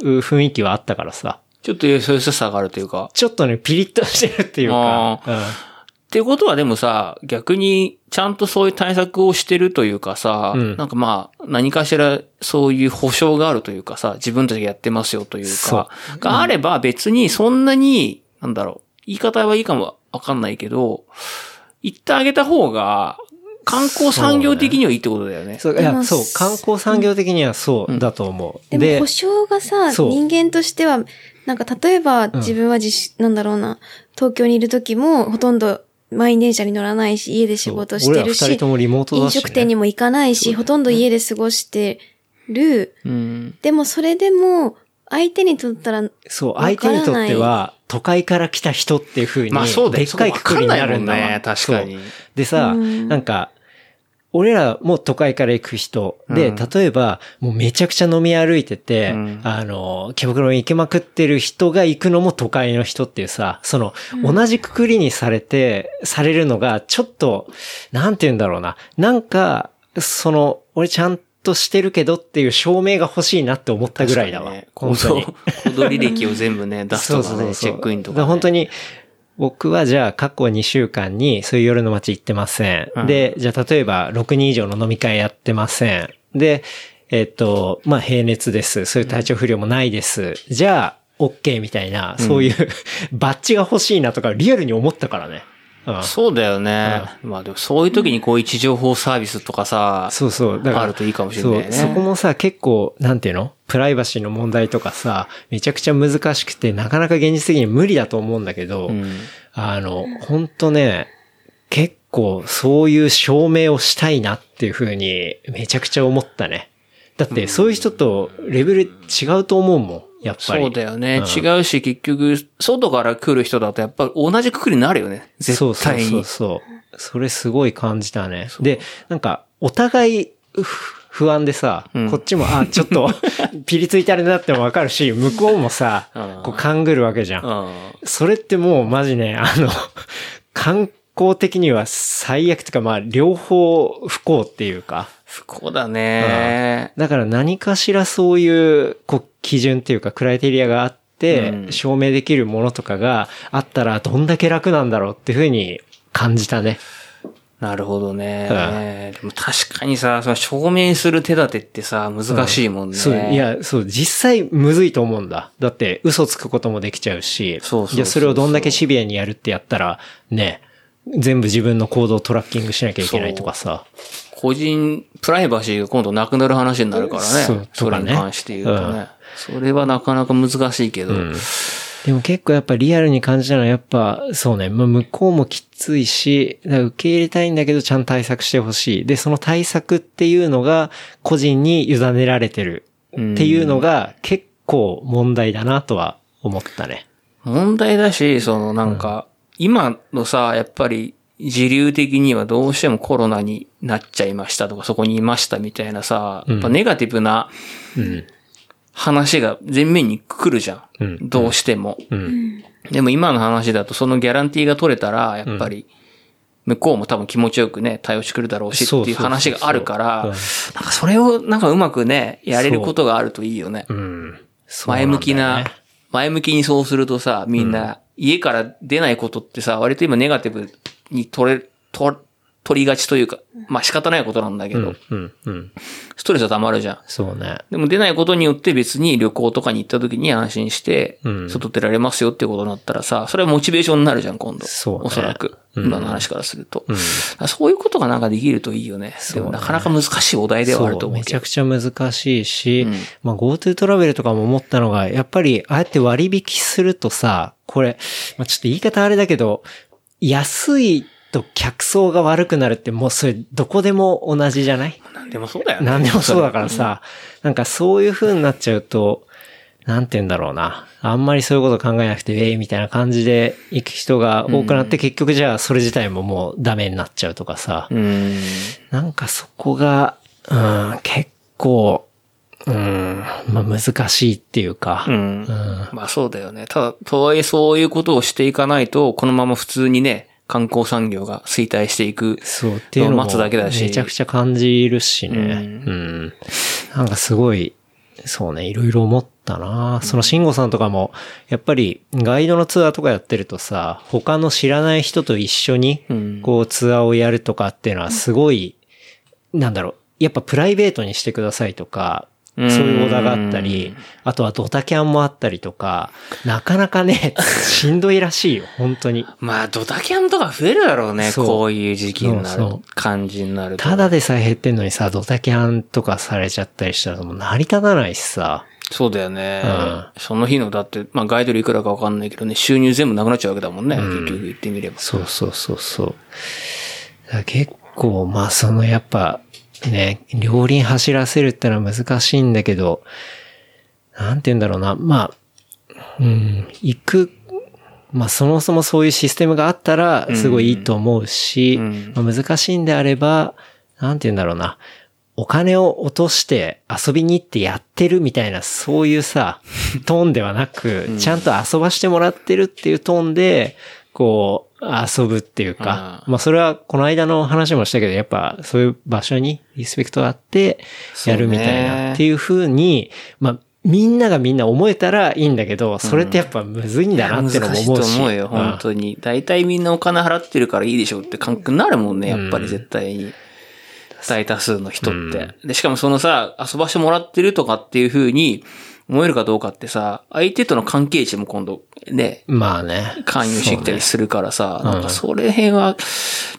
Speaker 4: う雰囲気はあったからさ。
Speaker 2: ちょっと優しさがあるというか。
Speaker 4: ちょっとね、ピリッとしてるっていうか。
Speaker 2: っていうことはでもさ、逆にちゃんとそういう対策をしてるというかさ、
Speaker 4: うん
Speaker 2: なんかまあ、何かしらそういう保証があるというかさ、自分たちがやってますよという
Speaker 4: そ
Speaker 2: か、があれば別にそんなに、なんだろう、言い方はいいかもわかんないけど、言ってあげた方が、観光産業的にはいいってことだよね。
Speaker 4: そう、い
Speaker 3: で
Speaker 4: や、
Speaker 3: も
Speaker 4: そう、観光産業的にはそうだと思う。
Speaker 3: でも保証がさ、
Speaker 4: そう
Speaker 3: 人間としては、なんか例えば自分は自主、なんだろうな、東京にいる時もほとんど満員電車に乗らないし、家で仕事し
Speaker 4: 俺
Speaker 3: て
Speaker 4: ら
Speaker 3: る
Speaker 4: 二
Speaker 3: し、
Speaker 4: 人ともリモートだ
Speaker 3: 飲
Speaker 4: し、ね。
Speaker 3: 食店にも行かないし、ほとんど家で過ごしてる。
Speaker 2: うん。
Speaker 3: でもそれでも、相手にとったら、
Speaker 4: そう、
Speaker 3: わからな
Speaker 4: 相
Speaker 3: い
Speaker 4: 手にとっては、都会から来た人っていう風に、
Speaker 2: まあそうだ
Speaker 4: で
Speaker 2: よ
Speaker 4: っかいくくりになるんだ
Speaker 2: そこわかんない
Speaker 4: わ
Speaker 2: もんね確かに
Speaker 4: そうでさ、
Speaker 3: うん
Speaker 4: なんか、俺らも都会から行く人で、
Speaker 2: うん
Speaker 4: 例えば、もうめちゃくちゃ飲み歩いてて、
Speaker 2: うん
Speaker 4: あの、キャバクラに行けまくってる人が行くのも都会の人っていうさ、その、同じくくりにされて、されるのが、ちょっと、なんて言うんだろうな。なんか、その、俺ちゃんとしてるけどっていう証明が欲しいなって思ったぐらいだわ。
Speaker 2: 行動、
Speaker 4: 本当に
Speaker 2: 行。動履歴を全部ね、出すとかね、チェックインとかね、
Speaker 4: だら本当に、僕はじゃあ過去2週間にそういう夜の街行ってません。
Speaker 2: うん
Speaker 4: で、じゃあ例えば6人以上の飲み会やってません。で、えっと、まあ平熱です。そういう体調不良もないです。じゃあ、OK みたいな、そういうバッジが欲しいなとかリアルに思ったからね。うん
Speaker 2: そうだよね。まあでもそういう時にこう位置情報サービスとかさ、
Speaker 4: そうそう。だから。
Speaker 2: あるといいかもしれないね
Speaker 4: そう、そこもさ、結構、なんていうのプライバシーの問題とかさ、めちゃくちゃ難しくて、なかなか現実的に無理だと思うんだけど、
Speaker 2: ん
Speaker 4: あの、ほんとね、結構そういう証明をしたいなっていうふうに、めちゃくちゃ思ったね。だって、そういう人とレベル違うと思うもん、やっぱり。
Speaker 2: そうだよね。
Speaker 4: うん
Speaker 2: 違うし、結局、外から来る人だとやっぱり同じくくりになるよね。絶対に。
Speaker 4: そうそうそうそう。それすごい感じたね。で、なんか、お互い、ふ不安でさ、
Speaker 2: ん
Speaker 4: こっちも、あ、ちょっ と、ピリついてあれだってもわかるし、向こうもさ
Speaker 2: うん、
Speaker 4: こう、勘ぐるわけじゃん。
Speaker 2: うん
Speaker 4: それってもう、マジね、あの、 観光的には最悪とか、まあ、両方不幸っていうか。
Speaker 2: 不幸だね。
Speaker 4: だから何かしらそういう、こう、基準っていうか、クライテリアがあって、
Speaker 2: うん
Speaker 4: 証明できるものとかがあったら、どんだけ楽なんだろうっていうふうに感じたね。
Speaker 2: なるほどね。でも確かにさ、その証明する手立てってさ、難しいもんね。
Speaker 4: そう、いや、そう、実際むずいと思うんだ。だって、嘘つくこともできちゃうし、
Speaker 2: そうそうそうそう
Speaker 4: じゃあそれをどんだけシビアにやるってやったら、ね、全部自分の行動をトラッキングしなきゃいけないとかさ。
Speaker 2: 個人、プライバシーが今度なくなる話になるからね。
Speaker 4: そ
Speaker 2: そう
Speaker 4: とか
Speaker 2: れ
Speaker 4: ね
Speaker 2: に関して言うとね、
Speaker 4: うん
Speaker 2: それはなかなか難しいけど。
Speaker 4: でも結構やっぱリアルに感じたのはやっぱそうね、まあ、向こうもきついし、だから受け入れたいんだけどちゃんと対策してほしい。で、その対策っていうのが個人に委ねられてるっていうのが結構問題だなとは思ったね。
Speaker 2: 問題だし、そのなんか、今のさ、やっぱり、自流的にはどうしてもコロナになっちゃいましたとか、そこにいましたみたいなさ、やっぱネガティブな
Speaker 4: うん。
Speaker 2: 話が前面に来るじゃん。
Speaker 4: うん
Speaker 2: どうしても。
Speaker 4: うん。
Speaker 2: でも今の話だと、そのギャランティーが取れたら、やっぱり、向こうも多分気持ちよくね、対応してくるだろうしっていう話があるから、な
Speaker 4: そうんそう
Speaker 2: かそれをなんかうまくね、やれることがあるといいよね。
Speaker 4: うん。そう
Speaker 2: 前
Speaker 4: なんだよ
Speaker 2: 向
Speaker 4: ね
Speaker 2: きな、前向きにそうするとさ、みんな、家から出ないことってさ、割と今ネガティブに取れ、取、取りがちというか、まあ仕方ないことなんだけど、
Speaker 4: うん、うん。
Speaker 2: ストレスは溜まるじゃん。
Speaker 4: そうね。
Speaker 2: でも出ないことによって別に旅行とかに行った時に安心して
Speaker 4: うん、
Speaker 2: 外出られますよってことになったらさ、それはモチベーションになるじゃん、今度。
Speaker 4: そうね
Speaker 2: おそらく。
Speaker 4: うん
Speaker 2: 今の話からすると。そういうことがなんかできるといいよね。でもなかなか難しいお題ではあると
Speaker 4: そう、
Speaker 2: 思う
Speaker 4: め
Speaker 2: け
Speaker 4: ち
Speaker 2: ど
Speaker 4: ゃ。くちゃ難しいし、まあ GoTo トラベルとかも思ったのが、やっぱりああやって割引するとさ、これ、まあちょっと言い方あれだけど、安いと客層が悪くなるってもうそれどこでも同じじゃない
Speaker 2: でもそうだよね。
Speaker 4: 何でもそうだからさ、なんかそういう風になっちゃうと、なんて言うんだろうな。あんまりそういうこと考えなくて、ええみたいな感じで行く人が多くなって、結局じゃあそれ自体ももうダメになっちゃうとかさ。
Speaker 2: うん。
Speaker 4: なんかそこが、うん、結構、うん、まあ難しいっていうか、
Speaker 2: うん
Speaker 4: ん
Speaker 2: まあそうだよね。ただ、とはいえそういうことをしていかないと、このまま普通にね、観光産業が衰退していく。
Speaker 4: そうっていうのも
Speaker 2: 待つだけだし
Speaker 4: めちゃくちゃ感じるしね。うん。なんかすごい、そうね、いろいろ思ったなその慎吾さんとかも、やっぱりガイドのツアーとかやってるとさ、他の知らない人と一緒に
Speaker 2: うん、
Speaker 4: こうツアーをやるとかっていうのはすごい、なんだろう、やっぱプライベートにしてくださいとか、そう
Speaker 2: うん
Speaker 4: いうオーダーがあったり、あとはドタキャンもあったりとか、なかな かね、しんどいらしいよ、本当に。
Speaker 2: まあ、ドタキャンとか増えるだろうね。
Speaker 4: そう
Speaker 2: こういう時期にな
Speaker 4: そう
Speaker 2: る
Speaker 4: そう。
Speaker 2: 感じになると。
Speaker 4: ただでさえ減ってんのにさ、ドタキャンとかされちゃったりしたらもう成り立たないしさ。
Speaker 2: そうだよね。
Speaker 4: うん
Speaker 2: その日の、だって、まあガイドルいくらかわかんないけどね、収入全部なくなっちゃうわけだもんね。結局言ってみれば。
Speaker 4: そうそうそうそう。だから結構、まあそのやっぱ、ね、両輪走らせるってのは難しいんだけど、なんて言うんだろうな、まあ、うん、行く、まあそもそもそういうシステムがあったら、すごいいいと思うし、
Speaker 2: うん
Speaker 4: まあ難しいんであれば、なんて言うんだろうな、お金を落として遊びに行ってやってるみたいな、そういう さ、トーンではなく、ちゃんと遊ばしてもらってるっていうトーンで、こう、遊ぶっていうか、
Speaker 2: あー
Speaker 4: まあそれはこの間の話もしたけど、やっぱそういう場所にリスペクトがあって、やるみたい
Speaker 2: そう
Speaker 4: な
Speaker 2: ね
Speaker 4: っていう風に、まあみんながみんな思えたらいいんだけど、それってやっぱむずいんだなってのも
Speaker 2: 難しいう
Speaker 4: 思
Speaker 2: と
Speaker 4: し。
Speaker 2: 思うよ、
Speaker 4: うん
Speaker 2: 本当に。大体みんなお金払ってるからいいでしょうって感覚になるもんね、やっぱり絶対に。大多数の人って。で、しかもそのさ、遊ばしてもらってるとかっていう風に思えるかどうかってさ、相手との関係値も今度、ね、
Speaker 4: まあね。
Speaker 2: 関与してきたりするからさ、なんかそれ辺は、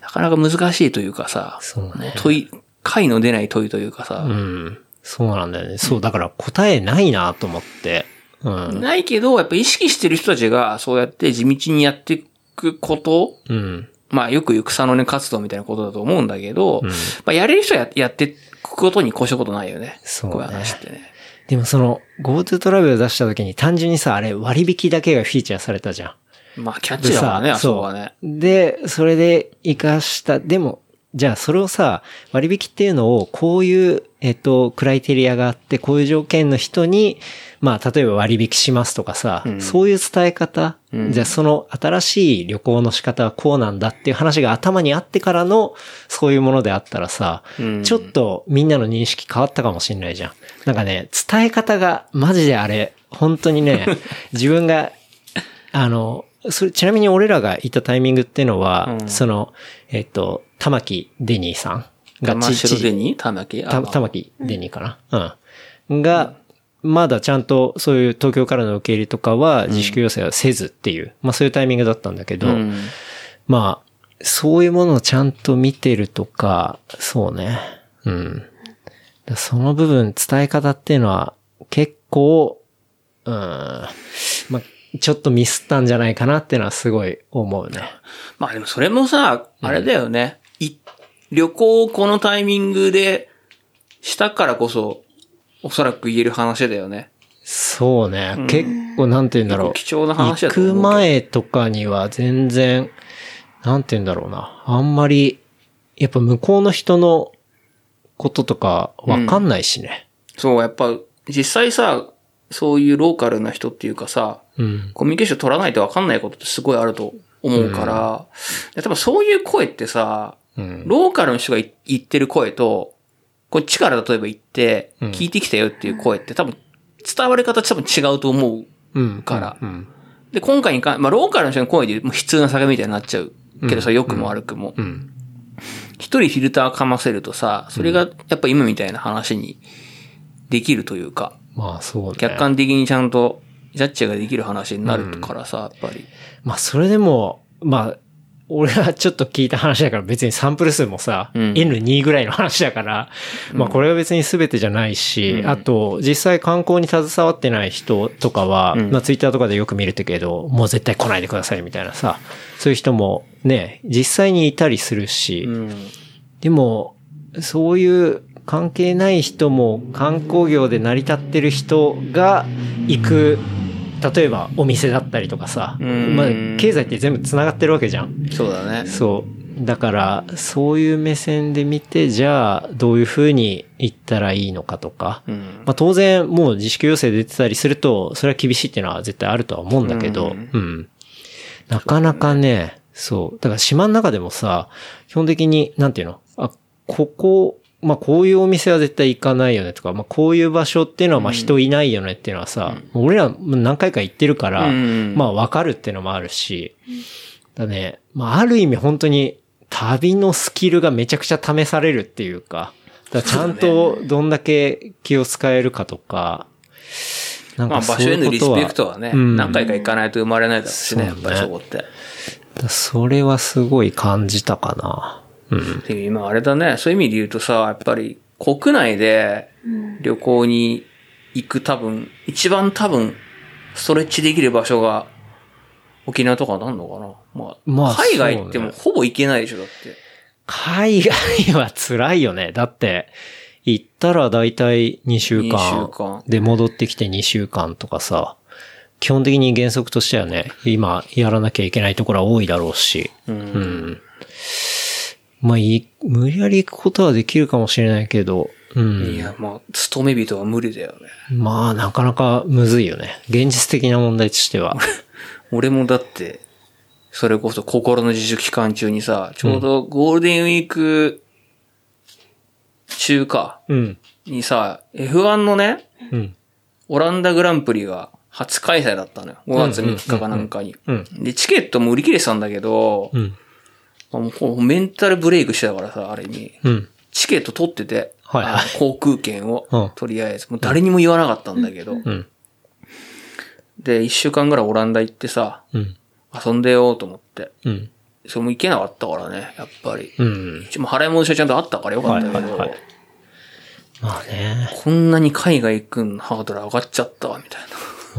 Speaker 2: なかなか難しいというかさ、
Speaker 4: そうね
Speaker 2: 問い、解の出ない問いというかさ、
Speaker 4: うん。そうなんだよね。そう、だから答えないなと思って。うん。
Speaker 2: ないけど、やっぱ意識してる人たちが、そうやって地道にやっていくこと、
Speaker 4: うん。
Speaker 2: まあよく言う草の根活動みたいなことだと思うんだけど、まあやれる人はややっていくことに越したことないよね。
Speaker 4: そうね
Speaker 2: こういう話ってね。
Speaker 4: でもその GoTo トラベル出した時に単純にさ、あれ割引だけがフィーチャーされたじゃん。
Speaker 2: まあキャッ
Speaker 4: で
Speaker 2: チーだか
Speaker 4: さ
Speaker 2: らね、あそこはね。
Speaker 4: う。で、それで活かした。でも、じゃあそれをさ、割引っていうのを、こういう、えっと、クライテリアがあって、こういう条件の人に、まあ、例えば割引しますとかさ、そういう伝え方、じゃあその新しい旅行の仕方はこうなんだっていう話が頭にあってからの、そういうものであったらさ、
Speaker 2: うん
Speaker 4: ちょっとみんなの認識変わったかもしんないじゃん。なんかね、伝え方が、マジであれ、本当 にね、自分があの、それ、ちなみに俺らが行ったタイミングっていうのは、
Speaker 2: うん
Speaker 4: その、えっと、玉木デニーさんが
Speaker 2: マシロデ
Speaker 4: ち、
Speaker 2: ニー玉木
Speaker 4: た玉木デニーかなうん。が、まだちゃんとそういう東京からの受け入れとかは自粛要請はせずっていう、まあそういうタイミングだったんだけど、
Speaker 2: うん。
Speaker 4: まあ、そういうものをちゃんと見てるとか、そうね。うん。だその部分、伝え方っていうのは、結構、うん。まあ、ちょっとミスったんじゃないかなっていうのはすごい思うね。
Speaker 2: まあでもそれもさ、あれだよね。い旅行をこのタイミングでしたからこそ、おそらく言える話だよね。
Speaker 4: そうね。結構、なんて言うんだろう。
Speaker 2: 結構貴重な話だと思うけど
Speaker 4: 行く前とかには全然、なんて言うんだろうな。あんまり、やっぱ向こうの人のこととかわかんないしね。
Speaker 2: そう、やっぱ、実際さ、そういうローカルな人っていうかさ、
Speaker 4: うん。
Speaker 2: コミュニケーション取らないと分かんないことってすごいあると思うから、例えばそういう声ってさ、
Speaker 4: うん。
Speaker 2: ローカルの人がい言ってる声と、こっちから例えば言って、聞いてきたよっていう声って多分、伝わり方多分違うと思
Speaker 4: うん。
Speaker 2: から
Speaker 4: うん。
Speaker 2: う。で、今回に関、まあ、ローカルの人の声でもう悲痛な酒みたいになっちゃう。けどさ、良くも悪くも
Speaker 4: う。ん。
Speaker 2: 一人フィルターかませるとさ、それがやっぱ今みたいな話にできるというか、
Speaker 4: まあそうね。
Speaker 2: 客観的にちゃんとジャッジができる話になるからさ、やっぱり。
Speaker 4: まあそれでも、まあ、俺はちょっと聞いた話だから別にサンプル数もさ、
Speaker 2: うん
Speaker 4: N2 ぐらいの話だから、まあこれは別に全てじゃないし、
Speaker 2: うん
Speaker 4: あと実際観光に携わってない人とかは、
Speaker 2: うん
Speaker 4: まあツイッターとかでよく見るけど、もう絶対来ないでくださいみたいなさ、そういう人もね、実際にいたりするし、
Speaker 2: うん。
Speaker 4: でも、そういう関係ない人も観光業で成り立ってる人が行く、例えばお店だったりとかさ、
Speaker 2: うん
Speaker 4: まあ経済って全部繋がってるわけじゃん。
Speaker 2: そうだね。
Speaker 4: そう。だから、そういう目線で見て、じゃあ、どういう風に行ったらいいのかとか、
Speaker 2: うん。
Speaker 4: まあ当然、もう自粛要請出てたりすると、それは厳しいっていうのは絶対あるとは思うんだけど、
Speaker 2: う
Speaker 4: うんん。なかなかね、そう。だから島の中でもさ、基本的に、なんていうのあ、ここ、まあこういうお店は絶対行かないよねとか、まあこういう場所っていうのはまあ人いないよねっていうのはさ、もう俺らもう何回か行ってるから、
Speaker 2: うん
Speaker 4: まあわかるっていうのもあるし、だね、まあある意味本当に旅のスキルがめちゃくちゃ試されるっていうか、だからちゃんとどんだけ気を使えるかとか、なん
Speaker 2: まあ
Speaker 4: か
Speaker 2: 場
Speaker 4: そう
Speaker 2: 所へ
Speaker 4: い
Speaker 2: の
Speaker 4: う
Speaker 2: リ
Speaker 4: こ
Speaker 2: ス
Speaker 4: とは、
Speaker 2: ペクトはね、
Speaker 4: うん
Speaker 2: 何回か行かないと生まれないだろうしね、や
Speaker 4: そ
Speaker 2: っ
Speaker 4: うね
Speaker 2: ぱりそこって。
Speaker 4: それはすごい感じたかな。うん。
Speaker 2: で今あれだね、そういう意味で言うとさ、やっぱり国内で旅行に行く多分、一番多分、ストレッチできる場所が沖縄とかなんのかなまあ、
Speaker 4: まあ
Speaker 2: 海外行っても
Speaker 4: そ
Speaker 2: ほぼ行けないでしょ、だって。
Speaker 4: 海外は辛いよね。だって、行ったらだいたい2週
Speaker 2: 2週
Speaker 4: 間
Speaker 2: 間。
Speaker 4: で戻ってきて2週間とかさ、基本的に原則としてはね、今やらなきゃいけないところは多いだろうし、うん。まあ、い無理やり行くことはできるかもしれないけど、うん。
Speaker 2: いや、まあ、勤め人は無理だよね。
Speaker 4: まあ、なかなかむずいよね。現実的な問題としては。
Speaker 2: 俺もだって、それこそ心の自粛期間中にさ、ちょうどゴールデンウィーク中か、
Speaker 4: うん。
Speaker 2: にさ、F1 のね、
Speaker 4: うん。
Speaker 2: オランダグランプリが初開催だったのよ。5月3日かなんかに。
Speaker 4: うん。
Speaker 2: で、チケットも売り切れてたんだけど、
Speaker 4: うん。
Speaker 2: もうこうメンタルブレイクしてたからさ、あれに。
Speaker 4: うん。
Speaker 2: チケット取ってて、
Speaker 4: はい
Speaker 2: あの航空券を、
Speaker 4: うん
Speaker 2: とりあえず。もう誰にも言わなかったんだけど。
Speaker 4: うん。
Speaker 2: で、1週間ぐらいオランダ行ってさ、
Speaker 4: うん。
Speaker 2: 遊んでようと思って。
Speaker 4: うん。
Speaker 2: それも行けなかったからね、やっぱり。
Speaker 4: うん。
Speaker 2: 一応払い戻しはちゃんとあったからよかったけど、
Speaker 4: はいはいはいまあね。
Speaker 2: こんなに海外行くんハードル上がっちゃったわ、みたいな。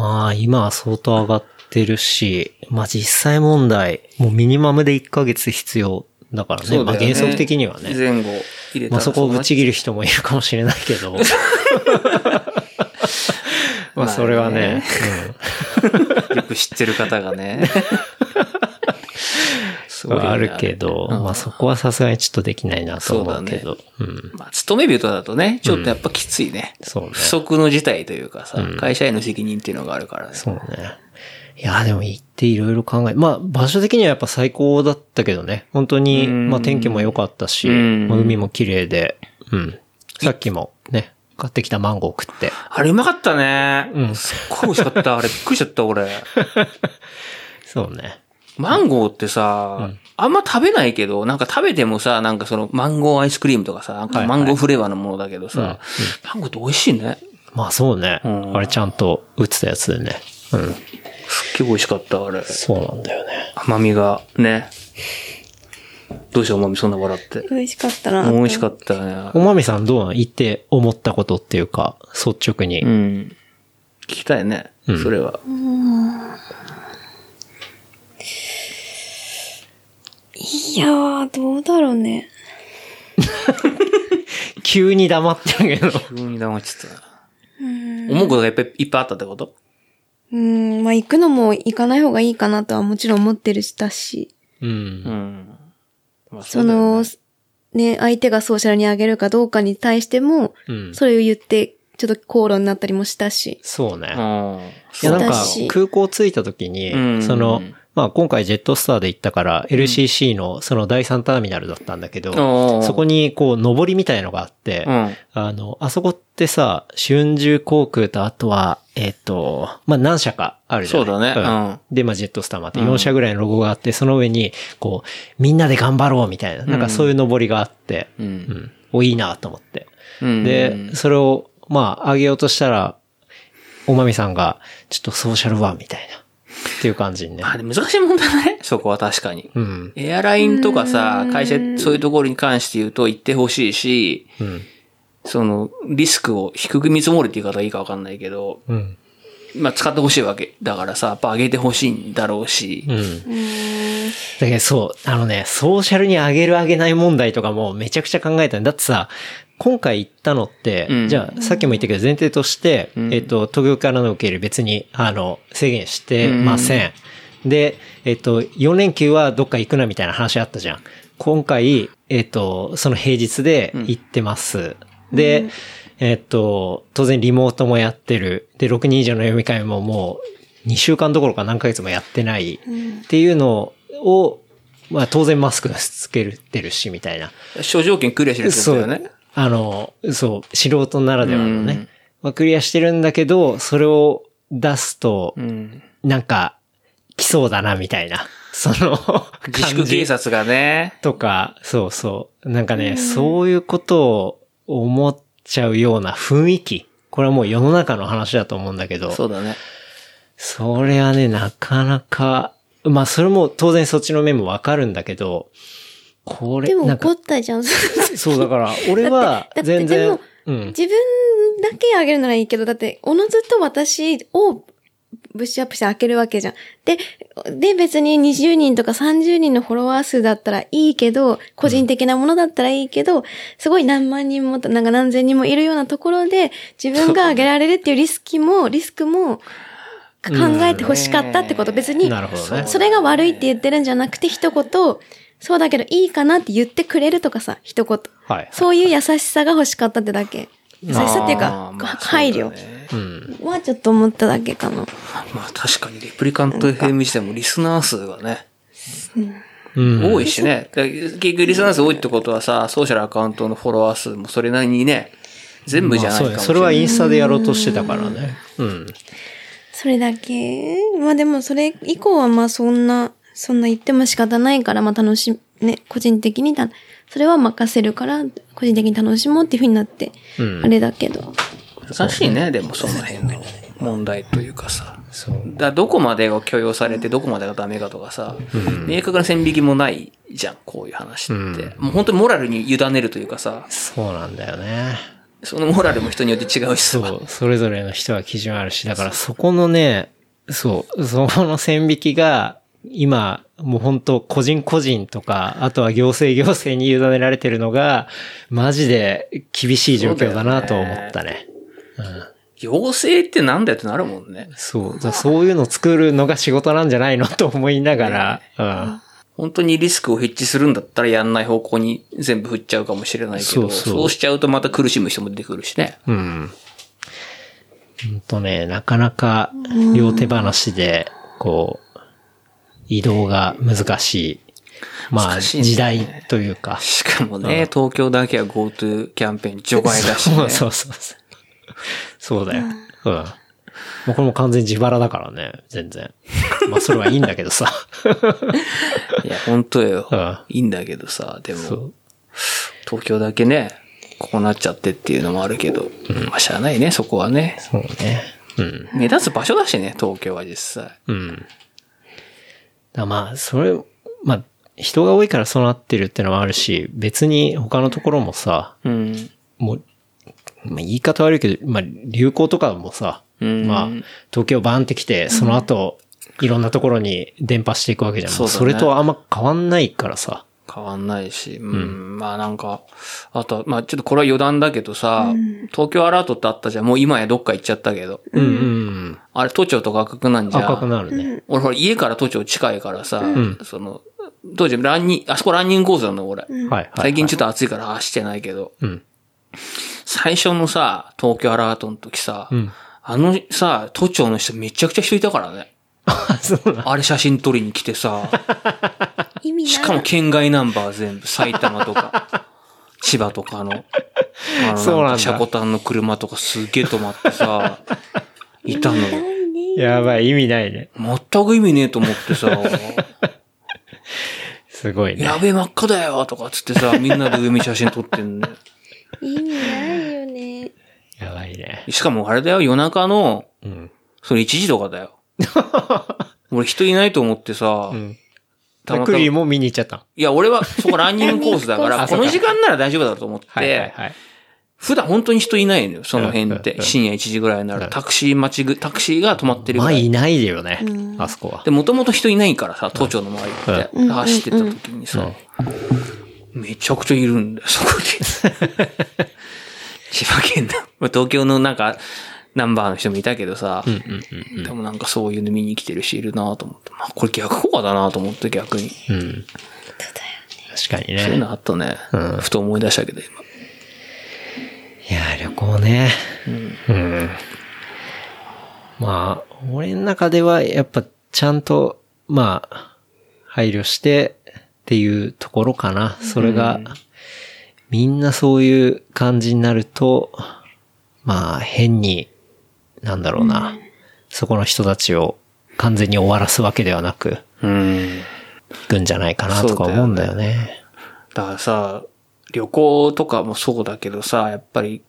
Speaker 4: まあ、今は相当上がってるし、まあ実際問題、もうミニマムで1ヶ月必要だからね。まあ原則的にはね。
Speaker 2: 前後入れた
Speaker 4: まあ
Speaker 2: ら
Speaker 4: そこをぶち切る人もいるかもしれないけ ど。まあそれはね。
Speaker 2: よく知ってる方が ね。す
Speaker 4: うん
Speaker 2: ごいよね
Speaker 4: あるけど、
Speaker 2: うん
Speaker 4: まあそこはさすがにちょっとできないなと思うけど。うん。
Speaker 2: まあ、勤め人だとね、ちょっとやっぱきついね。
Speaker 4: そうね。
Speaker 2: 不足の事態というかさ、会社への責任っていうのがあるからね。
Speaker 4: そうね。いや、でも行っていろいろ考え、まあ場所的にはやっぱ最高だったけどね。本当に、
Speaker 2: うん
Speaker 4: まあ天気も良かったし、
Speaker 2: うん
Speaker 4: まあ海も綺麗で、うん。さっきもね、買ってきたマンゴー食って。
Speaker 2: あれうまかったね。
Speaker 4: うん
Speaker 2: すっごい美味しかった。あれびっくりしちゃった、俺。
Speaker 4: そうね。
Speaker 2: マンゴーってさ、あんま食べないけど、なんか食べてもさ、なんかそのマンゴーアイスクリームとかさ、なんかマンゴーフレーバーのものだけどさ、マンゴーって美味しいね。
Speaker 4: まあそうね。
Speaker 2: うん
Speaker 4: あれちゃんと打ってたやつでね。うん。
Speaker 2: すっげえ美味しかった、あれ。
Speaker 4: そうなんだよね。
Speaker 2: 甘みが、ね。どうしよう、甘みそんな笑って。
Speaker 3: 美味しかったな。
Speaker 2: 美味しかった
Speaker 4: お
Speaker 2: ね。
Speaker 4: まみさんどうなん行って思ったことっていうか、率直に。
Speaker 2: うん。聞きたいね。
Speaker 4: うん
Speaker 2: それは。
Speaker 3: いやー、どうだろうね。
Speaker 4: 急に黙ってるけど。
Speaker 2: 急に黙っちゃったな。思うことがいっぱいいっぱいあったってこと
Speaker 3: うん、まあ行くのも行かない方がいいかなとはもちろん思ってるし、だし。
Speaker 4: う。
Speaker 2: うんん。まあ
Speaker 3: そう
Speaker 2: だよ
Speaker 3: の、
Speaker 2: ね
Speaker 3: ね、相手がソーシャルにあげるかどうかに対しても、
Speaker 4: うん。
Speaker 3: それを言って、ちょっと口論になったりもしたし。
Speaker 4: そうね。
Speaker 2: うん。
Speaker 4: いやなんか
Speaker 3: 私
Speaker 4: 空港着いた時に、
Speaker 2: うん
Speaker 4: そのまあ今回ジェットスターで行ったから LCC のその第3ターミナルだったんだけど、
Speaker 2: おー
Speaker 4: そこにこう上りみたいのがあって、
Speaker 2: うん
Speaker 4: あの、あそこってさ、春秋航空とあとは、えっ、と、まあ何社かあるじゃない
Speaker 2: そうだねうん
Speaker 4: で、まあ、ジェットスターもあって、4社ぐらいのロゴがあって、その上に、こう、みんなで頑張ろうみたいな、なんかそういう登りがあって、
Speaker 2: うん
Speaker 4: んお、いいなと思って。
Speaker 2: うん
Speaker 4: で、それを、まあ、上げようとしたら、おまみさんが、ちょっとソーシャルワンみたいな、っていう感じにね。
Speaker 2: あれ難しい問題だね。 そこは確かに。
Speaker 4: うん。
Speaker 2: エアラインとかさ、会社、そういうところに関して言うと言ってほしいし、
Speaker 4: うん。
Speaker 2: その、リスクを低く見積もるっていう言い方がいいかわかんないけど、
Speaker 4: うん。
Speaker 2: まあ使ってほしいわけ。だからさ、やっぱ上げてほしいんだろうし
Speaker 4: う、ん。だけどそう、あのね、ソーシャルに上げる上げない問題とかもめちゃくちゃ考えたねだってさ、今回行ったのって、
Speaker 2: うん
Speaker 4: じゃあさっきも言ったけど前提として、
Speaker 2: ん
Speaker 4: えっと、東京からの受け入れ別に、あの、制限して
Speaker 2: うん
Speaker 4: ません。で、えっと、4連休はどっか行くなみたいな話あったじゃん。今回、えっと、その平日で行ってます。で、えっと、当然リモートもやってる。で、6人以上の読み会ももう2週間どころか何ヶ月もやってない。っていうのを、まあ当然マスクつけてるし、みたいな。
Speaker 2: 諸条件クリアしてるってことだよね。
Speaker 4: あの、そう、素人ならではのね。
Speaker 2: うん
Speaker 4: まあクリアしてるんだけど、それを出すと
Speaker 2: う、ん。
Speaker 4: なんか、来そうだな、みたいな。その、
Speaker 2: 自粛警察がね、
Speaker 4: とか、そうそう。なんかね、そういうことを思っちゃうような雰囲気。これはもう世の中の話だと思うんだけど。
Speaker 2: そうだね。
Speaker 4: それはね、なかなか、まあそれも当然そっちの面もわかるんだけど、これ、
Speaker 3: でも
Speaker 4: なん
Speaker 3: 怒
Speaker 4: か
Speaker 3: っ、たじゃん。
Speaker 4: そうだから、俺は
Speaker 3: だって
Speaker 4: 全
Speaker 3: で
Speaker 4: 然
Speaker 3: も、
Speaker 4: うん。
Speaker 3: 自分だけあげるならいいけど、だって、おのずと私をブッシュアップして開けるわけじゃん。で、で別に20人とか30人のフォロワー数だったらいいけど、個人的なものだったらいいけど、すごい何万人も、なんか何千人もいるようなところで、自分があげられるっていうリスキも、リスクも、考えて欲しかったってこと。別に、
Speaker 4: なるほどね
Speaker 3: それが悪いって言ってるんじゃなくて、一言、そうだけどいいかなって言ってくれるとかさ、一言。
Speaker 4: はい。
Speaker 3: そういう優しさが欲しかったってだけ。優しさっていう
Speaker 2: あーまあ
Speaker 3: か、は配慮
Speaker 2: そうだね
Speaker 4: うん。
Speaker 3: はちょっと思っただけかな。
Speaker 2: まあ確かにレプリカント FM 自体もリスナー数がね、
Speaker 4: うん。
Speaker 2: 多いしね。だから結局リスナー数多いってことはさ、ソーシャルアカウントのフォロワー数もそれなりにね、全部じゃないかもしれ
Speaker 4: ま
Speaker 2: な
Speaker 4: あ
Speaker 2: い。
Speaker 4: そうねそれはインスタでやろうとしてたからね。うん。
Speaker 3: それだけまあでもそれ以降はまあそんな、そんな言っても仕方ないから、まあ楽しみ、ね、個人的にた、それは任せるから、個人的に楽しもうっていう風になって、
Speaker 4: ん
Speaker 3: あれだけど。
Speaker 2: 難しいね、でもその辺の問題というかさ。
Speaker 4: そう。
Speaker 2: だからどこまでが許容されてどこまでがダメかとかさ、明確な線引きもないじゃん、こういう話って。
Speaker 4: う
Speaker 2: もう本当にモラルに委ねるというかさ、
Speaker 4: そうなんだよね。
Speaker 2: そのモラルも人によって違うしさ。
Speaker 4: そう、それぞれの人は基準あるし、だからそこのね、そう、そこの線引きが、今、もう本当個人個人とか、あとは行政行政に委ねられてるのが、マジで厳しい状況だなと思ったね。
Speaker 2: 行政ってなんだよってなるもんね。
Speaker 4: そう,、だからそういうの作るのが仕事なんじゃないのと思いながら、
Speaker 2: 本当にリスクをヘッジするんだったらやんない方向に全部振っちゃうかもしれないけど、
Speaker 4: そ
Speaker 2: そうう
Speaker 4: そう
Speaker 2: しちゃうとまた苦しむ人も出てくるしね。
Speaker 4: うん。うん。ほんとね、なかなか両手放しで、こう、移動が難しい。まあ、
Speaker 2: 難しいね
Speaker 4: 時代というか。
Speaker 2: しかもね、東京だけは GoTo キャンペーン除外だし、ね。
Speaker 4: そうそうそう。そうだよ。うん。まあ、これも完全に自腹だからね、全然。まあ、それはいいんだけ どさ。
Speaker 2: いや、本当よ
Speaker 4: うん。
Speaker 2: いいんだけどさ、で
Speaker 4: そ
Speaker 2: も
Speaker 4: う、
Speaker 2: 東京だけね、こうなっちゃってっていうのもあるけど、まあ、しゃあないね、そこはね。
Speaker 4: そうね。うん。
Speaker 2: 目立つ場所だしね、東京は実際。
Speaker 4: うん。だからまあ、それ、まあ、人が多いからそうなってるってのもあるし、別に他のところもさ、
Speaker 2: うん。
Speaker 4: もう、まあ、言い方悪いけど、まあ、流行とかもさ、
Speaker 2: うん
Speaker 4: まあ、東京バーンってきて、その後、いろんなところに伝播していくわけじゃん。
Speaker 2: そうだね
Speaker 4: それとあんま変わんないからさ。
Speaker 2: 変わんないし、うん、まあなんか、あと、まあちょっとこれは余談だけどさ、東京アラートってあったじゃん、もう今やどっか行っちゃったけど。
Speaker 4: うんうん。
Speaker 2: あれ都庁とか赤くなんじゃん。
Speaker 4: 赤くなるね。
Speaker 2: 俺ほら家から都庁近いからさ、その、当時ランニング、あそこランニングコースなの俺。
Speaker 4: はいはい。
Speaker 2: 最近ちょっと暑いから走ってないけど、
Speaker 4: うん。
Speaker 2: 最初のさ、東京アラートの時さ、
Speaker 4: ん
Speaker 2: あのさ、都庁の人めちゃくちゃ人いたからね。
Speaker 4: あ、そうなん。
Speaker 2: あれ写真撮りに来て さ、
Speaker 3: 意味ない。
Speaker 2: しかも県外ナンバー全部、埼玉と か、千葉とかの、あの
Speaker 4: そうなんだ
Speaker 2: シャコタンの車とかすげえ止まってさ、いたの
Speaker 3: 意味な
Speaker 2: よ。
Speaker 3: いね。
Speaker 4: やばい、意味ないね。
Speaker 2: 全く意味ねえと思ってさ、
Speaker 4: すごいね。
Speaker 2: やべえ真っ赤だよとかっつって さ、みんなで海写真撮ってんね。
Speaker 3: 意味ないよね。
Speaker 4: やばいね。
Speaker 2: しかもあれだよ、夜中の、
Speaker 4: うん。
Speaker 2: それ1時とかだ よ。俺人いないと思ってさ、
Speaker 4: ん
Speaker 2: たまた
Speaker 4: ク
Speaker 2: ま
Speaker 4: リー
Speaker 2: い
Speaker 4: も見に行っちゃったの。
Speaker 2: や、俺はそこランニングコースだか
Speaker 4: ランニングコー
Speaker 2: ら、
Speaker 4: ス
Speaker 2: この時間なら大丈夫だと思って、
Speaker 4: はいはいはい。
Speaker 2: 普段本当に人いないのよ、その辺っ
Speaker 4: うんう
Speaker 2: て
Speaker 4: ん。うん
Speaker 2: 深夜1時ぐらいにな
Speaker 4: うん
Speaker 2: る。タクシー待ちぐ、タクシーが止まってる
Speaker 4: ま
Speaker 2: ぐ
Speaker 4: あ
Speaker 2: ら
Speaker 4: い
Speaker 2: い。
Speaker 4: ないよね
Speaker 3: う。ん
Speaker 4: あそこは。
Speaker 2: で、もともと人いないからさ、都庁の周りって、
Speaker 3: うん
Speaker 2: 走ってた時に
Speaker 4: う
Speaker 2: さ
Speaker 4: ん、
Speaker 2: めちゃくちゃいるんだよ、そこに。千葉県だ。まあ東京のなんか、ナンバーの人もいたけどさ、
Speaker 4: うんうん
Speaker 2: でもなんかそういうの見に来てる人いるなと思って。まあこれ逆効果だなと思って逆に。
Speaker 4: うん。うん。確かに
Speaker 2: そういう
Speaker 4: ね。
Speaker 2: のあったね。
Speaker 4: うん
Speaker 2: ふと思い出したけど今。
Speaker 4: いやー、旅行ね。うん。まあ、俺の中ではやっぱちゃんと、まあ、配慮してっていうところかな。それが、みんなそういう感じになると、まあ、変に、なんだろうな。そこの人たちを完全に終わらすわけではなく、
Speaker 2: うん。
Speaker 4: くんじゃないかなとか思うんだよね。
Speaker 2: だからさ、旅行とかもそうだけどさ、やっぱり、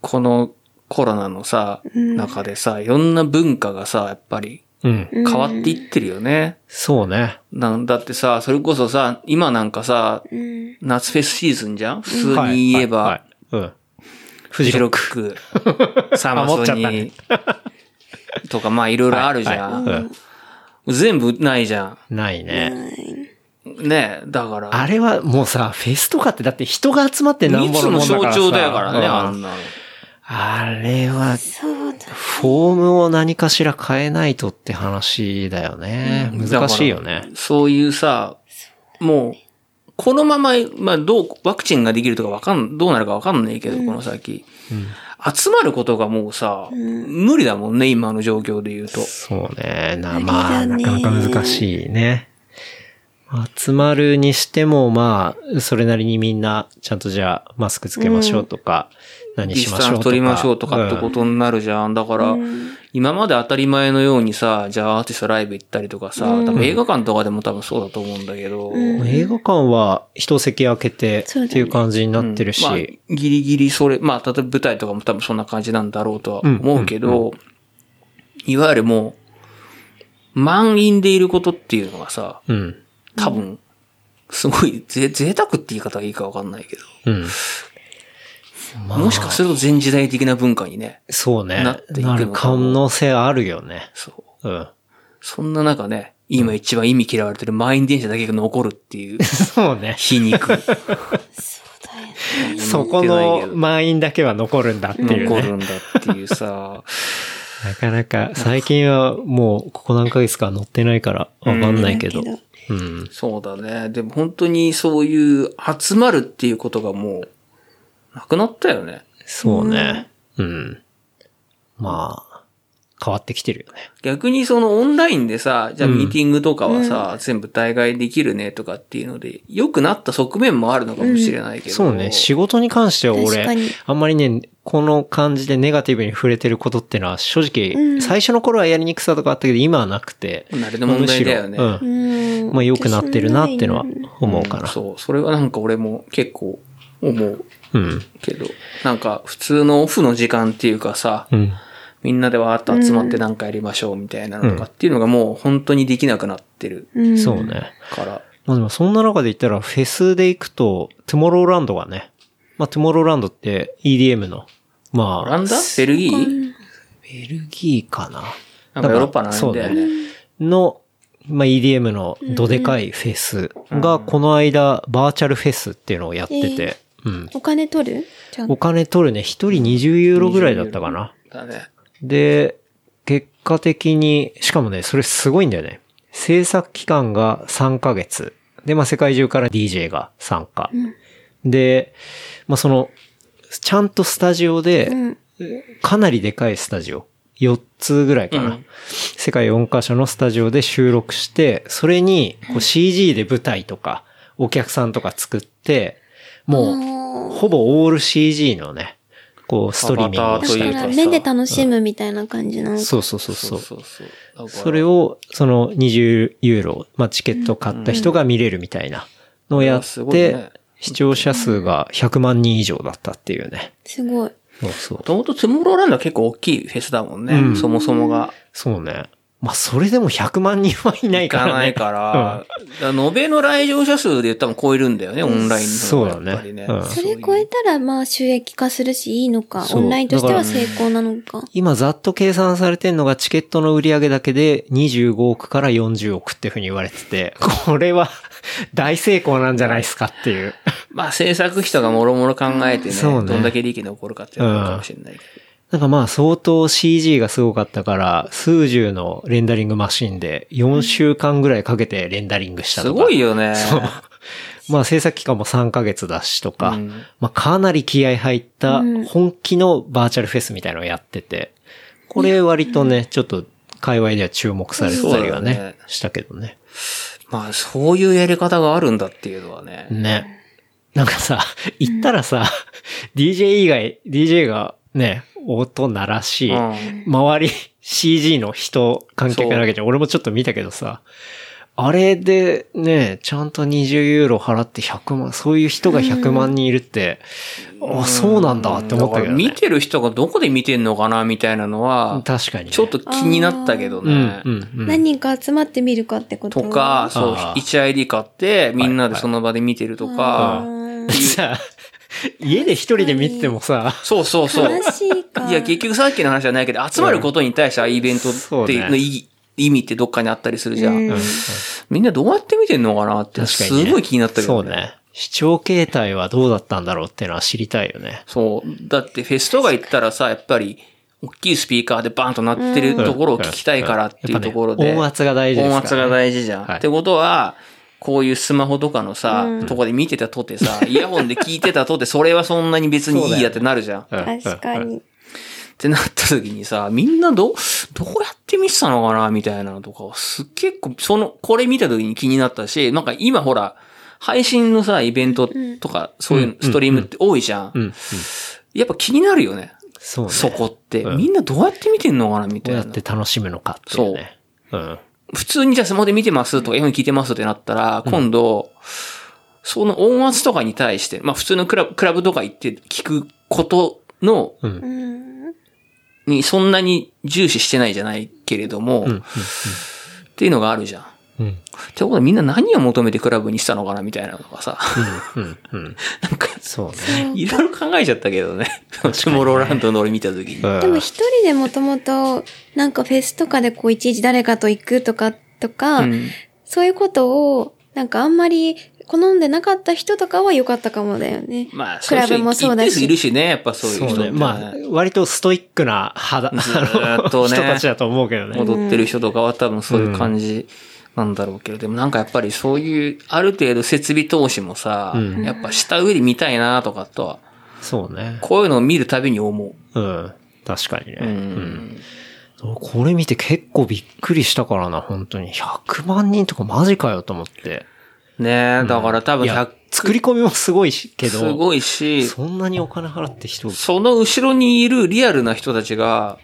Speaker 2: このコロナのさ、
Speaker 3: うん
Speaker 2: 中でさ、いろんな文化がさ、やっぱり
Speaker 4: うん。
Speaker 2: 変わっていってるよね。
Speaker 4: そうね。
Speaker 2: なんだってさ、それこそさ、今なんかさ、
Speaker 3: うん。
Speaker 2: 夏フェスシーズンじゃん普通に言え
Speaker 4: はい
Speaker 2: ば、
Speaker 4: はいはいうん。フ
Speaker 2: フ
Speaker 4: ジ
Speaker 2: ジ
Speaker 4: ロ
Speaker 2: ロ
Speaker 4: ッ
Speaker 2: ッ
Speaker 4: ク。
Speaker 2: ク、サマ
Speaker 4: あ持っちゃ
Speaker 2: ソ
Speaker 4: ったね
Speaker 2: ニーとか、まあいろいろあるじゃん。
Speaker 4: うん。
Speaker 2: 全部ないじゃ
Speaker 4: ないね。
Speaker 2: ん。ねだから。
Speaker 4: あれはもうさ、フェスとかってだって人が集まってなんぼ
Speaker 2: 密
Speaker 4: のも
Speaker 2: の
Speaker 4: んだ
Speaker 2: 象
Speaker 4: からさ
Speaker 2: 徴だからね、あ
Speaker 4: うん
Speaker 2: んなの。
Speaker 4: あれは、
Speaker 3: そうだ。
Speaker 4: フォームを何かしら変えないとって話だよね。難しいよ
Speaker 2: だか
Speaker 4: ね
Speaker 2: ら。そういうさ、もう、このまま、まあ、どう、ワクチンができるとかわかん、どうなるかわかんないけど、この先。集まることがもうさ、無理だもんね、今の状況で言うと。
Speaker 4: そうね。な、
Speaker 3: 理だね
Speaker 4: まあ、なかなか難しいね。集まるにしても、まあ、それなりにみんな、ちゃんとじゃあ、マスクつけましょうとか、
Speaker 2: デ
Speaker 4: 何
Speaker 2: ィ
Speaker 4: し
Speaker 2: ス
Speaker 4: ましょ
Speaker 2: タン
Speaker 4: うとか。
Speaker 2: ス取りましょうとかって
Speaker 4: うん
Speaker 2: ことになるじゃん。だから、今まで当たり前のようにさ、じゃあアーティストライブ行ったりとかさ、多分映画館とかでも多分そうだと思うんだけど、
Speaker 4: 映画館は一席空けて
Speaker 3: そうだ
Speaker 4: っ
Speaker 3: ね
Speaker 4: ていう感じになってるし、
Speaker 2: まあ、ギリギリそれ、まあ、例えば舞台とかも多分そんな感じなんだろうとは思うけど、いわゆるもう、満員でいることっていうのがさ、
Speaker 4: うん。
Speaker 2: 多分、すごい、ぜ、贅沢って言い方がいいかわかんないけど、
Speaker 4: うん。
Speaker 2: もしかすると全時代的な文化にね、
Speaker 4: そうね。
Speaker 2: な
Speaker 4: な
Speaker 2: っていくのかな
Speaker 4: る可能性あるよね。
Speaker 2: そう。
Speaker 4: うん。
Speaker 2: そんな中ね、今一番意味嫌われてる満員電車だけが残るっていう
Speaker 4: そうね。
Speaker 2: 皮肉。
Speaker 4: そこの満員だけは残るんだっていう
Speaker 2: 残
Speaker 4: ね。
Speaker 2: るんだっていうさ、
Speaker 4: なかなか、最近はもう、ここ何ヶ月か乗ってないから、わかんないけど。うん。
Speaker 2: そうだね。でも本当にそういう集まるっていうことがもう、なくなったよね。
Speaker 4: そうね。うん。まあ、変わってきてるよね。
Speaker 2: 逆にそのオンラインでさ、じゃあミーティングとかはさ、全部代替できるねとかっていうので、良くなった側面もあるのかもしれないけど。
Speaker 4: そうね。仕事に関しては
Speaker 3: 確か
Speaker 4: 俺
Speaker 3: に、
Speaker 4: あんまりね、この感じでネガティブに触れてることってのは、正直、
Speaker 3: うん
Speaker 4: 最初の頃はやりにくさとかあったけど、今はなくて。
Speaker 2: 慣れの問題だよね
Speaker 4: まあむしろ
Speaker 3: う。
Speaker 4: うんん。まあ良くなってるなってのは思うか
Speaker 2: ん
Speaker 4: な。
Speaker 2: そう。それはなんか俺も結構思う
Speaker 4: うん。
Speaker 2: けど、なんか普通のオフの時間っていうかさ、
Speaker 4: うん。
Speaker 2: みんなでわーっと集まってなんかやりましょうみたいなのとかっていうのがもう本当にできなくなってる
Speaker 3: うん。
Speaker 4: そうね。
Speaker 2: から。
Speaker 4: まあでもそんな中で言ったら、フェスで行くと、トゥモローランドがね。まあトゥモローランドって EDM の、ま
Speaker 2: オラ
Speaker 4: あ、
Speaker 2: ンダベルギー
Speaker 4: ベルギーかな。
Speaker 2: なんかヨーロッパなんだよね。
Speaker 4: の、まあ、EDM のどでかいフェスが、この間、バーチャルフェスっていうのをやってて、うん。
Speaker 3: お金取るちゃんと。
Speaker 4: お金取るね、一人20ユーロぐらいだったかな。
Speaker 2: だね。
Speaker 4: で、結果的に、しかもね、それすごいんだよね。制作期間が3ヶ月。で、まあ、世界中から DJ が参加。で、まあ、その、ちゃんとスタジオで、
Speaker 3: うん。
Speaker 4: かなりでかいスタジオ。 4つぐらいかな。
Speaker 2: うん
Speaker 4: 世界4カ所のスタジオで収録して、それにこう CG で舞台とか、お客さんとか作って、もう、ほぼオール CG のね、こう、ストリーミングをし
Speaker 2: と
Speaker 4: た
Speaker 2: い
Speaker 4: り
Speaker 2: う
Speaker 3: だ
Speaker 2: か
Speaker 3: か
Speaker 2: さ
Speaker 3: ら目で楽しむみたいな感じなのか。
Speaker 4: そうそうそうそう。
Speaker 2: そうそうそう。
Speaker 4: それを、その20ユーロ、まあ、チケット買った人が見れるみたいなのをやっ
Speaker 2: うんうんいやすごいね
Speaker 4: て、視聴者数が100万人以上だったっていうね。
Speaker 3: すごい。
Speaker 4: そうそう
Speaker 2: も。ともとトゥモローランドは結構大きいフェスだもんね。
Speaker 4: うん
Speaker 2: そもそもが。
Speaker 4: そうね。まあ、それでも100万人はいない
Speaker 2: 行
Speaker 4: か、
Speaker 2: からな
Speaker 4: ね。
Speaker 2: いから、だから延べの来場者数で言ったら超えるんだよね、オンラインの方が
Speaker 4: そうだね
Speaker 2: やっぱりね
Speaker 4: うん
Speaker 3: それ超えたら、まあ、収益化するし、いいのか。
Speaker 4: そ
Speaker 3: オ
Speaker 4: う
Speaker 3: ンラインとしては成功なのか。
Speaker 4: 今、ざっと計算されてんのが、チケットの売り上げだけで25億から40億っていうふうに言われてて、これは大成功なんじゃないですかっていう。
Speaker 2: まあ制作費とかもろもろ考えてね
Speaker 4: そうね
Speaker 2: どんだけ利益残るかっていうのがあるかもしれないけど。
Speaker 4: なんかまあ相当 CG がすごかったから、数十のレンダリングマシンで4週間ぐらいかけてレンダリングした
Speaker 2: す
Speaker 4: とか。
Speaker 2: ごいよね。
Speaker 4: そう。まあ制作期間も3ヶ月だしとか、
Speaker 2: うん
Speaker 4: まあかなり気合入った
Speaker 3: うん
Speaker 4: 本気のバーチャルフェスみたいなのをやってて、これ割とね、ちょっと界隈では注目されてたりはね、
Speaker 2: そうだね
Speaker 4: したけどね。
Speaker 2: まあそういうやり方があるんだっていうのはね。
Speaker 4: ね。なんかさ、行ったらさ、DJ 以外、DJ がね、音鳴らし、
Speaker 2: うん
Speaker 4: 周り CG の人観客なわけじゃん。俺もちょっと見たけどさ、あれでね、ちゃんと20ユーロ払って100万、そういう人が100万人いるって、あ、そうなんだって思った
Speaker 2: だ
Speaker 4: けど、
Speaker 2: から見
Speaker 4: ね。
Speaker 2: てる人がどこで見てんのかなみたいなのは、
Speaker 4: 確かにね、
Speaker 2: ちょっと気になったけど
Speaker 4: うん、
Speaker 2: ね。
Speaker 4: うん、うん。
Speaker 3: 何人か集まってみるかってこと
Speaker 2: とか、、そう
Speaker 4: あ、ー
Speaker 2: 1ID 買って、みんなでその場で見てると
Speaker 3: あ
Speaker 2: か、
Speaker 3: ー
Speaker 4: さ、家で一人で見ててもさ、
Speaker 2: そうそうそう。
Speaker 3: 悲しいか。
Speaker 2: いや、結局さっきの話じゃないけど、集まることに対してはイベントっていう
Speaker 4: そう
Speaker 2: の
Speaker 4: ね
Speaker 2: 意義意味ってどっかにあったりするじゃ
Speaker 3: うん
Speaker 2: ん。
Speaker 4: うん
Speaker 2: みんなどうやって見てんのかなって、
Speaker 4: 確か
Speaker 2: す
Speaker 4: に、ね。
Speaker 2: ごい気になったけど
Speaker 4: そう。ね。視聴形態はどうだったんだろうっていうのは知りたいよね。
Speaker 2: そう。だってフェスとか行ったらさ、やっぱり、大きいスピーカーでバーンと鳴ってるところを聞きたいからっていうところで。
Speaker 4: やっぱね音圧が大事ですから、
Speaker 2: 音
Speaker 4: ね。
Speaker 2: 圧が大事じゃん。
Speaker 4: はい
Speaker 2: ってことは、こういうスマホとかのさ、
Speaker 3: うん
Speaker 2: とこで見てたとてさ、 イヤホンで聞いてたとて、それはそんなに別にいいやってなるじゃん。っ
Speaker 4: うん
Speaker 3: 確か。
Speaker 4: うんうん
Speaker 3: に。
Speaker 2: てなった時にさ、みんなど、どうやって見てたのかなみたいなのとか、す結構、その、これ見た時に気になったし、なんか今ほら、配信のさ、イベントとか、そういうストリームって多いじゃん。
Speaker 4: うん、うん。
Speaker 2: やっぱ気になるよね。
Speaker 4: そうね。
Speaker 2: そこって、
Speaker 4: うん
Speaker 2: みんなどうやって見てんのかなみた
Speaker 4: どう
Speaker 2: い
Speaker 4: や
Speaker 2: な
Speaker 4: っ。て楽しむのかっていうね。うん。
Speaker 2: 普通にじゃあスマホで見てますとか、絵本聞いてますってなったら、今度、その音圧とかに対して、まあ普通のクラブクラブとか行って聞くことの、
Speaker 4: うん。
Speaker 3: うん。
Speaker 2: にそんなに重視してないじゃないけれども、
Speaker 4: うん
Speaker 2: っていうのがあるじゃん。っ
Speaker 4: うん。
Speaker 2: てことはみんな何を求めてクラブにしたのかなみたいなのがさ、
Speaker 4: うん。うん。
Speaker 2: なんか、
Speaker 4: そうね。
Speaker 2: いろいろ考えちゃったけどね。チュモローランドの俺見た時に。
Speaker 4: うん
Speaker 3: でも一人でもともと、なんかフェスとかでこう、いちいち誰かと行くとか、とか、
Speaker 2: うん
Speaker 3: そういうことを、なんかあんまり好んでなかった人とかは良かったかもだよね。
Speaker 2: まあ、
Speaker 3: クラブもそうだ
Speaker 2: 一定数いる
Speaker 3: し。
Speaker 2: しね、やっぱそういう人
Speaker 4: そう
Speaker 2: って
Speaker 4: ね。
Speaker 2: ね
Speaker 4: まあ、割とストイックな肌、
Speaker 2: ずーっとね
Speaker 4: あの人たちだと思うけどね。
Speaker 2: 戻ってる人とかは多分そういう感じなんだろうけど、でもなんかやっぱりそういう、ある程度設備投資もさ、
Speaker 4: うん
Speaker 2: やっぱした上で見たいなとかとは、
Speaker 4: そうね。
Speaker 2: こういうのを見るたびに思う。
Speaker 4: うん。確かにね。
Speaker 2: う
Speaker 4: うん。
Speaker 2: ん。
Speaker 4: これ見て結構びっくりしたからな、本当に。100万人とかマジかよと思って。
Speaker 2: ねえ、だから多分
Speaker 4: いや
Speaker 2: 100、
Speaker 4: 作り込みもすごいしけど。
Speaker 2: すごいし、
Speaker 4: そんなにお金払って人、
Speaker 2: その後ろにいるリアルな人たちが、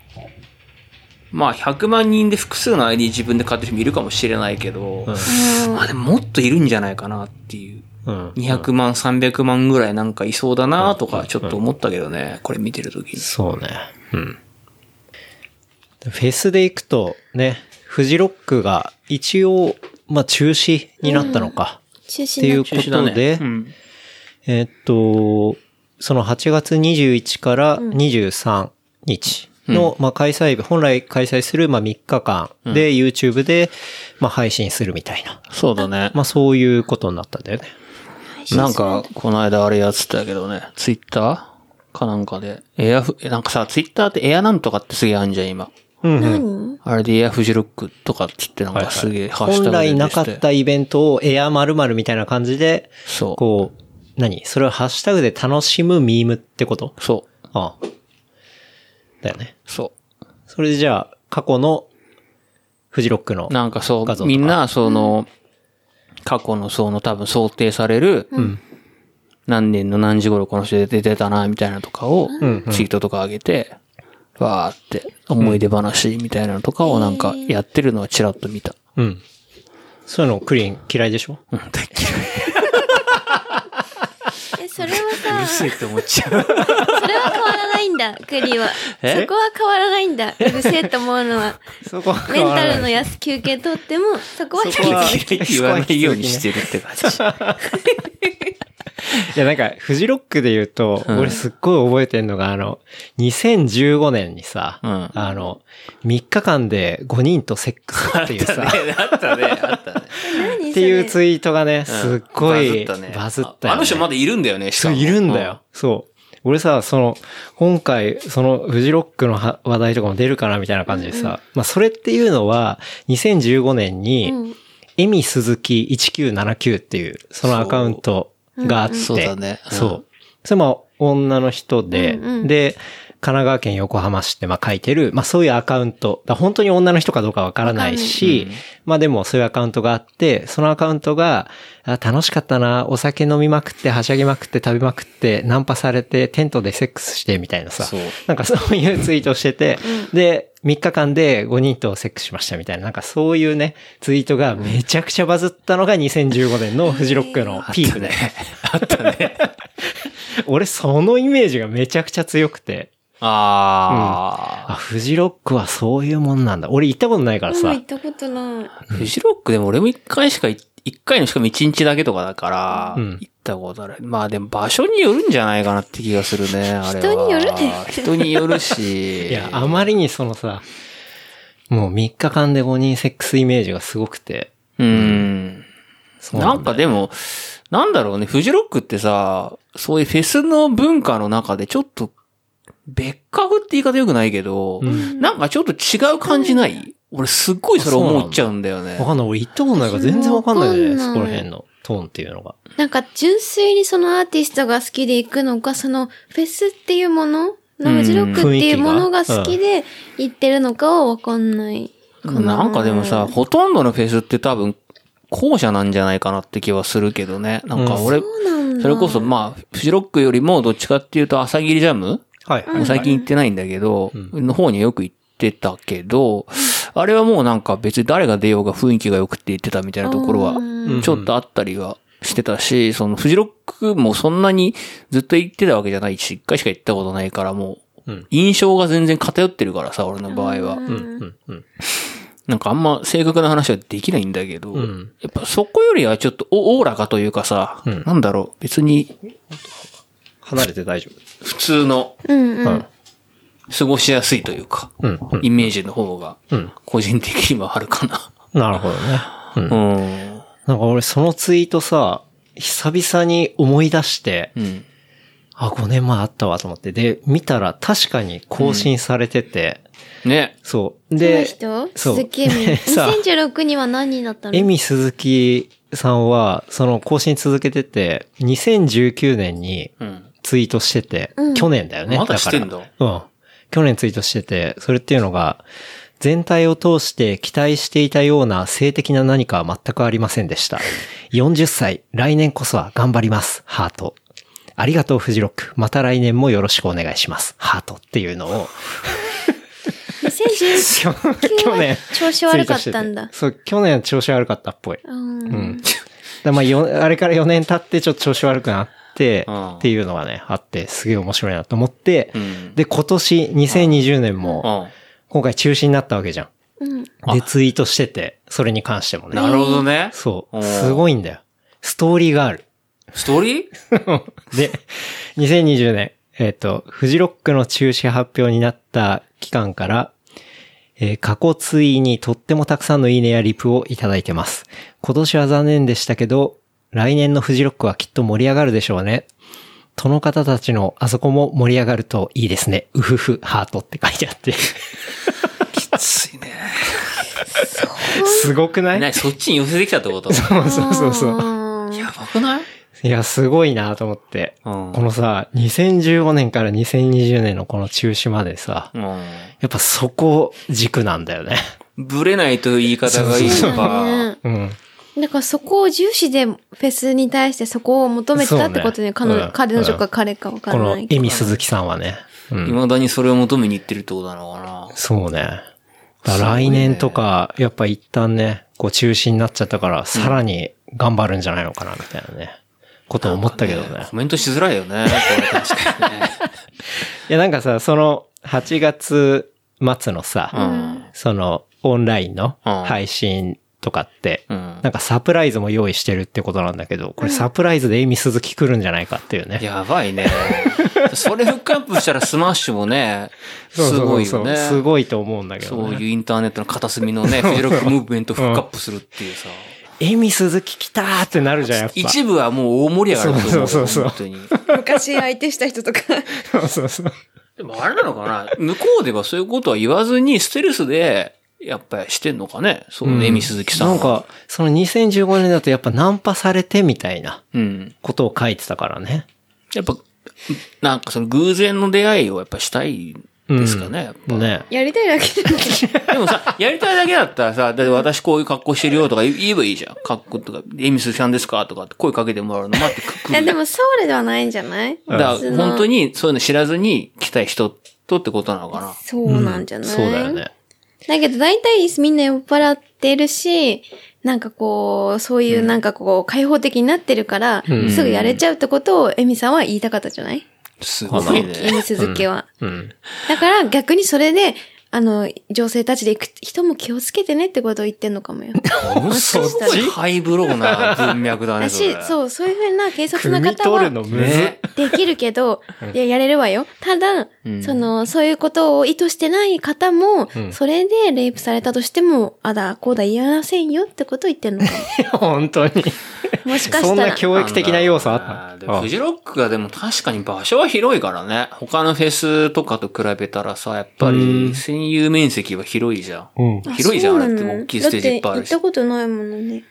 Speaker 2: まあ100万人で複数の ID 自分で買ってる人もいるかもしれないけど、
Speaker 4: うん
Speaker 2: まあでももっといるんじゃないかなっていう。
Speaker 4: うん。
Speaker 2: 200万、300万ぐらいなんかいそうだなとか、ちょっと思ったけどね、これ見てるときに。
Speaker 4: そうね。うん。フェスで行くと、ね、フジロックが一応、まあ中止になったのか。
Speaker 3: 中
Speaker 4: ってい
Speaker 3: 心の。
Speaker 4: うことで、
Speaker 2: うん
Speaker 4: えーっと、その8月21から23日の、まあ開催日、本来開催する、まあ3日間で YouTube で、まあ配信するみたいな。
Speaker 2: そうだね。
Speaker 4: まあそういうことになったんだよね。
Speaker 2: なんか、この間あれやってたけどね、ツイッターかなんかで。エアフ、えなんかさ、ツイッターってエアなんとかってすげえあんじゃん、今。
Speaker 4: うん、
Speaker 3: 何
Speaker 2: あれでエアフジロックとかっつってなん
Speaker 4: はい
Speaker 2: か
Speaker 4: はい
Speaker 2: すげえハッシュ
Speaker 4: 本
Speaker 2: タグで
Speaker 4: 来
Speaker 2: 出
Speaker 4: な
Speaker 2: て
Speaker 4: かったイベントをエア〇〇みたいな感じで、
Speaker 2: そ
Speaker 4: こう、何それをハッシュタグで楽しむミームってこと
Speaker 2: う。そう。
Speaker 4: ああ。だよね。
Speaker 2: そう。
Speaker 4: それじゃあ、過去のフジロックの。
Speaker 2: なんかそ
Speaker 4: 画像
Speaker 2: う、
Speaker 4: と
Speaker 2: み
Speaker 4: か
Speaker 2: んな、その、過去のその多分想定される、何年の何時頃この人出てたな、みたいなのとかを、ツイートとか上げて、わーって、思い出話みたいなのとかをなんかやってるのはチラッと見た。
Speaker 4: うん。そういうのクリーン嫌いでしょ
Speaker 2: うん、大っ嫌い。
Speaker 3: え、そ
Speaker 2: う
Speaker 3: れは
Speaker 2: る
Speaker 3: さ
Speaker 2: せ、えって思っちゃう。
Speaker 3: それは変わらないんだ、クリは。
Speaker 2: え
Speaker 3: そこは変わらないんだ、うるせえと思うの は。
Speaker 4: そこは
Speaker 3: メンタルの安休憩取っても、そこは引き続き。
Speaker 2: 嫌いって言わないようにしてるって感じ。
Speaker 4: いや、なんか、フジロックで言うと、俺すっごい覚えてんのが、あの、2015年にさ、
Speaker 2: うん
Speaker 4: あの、3日間で5人とセックスっていうさ、
Speaker 2: あったね、あったね。
Speaker 3: 何
Speaker 4: っていう
Speaker 3: それ
Speaker 4: ツイートがね、すっごい、
Speaker 2: バズったね。
Speaker 4: バズったよね
Speaker 2: あの人まだいるんだよね、しか
Speaker 4: そう、
Speaker 2: も
Speaker 4: いるんだよ。。そう。俺さ、その、今回、その、フジロックのは話題とかも出るかなみたいな感じでさ、まあ、それっていうのは、2015年に、
Speaker 3: うん
Speaker 4: エミ鈴木1979っていう、そのアカウントがあって、
Speaker 2: そううんそうだねうん
Speaker 4: そう。それも女の人で、
Speaker 3: うんうん
Speaker 4: で、神奈川県横浜市ってまあ書いてる、まあそういうアカウント。だから本当に女の人かどうかわからないし、まあでもそういうアカウントがあって、そのアカウントが、あ楽しかったな、お酒飲みまくって、はしゃぎまくって、食べまくって、ナンパされて、テントでセックスしてみたいなさ
Speaker 2: そう、
Speaker 4: なんかそういうツイートしてて、で、3日間で5人とセックスしましたみたいな、なんかそういうね、ツイートがめちゃくちゃバズったのが2015年のフジロックのピークで。 俺そのイメージがめちゃくちゃ強くて、
Speaker 2: あ
Speaker 4: あ、フジロックはそういうもんなんだ。俺行ったことないから
Speaker 3: もう
Speaker 4: さ
Speaker 3: 行っ。たことない。
Speaker 2: あ、フジロックでも俺も一回しかい、一回のしかも一日だけとかだから、
Speaker 4: うん
Speaker 2: 行ったことある。まあでも場所によるんじゃないかなって気がするね、あれは。
Speaker 3: 人によるね
Speaker 2: 人によるし。
Speaker 4: いや、あまりにそのさ、もう3日間で5人セックスイメージがすごくて。
Speaker 2: うん。
Speaker 4: そう
Speaker 2: なん
Speaker 4: だ
Speaker 2: かでも、なんだろうね、フジロックってさ、そういうフェスの文化の中でちょっと、別格って言い方良くないけど、なんかちょっと違う感じない、俺すっごいそれ思っちゃうんだよね
Speaker 4: わ。かんない。俺行ったことないから全然わかんないね。
Speaker 3: わかんない
Speaker 4: そこら辺のトーンっていうのが。
Speaker 3: なんか純粋にそのアーティストが好きで行くのか、そのフェスっていうもののフジロックっていうものが好きで行ってるのかはわかんないかな。
Speaker 2: なんかでもさ、、ほとんどのフェスって多分、後者なんじゃないかなって気はするけどね。なんか俺、
Speaker 3: そうなんだ。
Speaker 2: それこそまあ、フジロックよりもどっちかっていうと朝霧ジャム
Speaker 4: はい。
Speaker 2: もう最近行ってないんだけど、の方によく行ってたけど、あれはもうなんか別に誰が出ようが雰囲気が良くて言ってたみたいなところは
Speaker 3: う、
Speaker 2: ちょっとあったりはしてたし、そのフジロックもそんなにずっと行ってたわけじゃないし、一回しか行ったことないからもう
Speaker 4: うん、
Speaker 2: 印象が全然偏ってるからさ、俺の場合は。
Speaker 4: うんうん。
Speaker 2: なんかあんま正確な話はできないんだけど、
Speaker 4: ん
Speaker 2: やっぱそこよりはちょっとおおおらかというかさ、
Speaker 4: うん
Speaker 2: なんだろう、別に
Speaker 4: 離れて大丈
Speaker 2: 普通の
Speaker 3: うんうん。
Speaker 4: 夫。
Speaker 2: 過ごしやすいというか、
Speaker 4: うん。うん。
Speaker 2: イメージの方が
Speaker 4: うん、
Speaker 2: 個人的にはあるかな。
Speaker 4: なるほどね。うん。
Speaker 2: うん。
Speaker 4: なんか俺そのツイートさ、久々に思い出して、
Speaker 2: うん。
Speaker 4: あ、5年前あったわと思って。で、見たら確かに更新されてて、
Speaker 2: ね。
Speaker 4: そ
Speaker 3: そ
Speaker 4: う。
Speaker 3: の
Speaker 4: で、
Speaker 3: 人
Speaker 4: そう
Speaker 3: 鈴木エミ。
Speaker 4: でさ
Speaker 3: 2016には何になったの
Speaker 4: エミ鈴木さんは、その更新続けてて、2019年に
Speaker 2: うん。
Speaker 4: ツイートしてて、
Speaker 3: うん
Speaker 4: 去年だよね。
Speaker 2: まだ
Speaker 4: から
Speaker 2: してんだ
Speaker 4: うん。去年ツイートしてて、それっていうのが、全体を通して期待していたような性的な何かは全くありませんでした。40歳、来年こそは頑張ります。ハート。ありがとう、フジロック。また来年もよろしくお願いします。ハートっていうの を、
Speaker 3: 2019
Speaker 4: 去
Speaker 3: は
Speaker 4: 年、
Speaker 3: 調子悪かったんだ
Speaker 4: ツイートしてて。そう、去年調子悪かったっぽい。
Speaker 3: うん
Speaker 4: うん。だまあ、よ、あれから4年経ってちょっと調子悪くなって
Speaker 2: うん、
Speaker 4: っていうのがね、あって、すげえ面白いなと思って
Speaker 2: う、ん。
Speaker 4: で、今年、2020年も、今回中止になったわけじゃ
Speaker 3: うん。
Speaker 4: ん。で、ツイートしてて、それに関しても
Speaker 2: な
Speaker 4: ね。
Speaker 2: るほどね。
Speaker 4: そう。
Speaker 2: ん
Speaker 4: すごいんだよ。ストーリーがある。
Speaker 2: ストーリー
Speaker 4: で、2020年、えっ、と、フジロックの中止発表になった期間から、えー過去ツイにとってもたくさんのいいねやリプをいただいてます。今年は残念でしたけど、来年のフジロックはきっと盛り上がるでしょうね。との方たちのあそこも盛り上がるといいですね。うふふ、ハートって書いてあって。
Speaker 2: ついね。
Speaker 4: すごくない
Speaker 2: なにそっちに寄せてきたってこと
Speaker 4: そうそうそうそう。
Speaker 3: あー
Speaker 2: やばくない
Speaker 4: いや、すごいなと思って。
Speaker 2: うん
Speaker 4: このさ、2015年から2020年のこの中止までさ、
Speaker 2: う
Speaker 4: やっぱそこ軸なんだ よね。
Speaker 2: ん。ぶれないという言い方がいい
Speaker 3: そ
Speaker 2: の
Speaker 3: うだ
Speaker 2: か。
Speaker 3: ね。
Speaker 4: うん。
Speaker 3: だからそこを重視でフェスに対してそこを求めてたってことね。
Speaker 4: そ
Speaker 3: 彼
Speaker 4: うね
Speaker 3: 女、彼
Speaker 4: うん
Speaker 3: 女か彼かわか
Speaker 4: こ
Speaker 3: ら
Speaker 4: の
Speaker 3: ないけど。
Speaker 4: エミ鈴木さんはね。うん。
Speaker 2: 未だにそれを求めに行ってるってことなのかな。
Speaker 4: そうね。だから来年とか、やっぱ一旦ね、こう中止になっちゃったから、さらに頑張るんじゃないのかな、みたいなね、ことを思ったけどね
Speaker 2: コ。メントしづらいよね。これ確かにね。
Speaker 4: いや、なんかさ、その、8月末のさ、
Speaker 2: うん。
Speaker 4: その、オンラインの
Speaker 2: うん
Speaker 4: 配信とかって、
Speaker 2: うん
Speaker 4: なんかサプライズも用意してるってことなんだけど、これサプライズでエミ鈴木来るんじゃないかっていうね。
Speaker 2: やばいね。それフックアップしたらスマッシュもね、
Speaker 4: そう
Speaker 2: す
Speaker 4: そう
Speaker 2: ごい
Speaker 4: そ
Speaker 2: よ
Speaker 4: う
Speaker 2: ね。
Speaker 4: すごいと思うんだけど、ね。
Speaker 2: そういうインターネットの片隅の ね、フェロックムーブメントフックアップするっていうさ。
Speaker 4: エミ鈴木来たーってなるじゃん、やっぱ。
Speaker 2: 一部はもう大盛り上がると思うよ。
Speaker 4: そうそうそう
Speaker 2: 本当に。
Speaker 3: 昔相手した人とか。
Speaker 4: そうそうそう。
Speaker 2: でもあれなのかな向こうではそういうことは言わずに、ステルスで、やっぱりしてんのかねそう
Speaker 4: うん
Speaker 2: ね、エミ鈴木さんは。
Speaker 4: なんか、その2015年だとやっぱナンパされてみたいな
Speaker 2: うん。
Speaker 4: ことを書いてたからね。
Speaker 2: やっぱ、なんかその偶然の出会いをやっぱしたいですかね。やっ
Speaker 4: ね。
Speaker 3: やりたいだけじゃなくて。
Speaker 2: ぱでもさ、やりたいだけだったらさ、だって私こういう格好してるよとか言えばいいじゃん。格好とか、エミ鈴木さんですかとかって声かけてもらうの待ってく
Speaker 3: いや、でもソウルではないんじゃない
Speaker 2: だから
Speaker 3: 普通の
Speaker 2: 本当にそういうの知らずに来たい人とってことなのかな。
Speaker 3: そうなんじゃない、
Speaker 4: そうだよね。
Speaker 3: だけど大体みんな酔っ払ってるし、なんかこう、そういうなんかこう、開放的になってるから、
Speaker 4: うん
Speaker 3: すぐやれちゃうってことをエミさんは言いたかったじゃない
Speaker 2: すご
Speaker 4: そう
Speaker 2: い
Speaker 3: エ
Speaker 2: ね。
Speaker 3: ミ鈴木は。
Speaker 4: うん。
Speaker 3: だから逆にそれで、あの、女性たちで行く人も気をつけてねってことを言ってんのかも よ。
Speaker 2: ものすごいハイブローな文脈だね、
Speaker 3: だ
Speaker 2: それ
Speaker 3: し、 そう、そういうふうな軽率な
Speaker 4: 組み
Speaker 3: 方
Speaker 4: 取
Speaker 3: は
Speaker 4: るのむず
Speaker 2: ね
Speaker 4: い。。
Speaker 3: できるけど、いや、やれるわよ。ただ、
Speaker 2: うん
Speaker 3: その、そういうことを意図してない方も、
Speaker 4: ん
Speaker 3: それでレイプされたとしても、あだ、こうだ言いませんよってことを言ってんのか
Speaker 4: 本当に。
Speaker 3: も。もしか
Speaker 4: そ
Speaker 3: し
Speaker 4: ん
Speaker 3: た
Speaker 4: な
Speaker 3: ら。
Speaker 4: 教育的な要素あ
Speaker 2: あ
Speaker 4: っ
Speaker 2: で
Speaker 4: たあ
Speaker 2: フジロックがでも確かに場所は広いからね。他のフェスとかと比べたらさ、やっぱ
Speaker 4: うん
Speaker 2: り専有面積は広いじゃん。
Speaker 4: うん。
Speaker 3: あ
Speaker 2: 広いじゃん
Speaker 3: そうなの
Speaker 2: だって大きいステージいっぱいあるし
Speaker 3: だって行ったことないものね。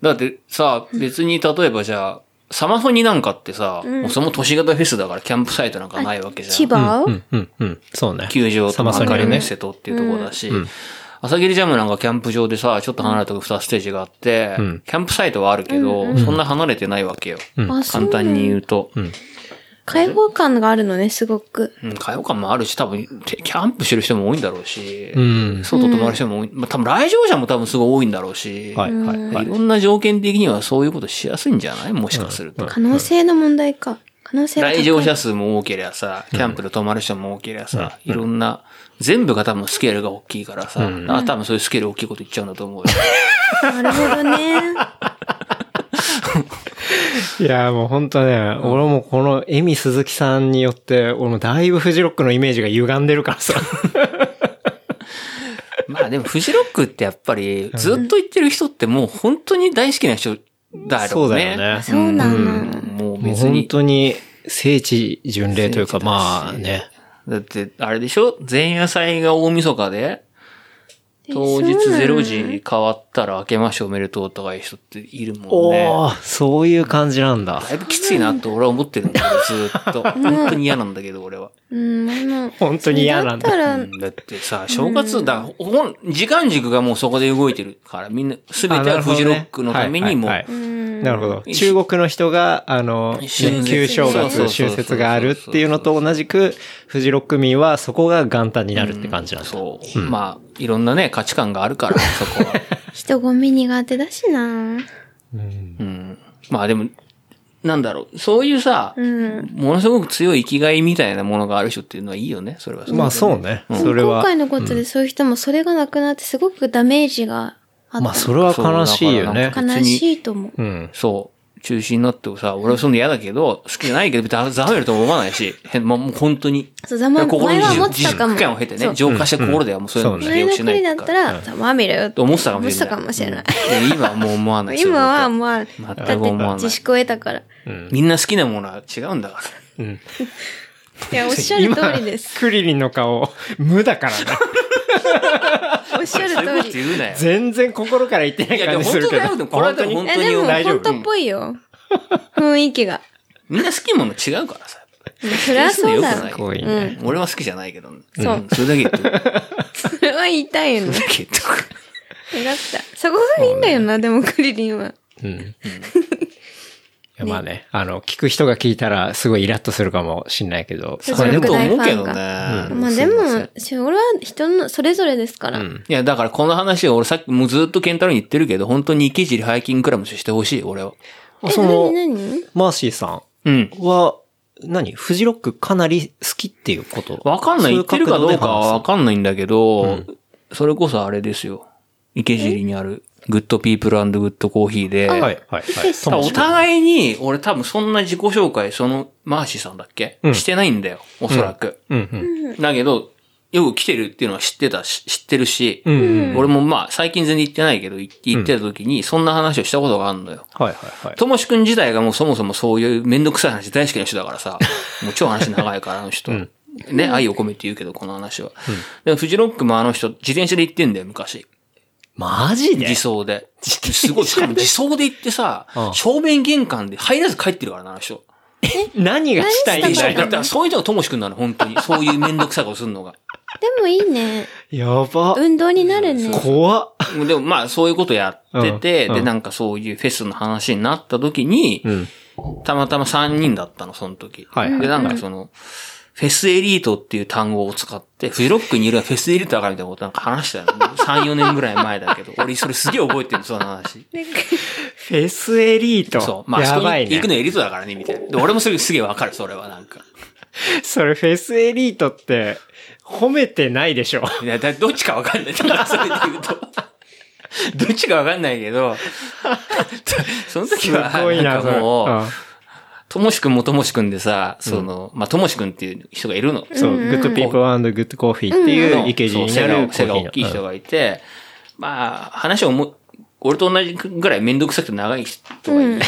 Speaker 2: だってさ、別に例えばじゃあ、サマソニなんかってさ、
Speaker 3: うん
Speaker 2: もうその都市型フェスだからキャンプサイトなんかないわけじゃん。
Speaker 3: 千葉、
Speaker 4: うん、うん、うん。そうね。
Speaker 2: 球場
Speaker 4: サ
Speaker 2: と
Speaker 4: マ
Speaker 2: マ
Speaker 4: ソニ
Speaker 2: カ
Speaker 4: の
Speaker 2: リメッ
Speaker 4: ね。
Speaker 2: セとっていうところだし、朝霧ジャムなんかキャンプ場でさ、ちょっと離れたとこ2ステージがあって、
Speaker 4: うん
Speaker 2: キャンプサイトはあるけど、そんな離れてないわけよ。
Speaker 4: うん
Speaker 3: あ、そう
Speaker 2: 簡単に言うと。
Speaker 3: 開放感があるのね、すごく。
Speaker 2: うん、開放感もあるし、多分、てキャンプしてる人も多いんだろうし、
Speaker 4: うん。
Speaker 2: 外泊まる人も多い、まあ多分来場者も多分すごい多いんだろうし、
Speaker 4: はい、はい、
Speaker 2: い
Speaker 4: はい
Speaker 2: ろんな条件的にはそういうことしやすいんじゃないもしかすると。
Speaker 3: 可能性の問題か。可能性が高い
Speaker 2: 来場者数も多ければさ、キャンプで泊まる人も多ければさ、いろんな、全部が多分スケールが大きいからさ、あ多分そういうスケール大きいこと言っちゃうんだと思う よ。
Speaker 3: なるほどね。
Speaker 4: いや、もう本当ね、俺もこのエミ鈴木さんによって、俺もだいぶフジロックのイメージが歪んでるか らさ。
Speaker 2: まあでもフジロックってやっぱりずっと行ってる人ってもう本当に大好きな人だ
Speaker 4: そ
Speaker 2: ろ
Speaker 4: う
Speaker 2: う
Speaker 4: だ
Speaker 2: ね。
Speaker 4: よね。
Speaker 3: そうなの。
Speaker 2: うんもう
Speaker 4: もう
Speaker 2: 別
Speaker 4: 本
Speaker 2: に。
Speaker 4: 当に聖地巡礼という
Speaker 2: 聖地
Speaker 4: か、
Speaker 2: だし
Speaker 4: まあね。
Speaker 2: だってあれでしょ前夜祭が大晦日で、当日0時変わったら明けましておめでとうとかいう人っているもんね。
Speaker 4: おー、そういう感じなんだ。
Speaker 2: だいぶきついなって俺は思ってるんだけど、ずーっと。本当に嫌なんだけど俺は。
Speaker 3: うん、俺も。
Speaker 4: 本当に嫌なんだ
Speaker 3: それった
Speaker 2: う
Speaker 3: ら
Speaker 2: んだってさ、正月だ、ほん時間軸がもうそこで動いてるから、みんな、すべてはフジロックのためにもう
Speaker 4: あなるほどねはいはいはい
Speaker 3: ん
Speaker 4: なるほど。中国の人が、あの、ね
Speaker 2: 春節
Speaker 4: 旧正
Speaker 2: そうそ
Speaker 4: 月、
Speaker 2: うそう
Speaker 4: 春節があるっていうのと同じく、フジロック民はそこが元旦になるって感じなんだ。
Speaker 2: そう。まあ、いろんなね、価値観がある から、そこは。
Speaker 3: 人混み苦手だしな
Speaker 2: うん。まあでも、なんだろう、そういうさ、
Speaker 3: うん。
Speaker 2: ものすごく強い生きがいみたいなものがある人っていうのはいいよね、それはれでね。
Speaker 4: まあそうね。それ
Speaker 3: 今
Speaker 4: は。
Speaker 3: 回のことでそういう人もそれがなくなってすごくダメージがあった。
Speaker 4: まあそれは悲しいよね
Speaker 2: そ。う
Speaker 3: 悲しいと思う。
Speaker 4: うん。
Speaker 2: そう。中止になってもさ、俺はそんな嫌だけど、好きじゃないけど、ざざめるとも思わないし、変まあ、もう本当に。
Speaker 3: そう、ざま、
Speaker 2: 心
Speaker 3: 前
Speaker 2: に
Speaker 3: は
Speaker 2: 自
Speaker 3: 思
Speaker 2: 粛
Speaker 3: って
Speaker 2: 自
Speaker 3: たかも。
Speaker 2: 粛感を経て
Speaker 3: そ
Speaker 2: ね、
Speaker 3: う
Speaker 2: 浄化した心ではもうそういうのを否
Speaker 4: そう
Speaker 3: 前
Speaker 2: 定
Speaker 3: の
Speaker 2: しない
Speaker 3: 国
Speaker 2: と
Speaker 3: だ
Speaker 2: いう
Speaker 3: っ
Speaker 2: か
Speaker 3: たら、ざまみろよ
Speaker 2: と思ってたかもしれ
Speaker 3: 思ってたかもしれない。
Speaker 2: ない。で今はもう思わないですよ。
Speaker 3: 今は
Speaker 2: 僕
Speaker 3: もう、だっ
Speaker 2: 全く
Speaker 3: て
Speaker 2: 思わない
Speaker 3: 自粛を得たから。
Speaker 2: みんな好きなものは違うん だか
Speaker 4: うん。
Speaker 3: いや、おっしゃる通りです。
Speaker 4: クリリンの顔、無だからね。
Speaker 3: おっしゃ
Speaker 2: ら。そういう
Speaker 3: る
Speaker 2: こと
Speaker 3: 通り。
Speaker 2: 言うなよ。
Speaker 4: 全然心から言ってない
Speaker 2: いや、で
Speaker 4: 感
Speaker 2: も
Speaker 4: じ
Speaker 2: 本
Speaker 4: する
Speaker 2: 当
Speaker 4: け
Speaker 2: だ
Speaker 4: ど
Speaker 2: よ。。でもこれはでも本
Speaker 4: 本
Speaker 3: いや、
Speaker 2: 当に
Speaker 3: でも
Speaker 2: 大丈
Speaker 3: 本
Speaker 2: 夫。
Speaker 3: 当っぽいよ。雰囲気が。
Speaker 2: みんな好きなもの違うからさ。
Speaker 3: そりゃそうだ
Speaker 2: 好きな
Speaker 3: よ。
Speaker 2: 人
Speaker 4: こ
Speaker 2: よ
Speaker 4: いい
Speaker 2: く
Speaker 4: ね。
Speaker 2: ない俺は好きじゃないけど。
Speaker 3: そうん
Speaker 2: それだけ言っとく。
Speaker 3: それは言いたい
Speaker 2: そ
Speaker 3: よ
Speaker 2: れだ
Speaker 3: ね。
Speaker 2: け言っとく。
Speaker 3: よかった。そこがいいんだよな、でもクリリンは。
Speaker 4: うん。いやまあね、あの、聞く人が聞いたらすごいイラッとするかもしんないけど、
Speaker 3: そう
Speaker 2: そ
Speaker 3: れ
Speaker 2: れ
Speaker 3: で
Speaker 2: と
Speaker 3: も
Speaker 2: 思うけどね。
Speaker 4: う
Speaker 3: まあでも、し俺は人のそれぞれですから。
Speaker 4: ん
Speaker 2: いや、だからこの話を俺さっきもうずっとケンタロウに言ってるけど、本当に池尻ハイキングクラブしてほしい、俺は。
Speaker 3: え、
Speaker 4: そ
Speaker 3: 何
Speaker 4: の、
Speaker 3: 何
Speaker 4: マーシーさ
Speaker 2: うん。
Speaker 4: んは、何フジロックかなり好きっていうこと
Speaker 2: わかんない。
Speaker 4: そ
Speaker 2: 言
Speaker 4: う
Speaker 2: ってるかどうかはわ
Speaker 4: ん
Speaker 2: かんないんだけど、それこそあれですよ。池尻にある、グッドピープルグッドコーヒーで、
Speaker 4: ない。はい、はい、はい。
Speaker 2: 多分お互いに、俺多分そんな自己紹介、その、マーシーさんだっけ、
Speaker 4: うん
Speaker 2: してないんだよ、おそらく。
Speaker 4: うん、うん。
Speaker 2: だけど、よく来てるっていうのは知ってたし、知ってるし、
Speaker 4: うん、うん。
Speaker 2: 俺もまあ、最近全然行ってないけど、い行ってた時に、そんな話をしたことがあるのよ。
Speaker 4: はい、はい、はい。
Speaker 2: ともしくん自体がもうそもそもそういうめんどくさい話大好きな人だからさ、もう超話長いから、あの人。ね、愛を込めて言うけど、この話は。でも、フジロックもあの人、自転車で行ってんだよ、昔。
Speaker 4: マジで
Speaker 2: 自走で。すごい、しかも自走で行ってさ
Speaker 4: う、ん
Speaker 2: 正面玄関で入らず帰ってるからな、あの人。
Speaker 4: 何がしたい
Speaker 2: だ
Speaker 4: ん
Speaker 2: か
Speaker 4: だ
Speaker 2: ら、
Speaker 4: よ。
Speaker 2: そういう人がともしくんなの、本当に。そういうめんどくさいことするのが。
Speaker 3: でもいいね。
Speaker 4: やば。
Speaker 3: 運動になるね。
Speaker 4: 怖っ。
Speaker 2: でも、まあ、そういうことやってて、
Speaker 4: うん
Speaker 2: で、
Speaker 4: うん
Speaker 2: なんかそういうフェスの話になった時に、
Speaker 4: うん。
Speaker 2: たまたま3人だったの、その時。
Speaker 4: はいはい
Speaker 2: で、なんかその、フェスエリートっていう単語を使って、フジロックにいるのはフェスエリートだからみたいなことなんか話したよ。3、4年ぐらい前だけ ど。俺、それすげえ覚えてるその話。
Speaker 4: フェスエリート。
Speaker 2: そう。まあ、あそ
Speaker 4: や
Speaker 2: こ
Speaker 4: ば
Speaker 2: に
Speaker 4: いね
Speaker 2: 行く。のエリートだからね、みたいな。で、俺もそれすげえわかる、それはなんか。
Speaker 4: それフェスエリートって、褒めてないでしょ。
Speaker 2: いや、だどっちかわかんない。だからそれで言うと。どっちかわかんないけ ど、その時
Speaker 4: す
Speaker 2: は、
Speaker 4: ごい
Speaker 2: な
Speaker 4: な、
Speaker 2: ん
Speaker 4: そ
Speaker 2: か
Speaker 4: れ。
Speaker 2: もう、
Speaker 4: うん
Speaker 2: ともしくんもともしくんでさ、その、まあ、ともしくんっていう人がいるの。
Speaker 4: そう、グッドピープルグッドコーヒーっていう池尻
Speaker 2: そう
Speaker 4: にあ
Speaker 2: 背が背が
Speaker 4: るコーヒーの
Speaker 2: 大きい人がいて、まあ、話をもう、俺と同じぐらいめんどくさくて長い人がいるんだ よ。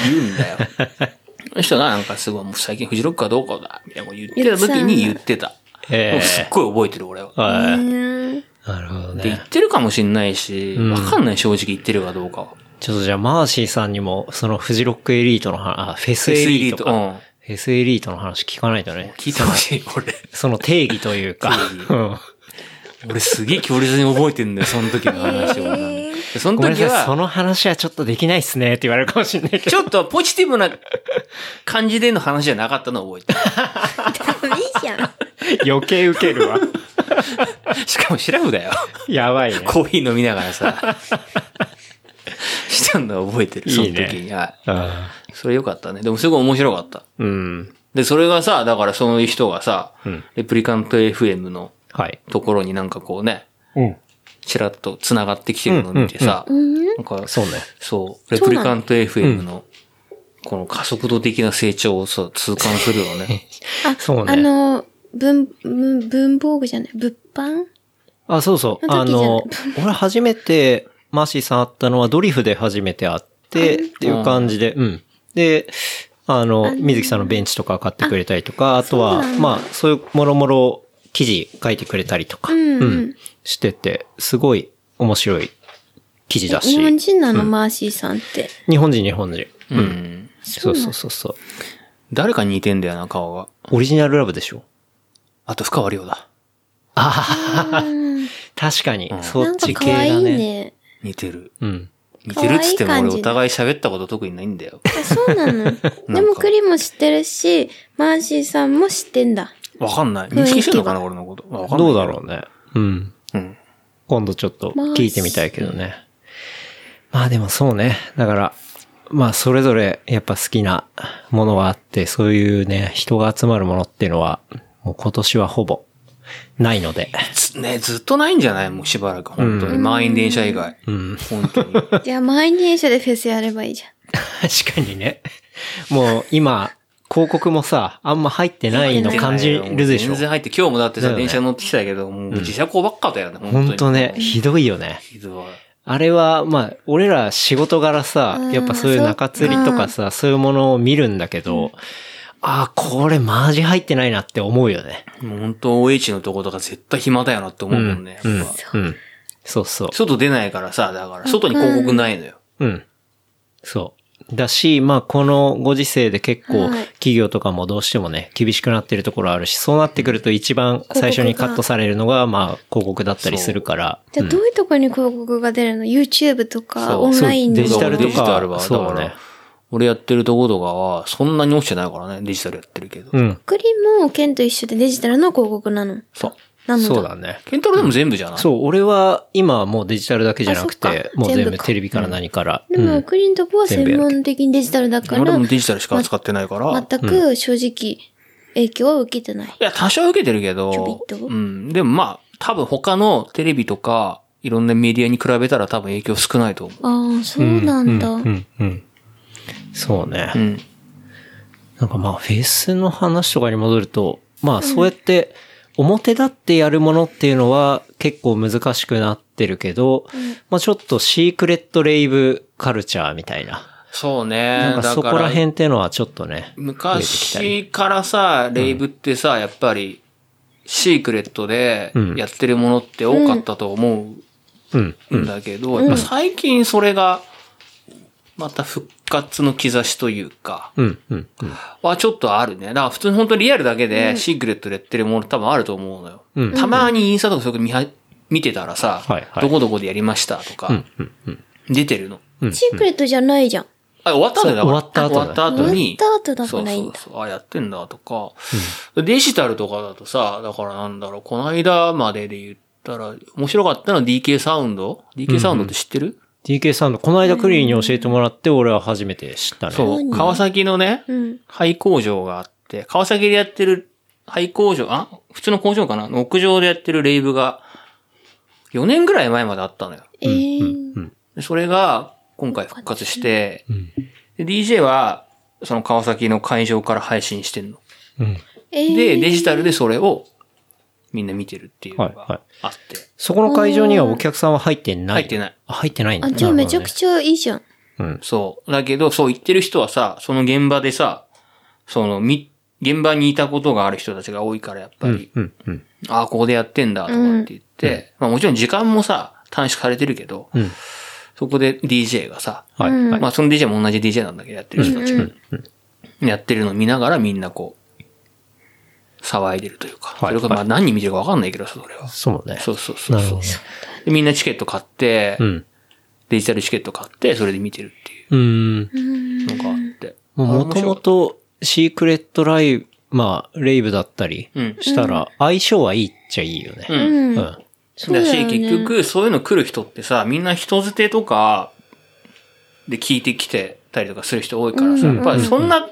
Speaker 2: その人がなんかすごい、もう最近フジロックかどうかだ、みたいなこと言ってた時に言ってた。
Speaker 4: ええ
Speaker 2: もうすっごい覚えてる、俺は。
Speaker 4: はい
Speaker 3: うん
Speaker 4: なるほど
Speaker 2: で、言
Speaker 4: ね。
Speaker 2: ってるかもしんないし、
Speaker 4: ん
Speaker 2: わかんない、正直言ってるかどうかは。
Speaker 4: ちょっとじゃあ、マーシーさんにも、そのフジロックエリートの話、あフェスエリー
Speaker 2: フェ
Speaker 4: ト
Speaker 2: スエリートう
Speaker 4: か
Speaker 2: ん。
Speaker 4: フェスエリートの話聞かないとね。
Speaker 2: 聞いてほしい、俺。
Speaker 4: その定義というか。うん
Speaker 2: 俺すげえ強烈に覚えてんだよ、その時の話を。でその
Speaker 4: ごめんな
Speaker 2: 時
Speaker 4: さい、
Speaker 2: は
Speaker 4: そ、の話はちょっとできないっすねって言われるかもしれないけど。
Speaker 2: ちょっとポジティブな感じでの話じゃなかったのを覚えて る。
Speaker 3: いいじゃん。
Speaker 4: 余計ウケ るわ。
Speaker 2: しかもシラフだよ。
Speaker 4: やばいね。
Speaker 2: コーヒー飲みながらさ。したんだ覚えてる、その時
Speaker 4: いい
Speaker 2: に。はい
Speaker 4: あ
Speaker 2: それよかったね。でもすごい面白かった。
Speaker 4: ーうん。
Speaker 2: で、それがさ、だからその人がさ、
Speaker 4: うん
Speaker 2: レプリカント FM の
Speaker 4: はい。
Speaker 2: ところになんかこうね、
Speaker 4: うん。
Speaker 2: ちらっと繋がってきてるのを見てさ、なんか、
Speaker 4: そうね。
Speaker 2: そう、レプリカント FM の、この加速度的な成長をそう痛感するよね。
Speaker 3: あ、
Speaker 4: そうね
Speaker 3: あの、文、文文房具じゃない物販
Speaker 4: あ、そうそう。あ
Speaker 3: あの時じゃない
Speaker 4: の、 俺初めて、マーシーさん会ったのはドリフで初めて会って、っていう感じで、うん。で、あの、水木さんのベンチとか買ってくれたりとか、あとは、まあ、そういうもろもろ記事書いてくれたりとか、
Speaker 3: うんうん
Speaker 4: してて、すごい面白い記事だし。
Speaker 3: 日本人なの、マーシーさんって。
Speaker 4: 日本人、日本人。
Speaker 2: う。ん。
Speaker 4: そうそうそうそう。
Speaker 2: 誰かに似てんだよな、顔が。
Speaker 4: オリジナルラブでしょ
Speaker 2: あと、深川亮だ。
Speaker 4: 確かに、そ
Speaker 3: な
Speaker 4: っ
Speaker 3: んか
Speaker 4: ち系
Speaker 3: 可愛
Speaker 4: だ
Speaker 3: い
Speaker 4: ね。
Speaker 3: ね。
Speaker 2: 似てる。
Speaker 4: うん。
Speaker 2: 似てるっつっても
Speaker 3: 可愛い感
Speaker 2: 俺
Speaker 3: じ
Speaker 2: お互い喋ったこと特にないんだ よ。
Speaker 3: あそうな の。でもクリも知ってるし、マーシーさんも知ってんだ。
Speaker 2: わかんない。
Speaker 3: 雰
Speaker 2: 認
Speaker 3: 囲気が
Speaker 2: 識してんのかな、俺のこと。わかんない。
Speaker 4: どうだろうね。うん。
Speaker 2: うん。
Speaker 4: 今度ちょっと聞いてみたいけどね。まあでもそうね。だから、まあそれぞれやっぱ好きなものはあって、そういうね、人が集まるものっていうのは、もう今年はほぼないの で。
Speaker 2: つね、ずっとないんじゃないもうしばらく、本当に。満員電車以外。
Speaker 4: うん。
Speaker 2: 本当に。
Speaker 3: じゃあ、毎日電車でフェスやればいいじゃん。
Speaker 4: 確かにね。もう今、広告もさ、あんま入ってないの感じるでしょ
Speaker 2: 全。然入って、今日もだって
Speaker 4: だ
Speaker 2: さ、
Speaker 4: よね
Speaker 2: 電車乗ってきたけど、もう自社工ばっかだよね、本当に。
Speaker 4: ほんとね、ひどいよね。
Speaker 2: ひどい。
Speaker 4: あれは、まあ、俺ら仕事柄さ
Speaker 3: う、ん
Speaker 4: やっぱそういう中吊りとかさ、そういうものを見るんだけど、ああ、これマジ入ってないなって思うよね。
Speaker 2: もう本当 OH のとことか絶対暇だよなって思うもんね、
Speaker 4: うん
Speaker 2: やっぱ。
Speaker 4: うん。そうそう。
Speaker 2: 外出ないからさ、だから、外に広告ないのよ。
Speaker 4: うん。そう。だし、まあこのご時世で結構
Speaker 3: はい
Speaker 4: 企業とかもどうしてもね、厳しくなってるところあるし、そうなってくると一番最初にカットされるのが、まあ広告だったりするから。
Speaker 3: じゃあどういうところに広告が出るの ?YouTube とか、オンライン
Speaker 4: そう
Speaker 3: で
Speaker 4: デジタルとか
Speaker 2: デジタルは、だ
Speaker 4: そう
Speaker 2: か
Speaker 4: ね
Speaker 2: ら、俺やってるとことかは、そんなに落ちてないからね、デジタルやってるけど。
Speaker 4: うん。
Speaker 3: クリも剣と一緒でデジタルの広告なの。
Speaker 2: そう。
Speaker 3: なの
Speaker 4: そうだね。
Speaker 2: ケンタロウでも全部じゃない
Speaker 4: そう、俺は今はもうデジタルだけじゃな
Speaker 3: あ
Speaker 4: く
Speaker 3: そっか
Speaker 4: て、もう全
Speaker 3: 全
Speaker 4: 部
Speaker 3: 部か
Speaker 4: テレビから何から。
Speaker 3: で
Speaker 4: う
Speaker 3: も、
Speaker 4: ん
Speaker 3: クリのとこは専門的にデジタルだか
Speaker 2: 俺
Speaker 3: ら、
Speaker 2: も
Speaker 3: 全
Speaker 2: デジタルしか扱ってないから。
Speaker 3: く正直影響は受けてない。
Speaker 2: いや、多少受けてるけ
Speaker 3: ちょ
Speaker 2: ど
Speaker 3: びっ、と
Speaker 2: うん。でもまあ、多分他のテレビとか、いろんなメディアに比べたら多分影響少ないと思
Speaker 3: ああ、そうなんだ。
Speaker 4: うん、うん。そうね。
Speaker 2: う。うん。
Speaker 4: なんかまあ、フェスの話とかに戻ると、まあ、そうやって、表立ってやるものっていうのは結構難しくなってるけど、まあちょっとシークレットレイブカルチャーみたいな。
Speaker 2: そうね。
Speaker 4: なんかそこ
Speaker 2: だ
Speaker 4: ら
Speaker 2: ら
Speaker 4: 辺っていうのはちょっとね。増えてきたり
Speaker 2: 昔からさ、レイブってさ、やっぱり、シークレットで
Speaker 4: うん
Speaker 2: やってるものって多かったと思
Speaker 4: うん。
Speaker 2: うんだけど、やっぱ最近それが、また復活の兆しというか、
Speaker 4: うん。うん。
Speaker 2: はちょっとあるね。だから普通に本当にリアルだけで、シークレットでやってるもの多分あると思うのよ。
Speaker 4: うん
Speaker 2: たまにインスタとかそういうの見は見てたらさ、
Speaker 4: はいはい
Speaker 2: どこどこでやりましたと
Speaker 4: う
Speaker 2: か
Speaker 4: ん、。うん。うん。
Speaker 2: 出てるの。
Speaker 3: シークレットじゃないじゃん。
Speaker 2: あ、終わったんだよ。
Speaker 4: そう終わった後だ
Speaker 2: 終わった後に。
Speaker 3: 終わった後だとないんだ
Speaker 2: そうそうそう。あ、やってんだとか。デジタルとかだとさ、だからなんだろう、この間までで言ったら、面白かったのは DK サウンド ?DK サウンドって知ってる、
Speaker 4: DK さんの、この間クリーンに教えてもらって、俺は初めて知ったね。
Speaker 2: そう。川崎のね、
Speaker 3: うん。
Speaker 2: 廃工場があって、川崎でやってる廃工場、あ普通の工場かな屋上でやってるレイブが、4年ぐらい前まであったのよ。
Speaker 3: ええ
Speaker 4: うん。
Speaker 2: でそれが、今回復活して、で DJ は、その川崎の会場から配信してんの。
Speaker 4: うん。
Speaker 3: ええ
Speaker 2: で、デジタルでそれを、みんな見てるっていうの
Speaker 4: はいはい
Speaker 2: があって。
Speaker 4: そこの会場にはお客さんは入ってな
Speaker 2: 入
Speaker 4: い。
Speaker 2: ってない。
Speaker 4: あ、入ってないんだ。
Speaker 3: あ、じゃあめちゃくちゃいいじゃん。
Speaker 4: ゃ。うん。
Speaker 2: そう。だけど、そう言ってる人はさ、その現場でさ、その、み、現場にいたことがある人たちが多いから、やっぱ
Speaker 4: う
Speaker 2: り、
Speaker 4: ん。うん。うん。
Speaker 2: ああ、ここでやってんだ、とかって言って、まあもちろん時間もさ、短縮されてるけど、
Speaker 4: うん
Speaker 2: そこで DJ がさ、
Speaker 4: はい。
Speaker 3: うん
Speaker 4: はい。
Speaker 2: まあその DJ も同じ DJ なんだけど、やってる人たちが、やってるのを見ながらみんなこう、騒いでるというか、
Speaker 4: はい
Speaker 2: それがまあ何人見てるかわかんないけどさ、それは。
Speaker 4: そうね。
Speaker 2: そうそうそう
Speaker 4: なる
Speaker 2: そ
Speaker 4: ほ
Speaker 2: う
Speaker 4: ど
Speaker 2: で。みんなチケット買って、
Speaker 4: うん。
Speaker 2: デジタルチケット買って、それで見てるっていう
Speaker 4: うん。
Speaker 3: うん。
Speaker 2: のがあって。
Speaker 4: もともと、シークレットライブ、まあ、レイブだったり
Speaker 2: うん
Speaker 4: したら、相性はいいっちゃいいよね。
Speaker 2: うん
Speaker 3: う。
Speaker 4: うんん。
Speaker 3: そうだ
Speaker 2: だ
Speaker 3: よ
Speaker 2: し、
Speaker 3: ね
Speaker 2: 結局、そういうの来る人ってさ、みんな人づてとか、で聞いてきてたりとかする人多いからさ、
Speaker 4: うん
Speaker 2: やっぱりそんな、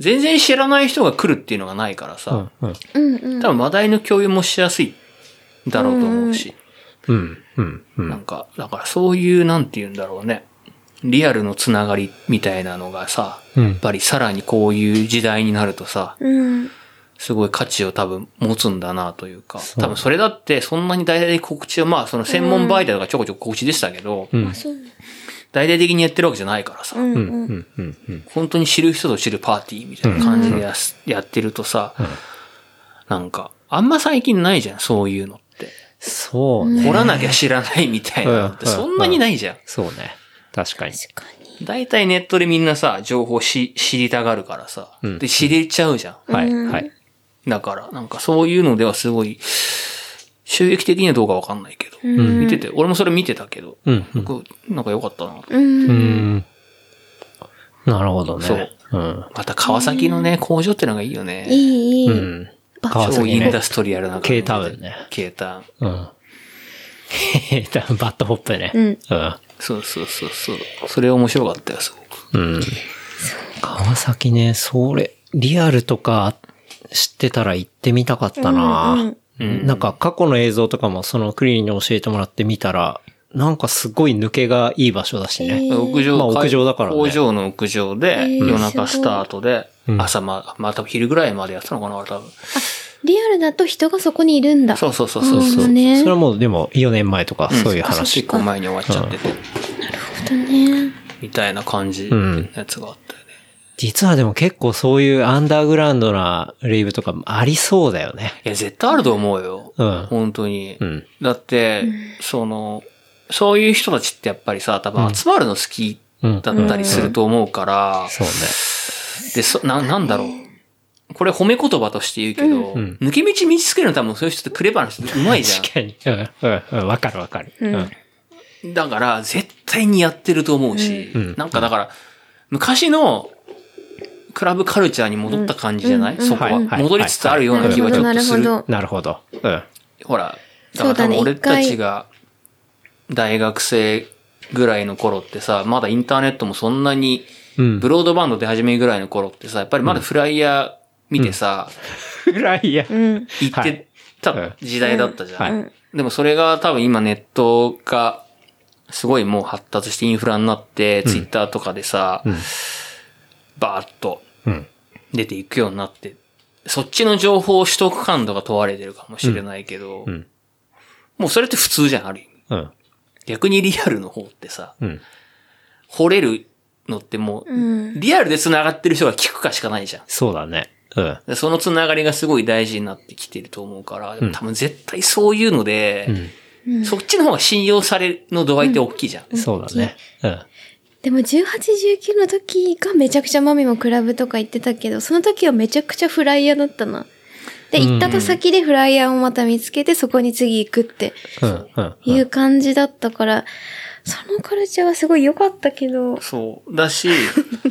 Speaker 2: 全然知らない人が来るっていうのがないから
Speaker 4: う
Speaker 2: さ
Speaker 4: ん、。う
Speaker 3: う
Speaker 4: ん。
Speaker 3: んうん。
Speaker 2: 多分話題の共有もしやすいだろうと思うし、
Speaker 4: うん。うん。う
Speaker 2: なん
Speaker 4: ん。
Speaker 2: か、だからそういう、なんて言うんだろうね、リアルのつながりみたいなのがさ、
Speaker 4: うん
Speaker 2: やっぱりさらにこういう時代になるとさ、
Speaker 3: うん。
Speaker 2: すごい価値を多分持つんだなというか、多分それだってそんなに大々的に告知を、まあその専門媒体とかちょこちょこ告知でしたけど、
Speaker 4: うん。
Speaker 3: そうね
Speaker 2: 大々的にやってるわけじゃないからさ、
Speaker 3: うん
Speaker 4: う。
Speaker 3: うん。
Speaker 4: うんん。うん。うん。
Speaker 2: 本当に知る人ぞ知るパーティーみたいな感じでやすやってるとさ、なんか、あんま最近ないじゃん、そういうのって。
Speaker 4: そうね。
Speaker 2: 掘らなきゃ知らないみたいなのって
Speaker 4: うん
Speaker 2: そんなにないじゃん。
Speaker 4: そうね。確かに。
Speaker 3: 確かに。
Speaker 2: 大体ネットでみんなさ、情報し知りたがるからさ、
Speaker 4: ん
Speaker 2: で知れちゃうじゃん。
Speaker 4: はい。はい。
Speaker 2: だから、なんかそういうのではすごい、収益的にはどうかわかんないけど、
Speaker 3: ん
Speaker 2: 見てて、俺もそれ見てたけど、
Speaker 4: うん。うん
Speaker 2: 僕なんか良かったなと。
Speaker 3: うん。
Speaker 4: うん。なるほどね。
Speaker 2: そう。
Speaker 4: うん。
Speaker 2: また川崎のね、工場ってのがいいよね。
Speaker 3: いい、いい。
Speaker 4: うん。川
Speaker 2: 超イ
Speaker 4: 崎
Speaker 2: ン
Speaker 4: ね
Speaker 2: ダ。ストリアルな感じで。
Speaker 4: K タウンね。
Speaker 2: K タウン。
Speaker 4: うん。へへバットホップね。
Speaker 3: うん。
Speaker 4: うん。
Speaker 2: そうそうそうそう。それ面白かったよ、すごく。
Speaker 4: うん。川崎ね、それ、リアルとか知ってたら行ってみたかったな、
Speaker 2: うんうん
Speaker 4: なんか過去の映像とかもそのクリーンに教えてもらってみたら、なんかすごい抜けがいい場所だしね。
Speaker 3: えー
Speaker 2: 屋上、
Speaker 4: まあ屋上だからね
Speaker 2: 工場の屋上で、
Speaker 3: ー
Speaker 2: 夜中スタートで、
Speaker 4: うん
Speaker 2: 朝ま、まあ多分昼ぐらいまでやってたのかな、多分。
Speaker 3: リアルだと人がそこにいるんだ。
Speaker 2: そうそうそうそう
Speaker 3: なるほ
Speaker 2: そ
Speaker 3: ど
Speaker 2: う。
Speaker 3: ね。
Speaker 4: それ
Speaker 3: な
Speaker 4: は
Speaker 3: る
Speaker 4: もうでも4年前とかそういう話。
Speaker 2: 結構前に終わっちゃってて、
Speaker 3: ほどね。
Speaker 2: みたいな感じ
Speaker 4: ん
Speaker 2: のやつがあったよね。
Speaker 4: 実はでも結構そういうアンダーグラウンドなレイブとかもありそうだよね。
Speaker 2: いや、絶対あると思うよ。
Speaker 4: うん
Speaker 2: 本当に。
Speaker 4: うん
Speaker 2: だって、その、そういう人たちってやっぱりさ、多分集まるの好き
Speaker 4: うん。
Speaker 2: だったりすると思うから、
Speaker 4: そうね。
Speaker 2: で、そ、な、なんだろう。これ褒め言葉として言うけど、
Speaker 4: うん
Speaker 2: 抜け道見つけるの多分そういう人ってクレバーな人ってうまいじ
Speaker 4: 確かに。うん、うん、うん。わかるわかる。
Speaker 3: うん
Speaker 4: うん。
Speaker 2: ゃん。だから、絶対にやってると思うし、
Speaker 4: うん
Speaker 2: なんかだから、昔の、クラブカルチャーに戻った感じじゃない、
Speaker 3: うんうん
Speaker 2: そこは、
Speaker 4: はいはい
Speaker 2: 戻りつつあるような気はちょっとする。
Speaker 3: なるほどなるほど
Speaker 4: なるほど。うん。
Speaker 2: ほら、だ
Speaker 3: そ
Speaker 2: か
Speaker 3: う
Speaker 2: ら多
Speaker 3: だね
Speaker 2: 分俺たちが大学生ぐらいの頃ってさ、まだインターネットもそんなに、
Speaker 4: うん
Speaker 2: ブロードバンド出始めぐらいの頃ってさ、やっぱりまだフライヤー見てさ、
Speaker 4: フライヤー。
Speaker 3: うん。
Speaker 2: 行っ
Speaker 4: は
Speaker 2: て
Speaker 4: い
Speaker 2: た時代だったじゃん。
Speaker 4: は
Speaker 2: でもそれが多分今ネットがすごいもう発達してインフラになって、ツイッターとかでさ、
Speaker 4: うん
Speaker 2: バーッと
Speaker 4: うん。
Speaker 2: 出ていくようになって、そっちの情報取得感度が問われてるかもしれないけど、
Speaker 4: うん。
Speaker 2: もうそれって普通じゃん、ある意味。
Speaker 4: うん。
Speaker 2: 逆にリアルの方ってさ、
Speaker 4: うん。
Speaker 2: 掘れるのっても
Speaker 3: う
Speaker 2: う、
Speaker 3: ん。
Speaker 2: リアルで繋がってる人が聞くかしかないじゃん
Speaker 4: そうだね。うん。
Speaker 2: で。その繋がりがすごい大事になってきてると思うから、でも
Speaker 4: うん
Speaker 2: 多分絶対そういうので、
Speaker 3: うん
Speaker 2: そっちの方が信用されるの度合いって大きいじゃん。
Speaker 4: そうだね。うん。
Speaker 3: でも18、19の時がめちゃくちゃマミもクラブとか行ってたけど、その時はめちゃくちゃフライヤーだったな。で、行ったと先でフライヤーをまた見つけて、そこに次行くって
Speaker 4: うん。うん。
Speaker 3: い。う感じだったから、そのカルチャーはすごい良かったけど、
Speaker 2: そう。だし、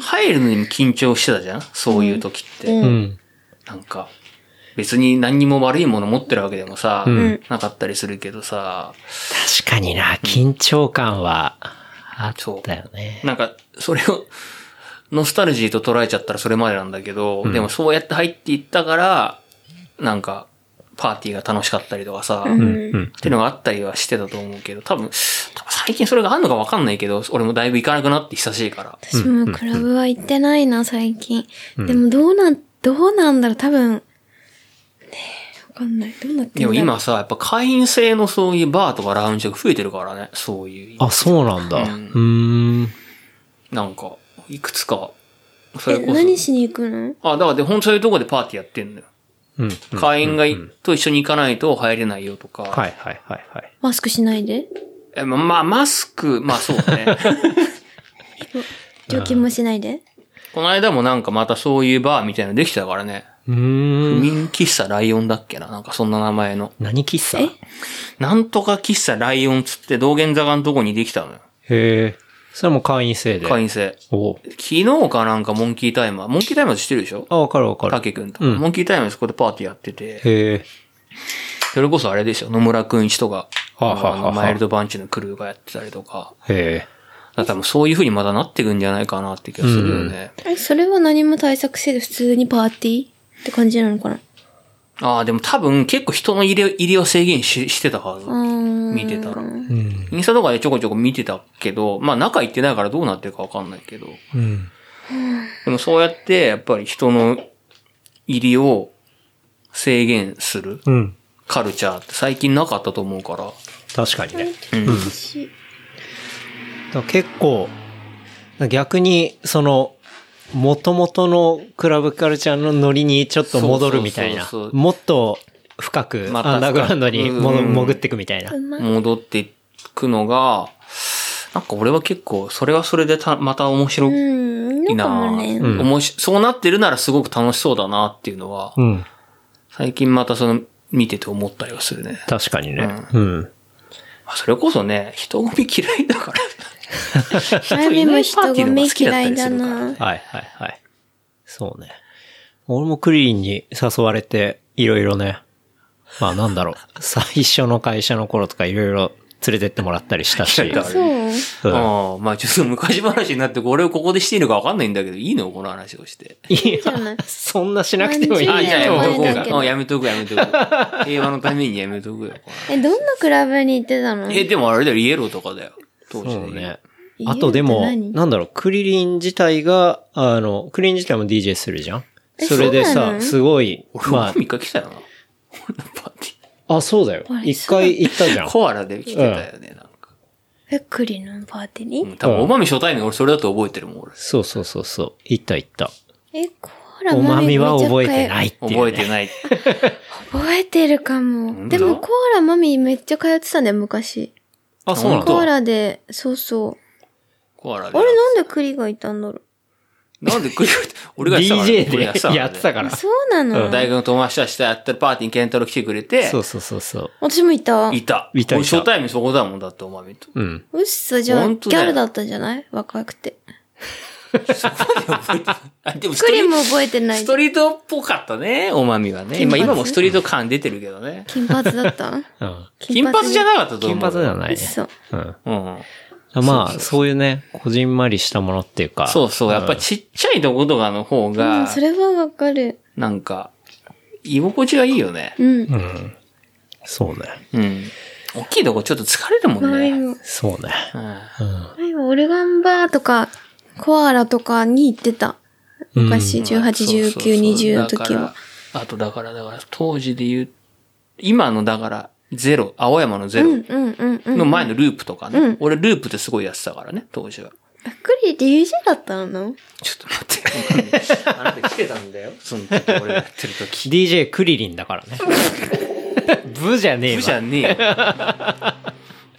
Speaker 2: 入るのにも緊張してたじゃんそういう時って。
Speaker 3: うん
Speaker 4: うん。
Speaker 2: なんか、別に何にも悪いもの持ってるわけでもさ、
Speaker 4: うん
Speaker 2: なかったりするけどさ、
Speaker 4: 確かにな、緊張感はあ
Speaker 2: そう
Speaker 4: ったよね。
Speaker 2: なんか、それを、ノスタルジーと捉えちゃったらそれまでなんだけど、
Speaker 4: うん
Speaker 2: でもそうやって入っていったから、なんか、パーティーが楽しかったりとかさ、
Speaker 3: う
Speaker 2: っ
Speaker 4: うんん。うん。
Speaker 2: ていうのがあったりはしてたと思うけど、多分、多分最近それがあるのかわかんないけど、俺もだいぶ行かなくなって久しいから。
Speaker 3: 私もクラブは行ってないな、最近。
Speaker 4: うん
Speaker 3: でもどうなん、どうなんだろう、多分。ねえ、わかんない。どうなってん
Speaker 2: で
Speaker 3: だろ
Speaker 2: も
Speaker 3: う。
Speaker 2: 今さ、やっぱ会員制のそういうバーとかラウンジが増えてるからね、そういう。
Speaker 4: あ、そうなんだ。う
Speaker 2: うん
Speaker 4: ーん。
Speaker 2: なんか、いくつか、そ
Speaker 3: え、
Speaker 2: れこ
Speaker 3: 何
Speaker 2: そ。
Speaker 3: しに行くの
Speaker 2: あ、だからで、ほんとそういうとこでパーティーやってんのよ。
Speaker 4: うん。
Speaker 2: 会員がい
Speaker 4: うんうん
Speaker 2: と一緒に行かないと入れないよとか。
Speaker 4: はいはいはいはい。
Speaker 3: マスクしないで
Speaker 2: え、ま、まあ、マスク、まあそう ね。
Speaker 3: 除菌もしないで
Speaker 2: この間もなんかまたそういうバーみたいなのできてたからね。
Speaker 4: う
Speaker 2: 不
Speaker 4: ーん。
Speaker 2: 眠喫茶ライオンだっけななんかそんな名前の。
Speaker 4: 何喫茶
Speaker 3: え
Speaker 4: へ
Speaker 2: なんとか喫茶ライオンつって道玄坂のとこにできたのよ。
Speaker 4: え。それも会員制で。
Speaker 2: 会
Speaker 4: 員。
Speaker 2: 員制。
Speaker 4: おう
Speaker 2: 昨日かなんかモンキータイマー。モンキータイマーズしてるでしょ
Speaker 4: あ、わかるわか
Speaker 2: た
Speaker 4: る。
Speaker 2: けくんと。
Speaker 4: うん
Speaker 2: モンキータイマーズそこでパーティーやってて。
Speaker 4: へえ。
Speaker 2: それこそあれですよ。野村くん一とか。
Speaker 4: はあはあはあ
Speaker 2: あのマイルドバンチのクルーがやってたりとか。
Speaker 4: へえ。
Speaker 2: だからもうそういう風にまだなってくんじゃないかなって気がするよね。
Speaker 3: え、それは何も対策せず普通にパーティーって感じなのかな
Speaker 2: ああ、でも多分結構人の入れ入りを制限ししてたはず。見
Speaker 3: 見
Speaker 2: てたら
Speaker 4: うん。
Speaker 2: インスタとかでちょこちょこ見てたけど、まあ中行ってないからどうなってるかわかんないけど、
Speaker 4: うん。
Speaker 2: でもそうやってやっぱり人の入りを制限する
Speaker 4: うん。
Speaker 2: カルチャーって最近なかったと思うから、
Speaker 4: 確かにね。
Speaker 2: うん。
Speaker 4: だから結構、逆に、その、元々のクラブカルチャーのノリにちょっと戻るみたいな
Speaker 2: そうそうそう。そう
Speaker 4: もっと深く
Speaker 2: また
Speaker 4: アンダーグラウンドにも
Speaker 2: うん
Speaker 4: 潜っていくみたいな
Speaker 3: う。まい。
Speaker 2: 戻っていくのが、なんか俺は結構それはそれでたまた面白
Speaker 3: う
Speaker 2: い
Speaker 3: ん、なん
Speaker 2: な
Speaker 3: かも
Speaker 2: ぁ、
Speaker 3: ね。
Speaker 4: ん
Speaker 2: おもしそうなってるならすごく楽しそうだなっていうのは、
Speaker 4: うん。
Speaker 2: 最近またその見てて思ったりはするね。
Speaker 4: 確かにね。
Speaker 2: う
Speaker 4: うん。
Speaker 2: まあそれこそね、人混み嫌いだから。
Speaker 3: マミも人混み嫌いだな。
Speaker 4: はいはいはい。そうね。俺もクリリンに誘われて、いろいろね。まあなんだろう。最初の会社の頃とかいろいろ連れてってもらったりしたし。
Speaker 2: いやだから
Speaker 3: そう。
Speaker 4: うん
Speaker 2: ああ、まあちょっと昔話になって、これをここでしていいのか分かんないんだけど、いいのこの話をして。
Speaker 4: い
Speaker 3: じゃない
Speaker 4: や、そんなしなくてもいい
Speaker 2: あ、
Speaker 3: や
Speaker 4: と
Speaker 2: じ ゃあや
Speaker 4: 思
Speaker 2: め
Speaker 4: う
Speaker 2: とこ
Speaker 3: だ
Speaker 2: うか。
Speaker 3: けど
Speaker 2: うんやめとくやめとく。 平和のためにやめとくよ。こ
Speaker 3: え、どんなクラブに行ってたの
Speaker 2: れえ、でもあれだよ、イエローとかだよ。当時
Speaker 4: そ
Speaker 2: ね。
Speaker 4: うね。
Speaker 3: 家
Speaker 4: あとでも、
Speaker 3: って何
Speaker 4: なんだろう、クリリン自体が、あの、クリリン自体も DJ するじゃん
Speaker 3: え
Speaker 4: それで
Speaker 3: そうなの
Speaker 4: さ、すごい、
Speaker 2: 俺も
Speaker 4: ま
Speaker 2: 3日来たよな。俺のパーティ
Speaker 4: あ、あ、そうだよ
Speaker 3: ほら。
Speaker 4: 一回行ったじゃん
Speaker 2: ー。。コアラで来てたよね、なんか。
Speaker 3: え、クリのパーティー
Speaker 2: う
Speaker 3: に
Speaker 2: ん、多分、おまみ初対面俺それだと覚えてるもん、俺。
Speaker 4: そうそうそうそう。行った行った。
Speaker 3: え、コーラ
Speaker 4: おまみは覚えて
Speaker 3: い。
Speaker 4: ないっていう、
Speaker 2: 覚えてない。
Speaker 3: 覚えてるかも。
Speaker 2: 本
Speaker 3: で
Speaker 2: 当
Speaker 3: もコーラマミめっちゃ通ってたんだよ、昔。
Speaker 4: あ、
Speaker 2: そうなんだ
Speaker 3: コーラで、そうそう。
Speaker 2: コアラ
Speaker 3: あれなんで栗がいたんだろ
Speaker 2: なんで 栗が、俺がやってたからね、
Speaker 4: DJ
Speaker 2: 俺が
Speaker 4: でやってた
Speaker 2: か
Speaker 4: から
Speaker 3: う。
Speaker 4: ら。
Speaker 3: そうな
Speaker 2: らね。
Speaker 3: の
Speaker 2: 大学の友達たちとやったパーティーにケンタロウ来てくれて、
Speaker 4: そうそうそうそう。
Speaker 3: 私もいた。
Speaker 2: いた。
Speaker 4: いたいた
Speaker 2: 俺初対面そこだもんだって、お前と。
Speaker 4: うん。
Speaker 3: うっさ、じゃあ、ギ
Speaker 2: 本当だよ
Speaker 3: ャルだったんじゃない若くて。
Speaker 2: あ、でもストリ
Speaker 3: 栗
Speaker 2: ー
Speaker 3: も
Speaker 2: ト、
Speaker 3: 覚えてない
Speaker 2: ス。トリートっぽかったね、おまみはね。
Speaker 3: 金
Speaker 2: 今、
Speaker 3: 髪
Speaker 2: 今もストリート感出てるけどね。
Speaker 3: 金髪だったん
Speaker 4: うん。
Speaker 2: 金髪じゃなかったと思う。
Speaker 4: 金髪ではないね。
Speaker 3: そう。
Speaker 4: うん。
Speaker 2: うん。
Speaker 4: まあ、そういうね、こじんまりしたものっていうか。
Speaker 2: そうそう。やっぱちっちゃいとことかの方
Speaker 3: う
Speaker 2: が
Speaker 3: ん、、それはわかる。
Speaker 2: なんか、居心地はいいよね。
Speaker 3: うん。
Speaker 4: うん。そうね。
Speaker 2: うん。大きいとこちょっと疲れるもん
Speaker 3: 周り
Speaker 2: ね。
Speaker 3: も。
Speaker 4: そうね。
Speaker 2: うん。
Speaker 3: 前はオルガンバーとか、コアラとかに行ってた。
Speaker 4: うん
Speaker 3: 昔、18、19、20の時は。。
Speaker 2: あとだから、だから、当時で言う、今のだから、ゼロ、青山のゼ
Speaker 3: う
Speaker 2: ロ
Speaker 3: ん、うん、うん、うん。
Speaker 2: の前のループとかね。
Speaker 3: うん
Speaker 2: 俺ループってすごいやってたからね、当時は。
Speaker 3: あ栗って UJ だったの
Speaker 2: ちょっと待って。 あなた来てたんだよ。その時俺やってる時。
Speaker 4: DJ クリリンだからね。ブじゃね
Speaker 2: 部
Speaker 4: えわ。
Speaker 2: じゃねえよ。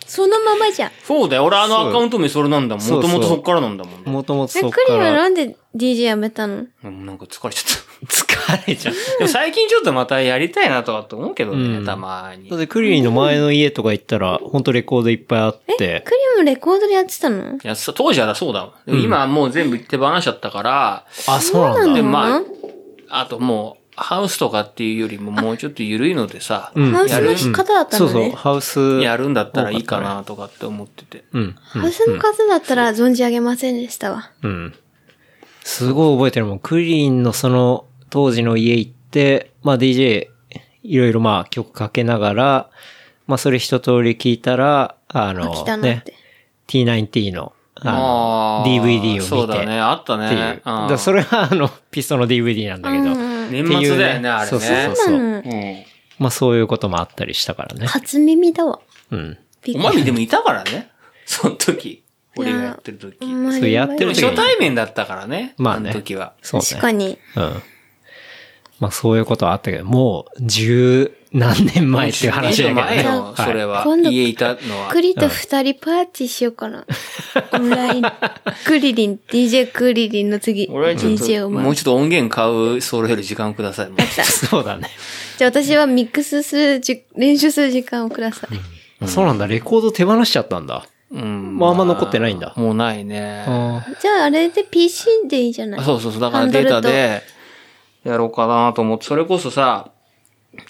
Speaker 3: そのままじゃん。
Speaker 2: そうだよ。俺あのアカウント名それなんだもん。
Speaker 4: そ
Speaker 2: も
Speaker 4: う
Speaker 2: と
Speaker 4: そう
Speaker 2: もとそっからなんだもんね。
Speaker 4: もともと
Speaker 3: え
Speaker 4: そっか
Speaker 3: 栗は
Speaker 4: ら。
Speaker 3: なんで DJ やめたの
Speaker 2: うんなんか疲れちゃっ
Speaker 4: 疲れちゃう。
Speaker 2: た。でも最近ちょっとまたやりたいなとはと思うけどね、
Speaker 4: うん
Speaker 2: たまに
Speaker 4: だっ。てクリリンの前の家とか行ったら、ほんとレコードいっぱいあって。
Speaker 3: 栗もレコードでやってたの
Speaker 2: いや、そう当時はそうだもん。でも今はもう全部手放しちゃったから、
Speaker 4: あ、そうなん
Speaker 2: で
Speaker 4: だ。
Speaker 2: もま
Speaker 3: う
Speaker 2: あ、あともう、ハウスとかっていうよりももうちょっと緩いのでさ、
Speaker 4: うん
Speaker 3: ハウスの方だった
Speaker 4: そ
Speaker 3: の
Speaker 4: うそう、
Speaker 3: ね。
Speaker 4: ハウス。
Speaker 2: やるんだったらいいかなとかって思ってて。
Speaker 4: うん。
Speaker 3: ハウスの数だったら存じ上げませんでしたわ。
Speaker 4: うん。すごい覚えてるもん。クリーンのその当時の家行って、まあ DJ いろいろまあ曲かけながら、まあそれ一通り聞いたら、あ
Speaker 3: 飽
Speaker 4: の
Speaker 3: きた、なっ
Speaker 4: ね
Speaker 3: て。、
Speaker 4: T90 のあの
Speaker 2: あー
Speaker 4: DVD を見て。
Speaker 2: そうだね、あった
Speaker 4: っていう
Speaker 2: ね。。
Speaker 4: だ
Speaker 2: うん
Speaker 4: からそれはあの、ピストの DVD なんだけど。
Speaker 2: 年末だよね、あれ
Speaker 4: そうそうそ
Speaker 2: ね
Speaker 4: う。
Speaker 3: そう
Speaker 4: そう
Speaker 3: なの。
Speaker 2: うん
Speaker 4: まあそういうこともあったりしたからね。
Speaker 3: 初耳だわ。
Speaker 4: うん。
Speaker 3: びっ
Speaker 2: お
Speaker 3: くり
Speaker 2: まみでもいたからね、その時。俺がやってる時。で
Speaker 3: お前
Speaker 4: そうやって
Speaker 2: も
Speaker 4: る
Speaker 2: 初対面だったからね、
Speaker 4: まあね
Speaker 2: の時は。
Speaker 4: そうね。
Speaker 3: 確かに。
Speaker 4: うん。まあそういうことはあったけど、もう十何年前っていう話だけどね。
Speaker 2: 前の、
Speaker 4: はい
Speaker 2: それは。
Speaker 3: 今度
Speaker 2: 家いたのは。
Speaker 3: 栗と二人パーティーしようか な。オンライン。クリリン、DJ クリリンの次。
Speaker 2: 俺はちょっ
Speaker 3: DJ
Speaker 2: と、
Speaker 3: を
Speaker 2: もう
Speaker 3: 回
Speaker 2: ちょっと音源買う、それより時間ください。もう
Speaker 4: そうだね。
Speaker 3: じゃあ私はミックスするじ、練習する時間をください。
Speaker 4: そうなんだ、レコード手放しちゃったんだ。
Speaker 2: うん
Speaker 4: まああんま残ってないんだ
Speaker 2: もうないね。
Speaker 3: じゃああれで PC でいいじゃない
Speaker 2: あそうそうそう。だからデータで、やろうかなと思って。それこそさ、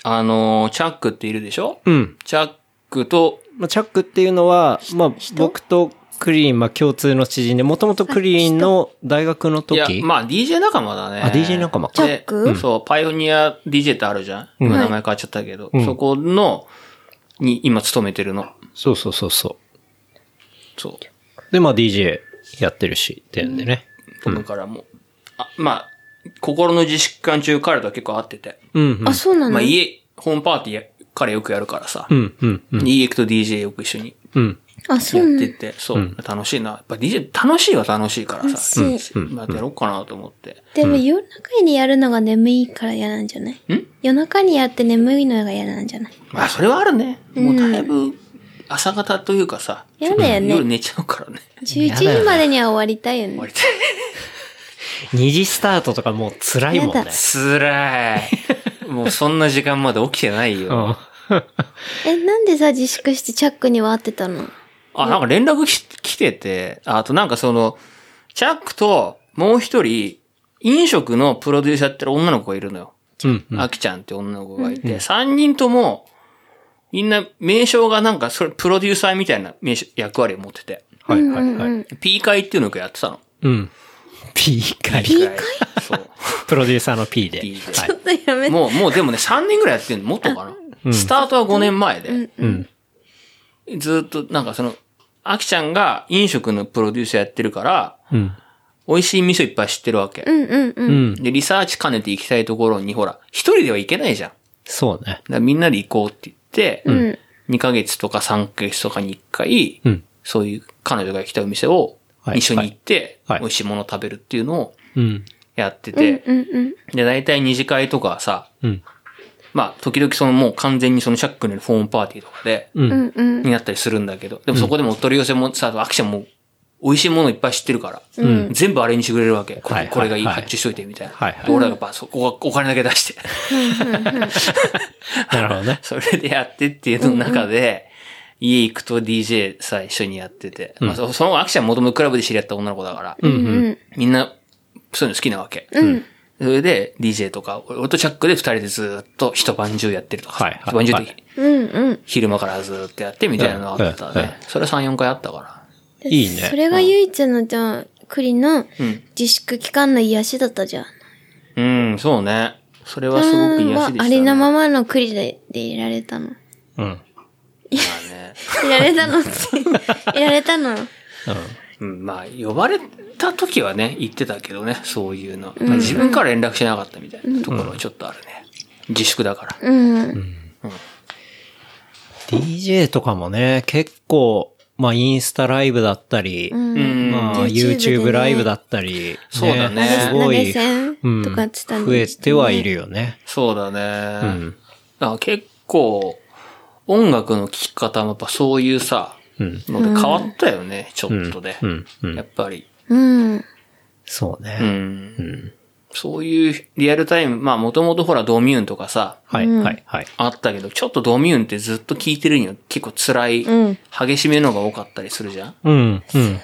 Speaker 2: あのー、チャックっているでしょ
Speaker 4: うん。
Speaker 2: チャックと、
Speaker 4: まあ、チャックっていうのは、まあ、僕とクリーン、まあ、共通の知人で、もともとクリーンの大学の
Speaker 2: い
Speaker 4: 時
Speaker 2: や、まあ DJ 仲間だね。
Speaker 4: あ DJ 仲間か
Speaker 2: で
Speaker 3: チャックうん
Speaker 2: そう、パイオニア DJ ってあるじゃん今名前変わっちゃったけど、
Speaker 4: うん
Speaker 2: そこの、に今勤めてるの。
Speaker 4: そうそうそうそ。
Speaker 2: そう
Speaker 4: で、まあ、DJ やってるし、っていうんでね。
Speaker 2: う。だからもう、あまあ、心の自粛期間中彼とは結構会ってて。
Speaker 4: うん、うん
Speaker 3: あ、。そうなの
Speaker 2: まあ家、ホームパーティーや彼よくやるからさ。
Speaker 4: うん、うん、うん。
Speaker 2: 家行くと DJ よく一緒に
Speaker 4: うん。
Speaker 3: あ、そ
Speaker 2: や
Speaker 3: う
Speaker 2: っ
Speaker 3: な
Speaker 2: て
Speaker 3: の
Speaker 2: て、そう、楽しいな。やっぱ DJ 楽しいは楽しいからさ。
Speaker 3: 楽しい
Speaker 4: うん
Speaker 2: まあやろうかなと思って。
Speaker 3: でも夜中にやるのが眠いから嫌なんじゃない
Speaker 2: ん
Speaker 3: 夜中にやって眠いのが嫌なんじゃない
Speaker 2: まあそれはあるね。もうだいぶ朝方というかさ、
Speaker 3: 嫌だよ
Speaker 2: 夜
Speaker 3: ね。
Speaker 2: 寝ちゃうからね。
Speaker 3: 11時までには終わりたいよね。
Speaker 2: 割と。
Speaker 4: 2時スタートとかもう辛いもん
Speaker 3: や
Speaker 4: ね
Speaker 3: だ。
Speaker 2: つらい。もうそんな時間まで起きてないよ。
Speaker 4: うん。
Speaker 3: え、なんでさ、自粛してチャックには会ってたの
Speaker 2: あ、なんか連絡き来てて、あとなんかその、チャックともう一人、飲食のプロデューサーやってる女の子がいるのよ。
Speaker 4: うん。
Speaker 2: あきちゃんって女の子がいて、三人とも、みんな名称がなんか、それプロデューサーみたいな名称役割を持ってて、
Speaker 4: はい、はい、はい。
Speaker 2: P 会っていうのをよくやってたの。
Speaker 4: うん。P 会。
Speaker 3: P 会
Speaker 2: そう。
Speaker 4: プロデューサーの P で。
Speaker 2: P で
Speaker 4: はい
Speaker 3: ちょっとやめて。
Speaker 2: もう、もうでもね、3年ぐらいやってんの、もっとかな。スタートは5年前で。
Speaker 4: うん。
Speaker 2: ずっと、なんかその、あきちゃんが飲食のプロデューサーやってるから、
Speaker 4: うん。
Speaker 2: 美味しい店いっぱい知ってるわけ
Speaker 3: う。んうんうん。
Speaker 4: うん。
Speaker 2: で、リサーチ兼ねて行きたいところに、ほら、一人では行けないじゃん。だか
Speaker 4: そうね。
Speaker 2: らみんなで行こうって言って、
Speaker 3: ん
Speaker 2: 2ヶ月とか3ヶ月とかに1回、
Speaker 4: うん。
Speaker 2: そういう彼女が行きたいお店を
Speaker 4: はい
Speaker 2: 一緒に行って、
Speaker 4: はいはい
Speaker 2: 美味しいものを食べるっていうのを
Speaker 4: うん。
Speaker 2: やって
Speaker 3: うん
Speaker 2: て、
Speaker 3: うんうん。
Speaker 2: で、大体二次会とかさ、
Speaker 4: うん。
Speaker 2: まあ、時々そのもう完全にそのシャックのフォームパーティーとかで、
Speaker 4: う。
Speaker 3: うんんうん。
Speaker 2: になったりするんだけど、でもそこでもお取り寄せもさ、アクションも美味しいものいっぱい知ってるから、全部あれにしてくれるわけ。こ
Speaker 4: はい
Speaker 2: れこれがいい、
Speaker 4: はい
Speaker 2: 発注しといてみたいな。
Speaker 4: はいはい
Speaker 2: で俺らがばそこはお金だけ出 して、
Speaker 4: なるほどね。
Speaker 2: それでやってっていうの中で、家行くと DJ さ、一緒にやってて。まあ、そそのアキちゃんもともとクラブで知り合った女の子だから、
Speaker 3: うん。
Speaker 2: みんなそういうの好きなわけ。
Speaker 3: うん。
Speaker 2: それで DJ とか、俺とチャックで二人でずっと一晩中やってるとか、
Speaker 4: はいはい
Speaker 2: 一晩中って
Speaker 4: はい
Speaker 3: うん。うん。
Speaker 2: 昼間からずっとやってみたいなのがあった
Speaker 4: うんうん
Speaker 2: ね。それ3、4回あったから。
Speaker 3: で
Speaker 4: いいね
Speaker 3: それが唯一の、じゃあ、栗の
Speaker 2: うん
Speaker 3: 自粛期間の癒しだったじゃん。
Speaker 2: うん、そうね。それはすごく癒しでした、ね。
Speaker 3: ありのままの栗で、でいられたの。
Speaker 4: うん。うん。
Speaker 2: まあね。
Speaker 3: いられたのっ て。いられたの。
Speaker 2: うん、まあ、呼ばれた時はね、行ってたけどね、そういうの。まあ自分から連絡しなかったみたいなところはちょっとあるね。自粛だから。
Speaker 3: うん。
Speaker 4: DJ とかもね、結構、まあ、インスタライブだったり、
Speaker 3: うん。
Speaker 2: うん。
Speaker 4: ま
Speaker 3: YouTube
Speaker 4: あ、
Speaker 3: でね
Speaker 4: YouTube ライブだったり、
Speaker 2: そうだね
Speaker 4: す
Speaker 3: 投
Speaker 4: ご
Speaker 3: げ
Speaker 4: い、
Speaker 3: 銭
Speaker 4: うん、
Speaker 3: とかってたん
Speaker 4: 増えてはいるよね。
Speaker 2: そうだね。
Speaker 4: ん
Speaker 2: だから結構、音楽の聴き方もやっぱそういうさ、
Speaker 4: うん。
Speaker 2: ので変わったよね、ちょ
Speaker 4: うん
Speaker 2: っとで。
Speaker 4: うん。うん
Speaker 2: やっぱり。
Speaker 3: うん。
Speaker 4: そうね。
Speaker 2: うん
Speaker 4: ん
Speaker 2: そういうリアルタイム、まあもともとほらドミューンとかさ、
Speaker 4: はい、はい、はい。
Speaker 2: あったけど、ちょっとドミューンってずっと聴いてるには結構辛い、
Speaker 3: うん
Speaker 2: 激しめのが多かったりするじゃん
Speaker 4: うん、うん。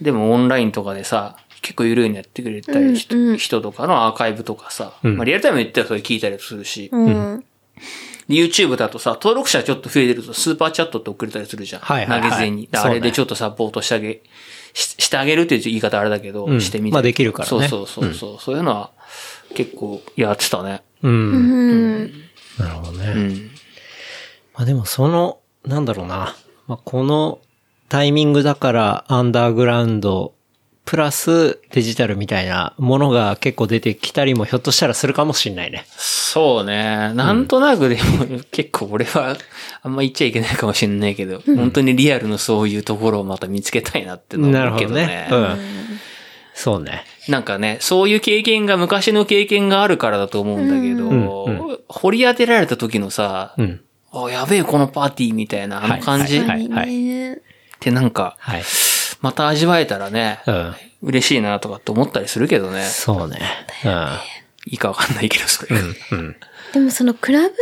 Speaker 2: でもオンラインとかでさ、結構緩いにやってくれたり、ひ
Speaker 3: うんうん
Speaker 2: 人とかのアーカイブとかさ、
Speaker 4: うん
Speaker 2: まあリアルタイムで言ったらそれ聞いたりするし、
Speaker 3: うん。
Speaker 2: YouTube だとさ、登録者ちょっと増えてるとスーパーチャットって送れたりするじゃん。
Speaker 4: はいはいはい
Speaker 2: 投げ銭に。
Speaker 4: そう
Speaker 2: あ
Speaker 4: ね
Speaker 2: れでちょっとサポートしてあげ、ししてあげるっていう言い方あれだけど、
Speaker 4: うん
Speaker 2: してみたり
Speaker 4: まあできるからね
Speaker 2: そうそうそうそう。そういうのは結構やってたね。
Speaker 4: うん。
Speaker 3: うん。
Speaker 4: なるほどね。
Speaker 2: うん。
Speaker 4: まあでもその、なんだろうな。まあこのタイミングだからアンダーグラウンド、プラスデジタルみたいなものが結構出てきたりもひょっとしたらするかもしんないね。
Speaker 2: そうね。なんとなくでも、結構俺はあんま言っちゃいけないかもしれないけど、本当にリアルのそういうところをまた見つけたいなっての
Speaker 4: な
Speaker 2: は
Speaker 4: る
Speaker 2: 思うけ
Speaker 4: ほど
Speaker 2: ど
Speaker 4: ね
Speaker 2: ね。。
Speaker 4: うん。そうね。
Speaker 2: なんかね、そういう経験が昔の経験があるからだと思うんだけど、
Speaker 4: うん
Speaker 2: 掘り当てられた時のさ、
Speaker 4: うん。
Speaker 2: あ、やべえ、このパーティーみたいな、あの感じっ
Speaker 4: はいはい
Speaker 3: ね
Speaker 2: てなんか、
Speaker 4: はい。
Speaker 2: また味わえたらね、
Speaker 4: うん。
Speaker 2: 嬉しいなとかって思ったりするけどね、
Speaker 4: そうね。
Speaker 2: いいかわかんないけど、それが。
Speaker 4: うん。うん。
Speaker 3: でもそのクラブの要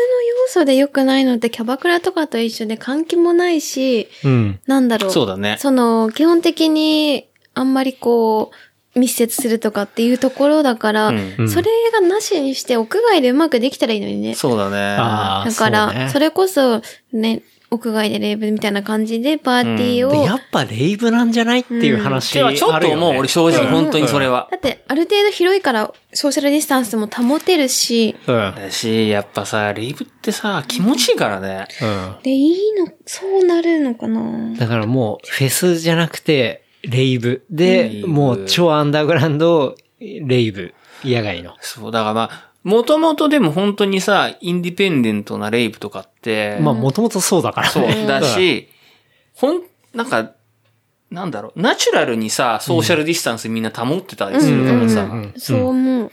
Speaker 3: 素で良くないのってキャバクラとかと一緒で換気もないし、
Speaker 4: うん。
Speaker 3: なんだろう。
Speaker 2: そうだね。
Speaker 3: その、基本的に、あんまりこう、密接するとかっていうところだから、
Speaker 2: うん
Speaker 4: うん
Speaker 3: それがなしにして、屋外でうまくできたらいいのにね。
Speaker 2: そうだね。
Speaker 4: ああ、
Speaker 3: だか
Speaker 4: そう
Speaker 3: ら、
Speaker 4: ね
Speaker 3: それこそ、ね、屋外でレイブみたいな感じでパーティーを、
Speaker 4: でやっぱレイブなんじゃないっていう話
Speaker 2: で
Speaker 4: あるよ、
Speaker 2: は
Speaker 4: ね。
Speaker 2: ちょっと思う、俺正直、本当にそれは。
Speaker 3: だって、ある程度広いから、ソーシャルディスタンスも保てるし、
Speaker 4: うん。うん。
Speaker 2: だし、やっぱさ、レイブってさ、気持ちいいからね。
Speaker 4: うん
Speaker 3: で、いいの、そうなるのかな
Speaker 4: だからもう、フェスじゃなくて、レイブ。
Speaker 2: レイ
Speaker 4: で、
Speaker 2: ブ
Speaker 4: もう超アンダーグラウンド、レイブ。野外の。
Speaker 2: そう、だからまあ、もともとでも本当にさ、インディペンデントなレイブとかって、
Speaker 4: まあ、もともとそうだからね。
Speaker 2: そう、だし、ほん、なんか、なんだろう、ナチュラルにさ、ソーシャルディスタンスみんな保ってたりするからさ、
Speaker 4: うんうんうん
Speaker 3: そう思う。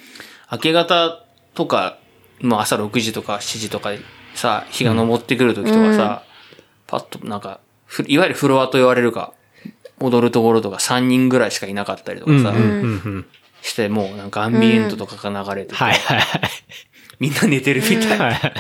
Speaker 2: 明け方とか、もう朝6時とか7時とかさ、日が昇ってくる時とかさ、パッとなんか、ふいわゆるフロアと言われるか、踊るところとか3人ぐらいしかいなかったりと
Speaker 4: う
Speaker 2: か
Speaker 4: ん。
Speaker 2: さ、
Speaker 4: うん。うんうん。
Speaker 2: して、もうなんかアンビエントとかが流れてて、
Speaker 4: はいはいはい。
Speaker 2: みんな寝てるみたいな。
Speaker 4: はい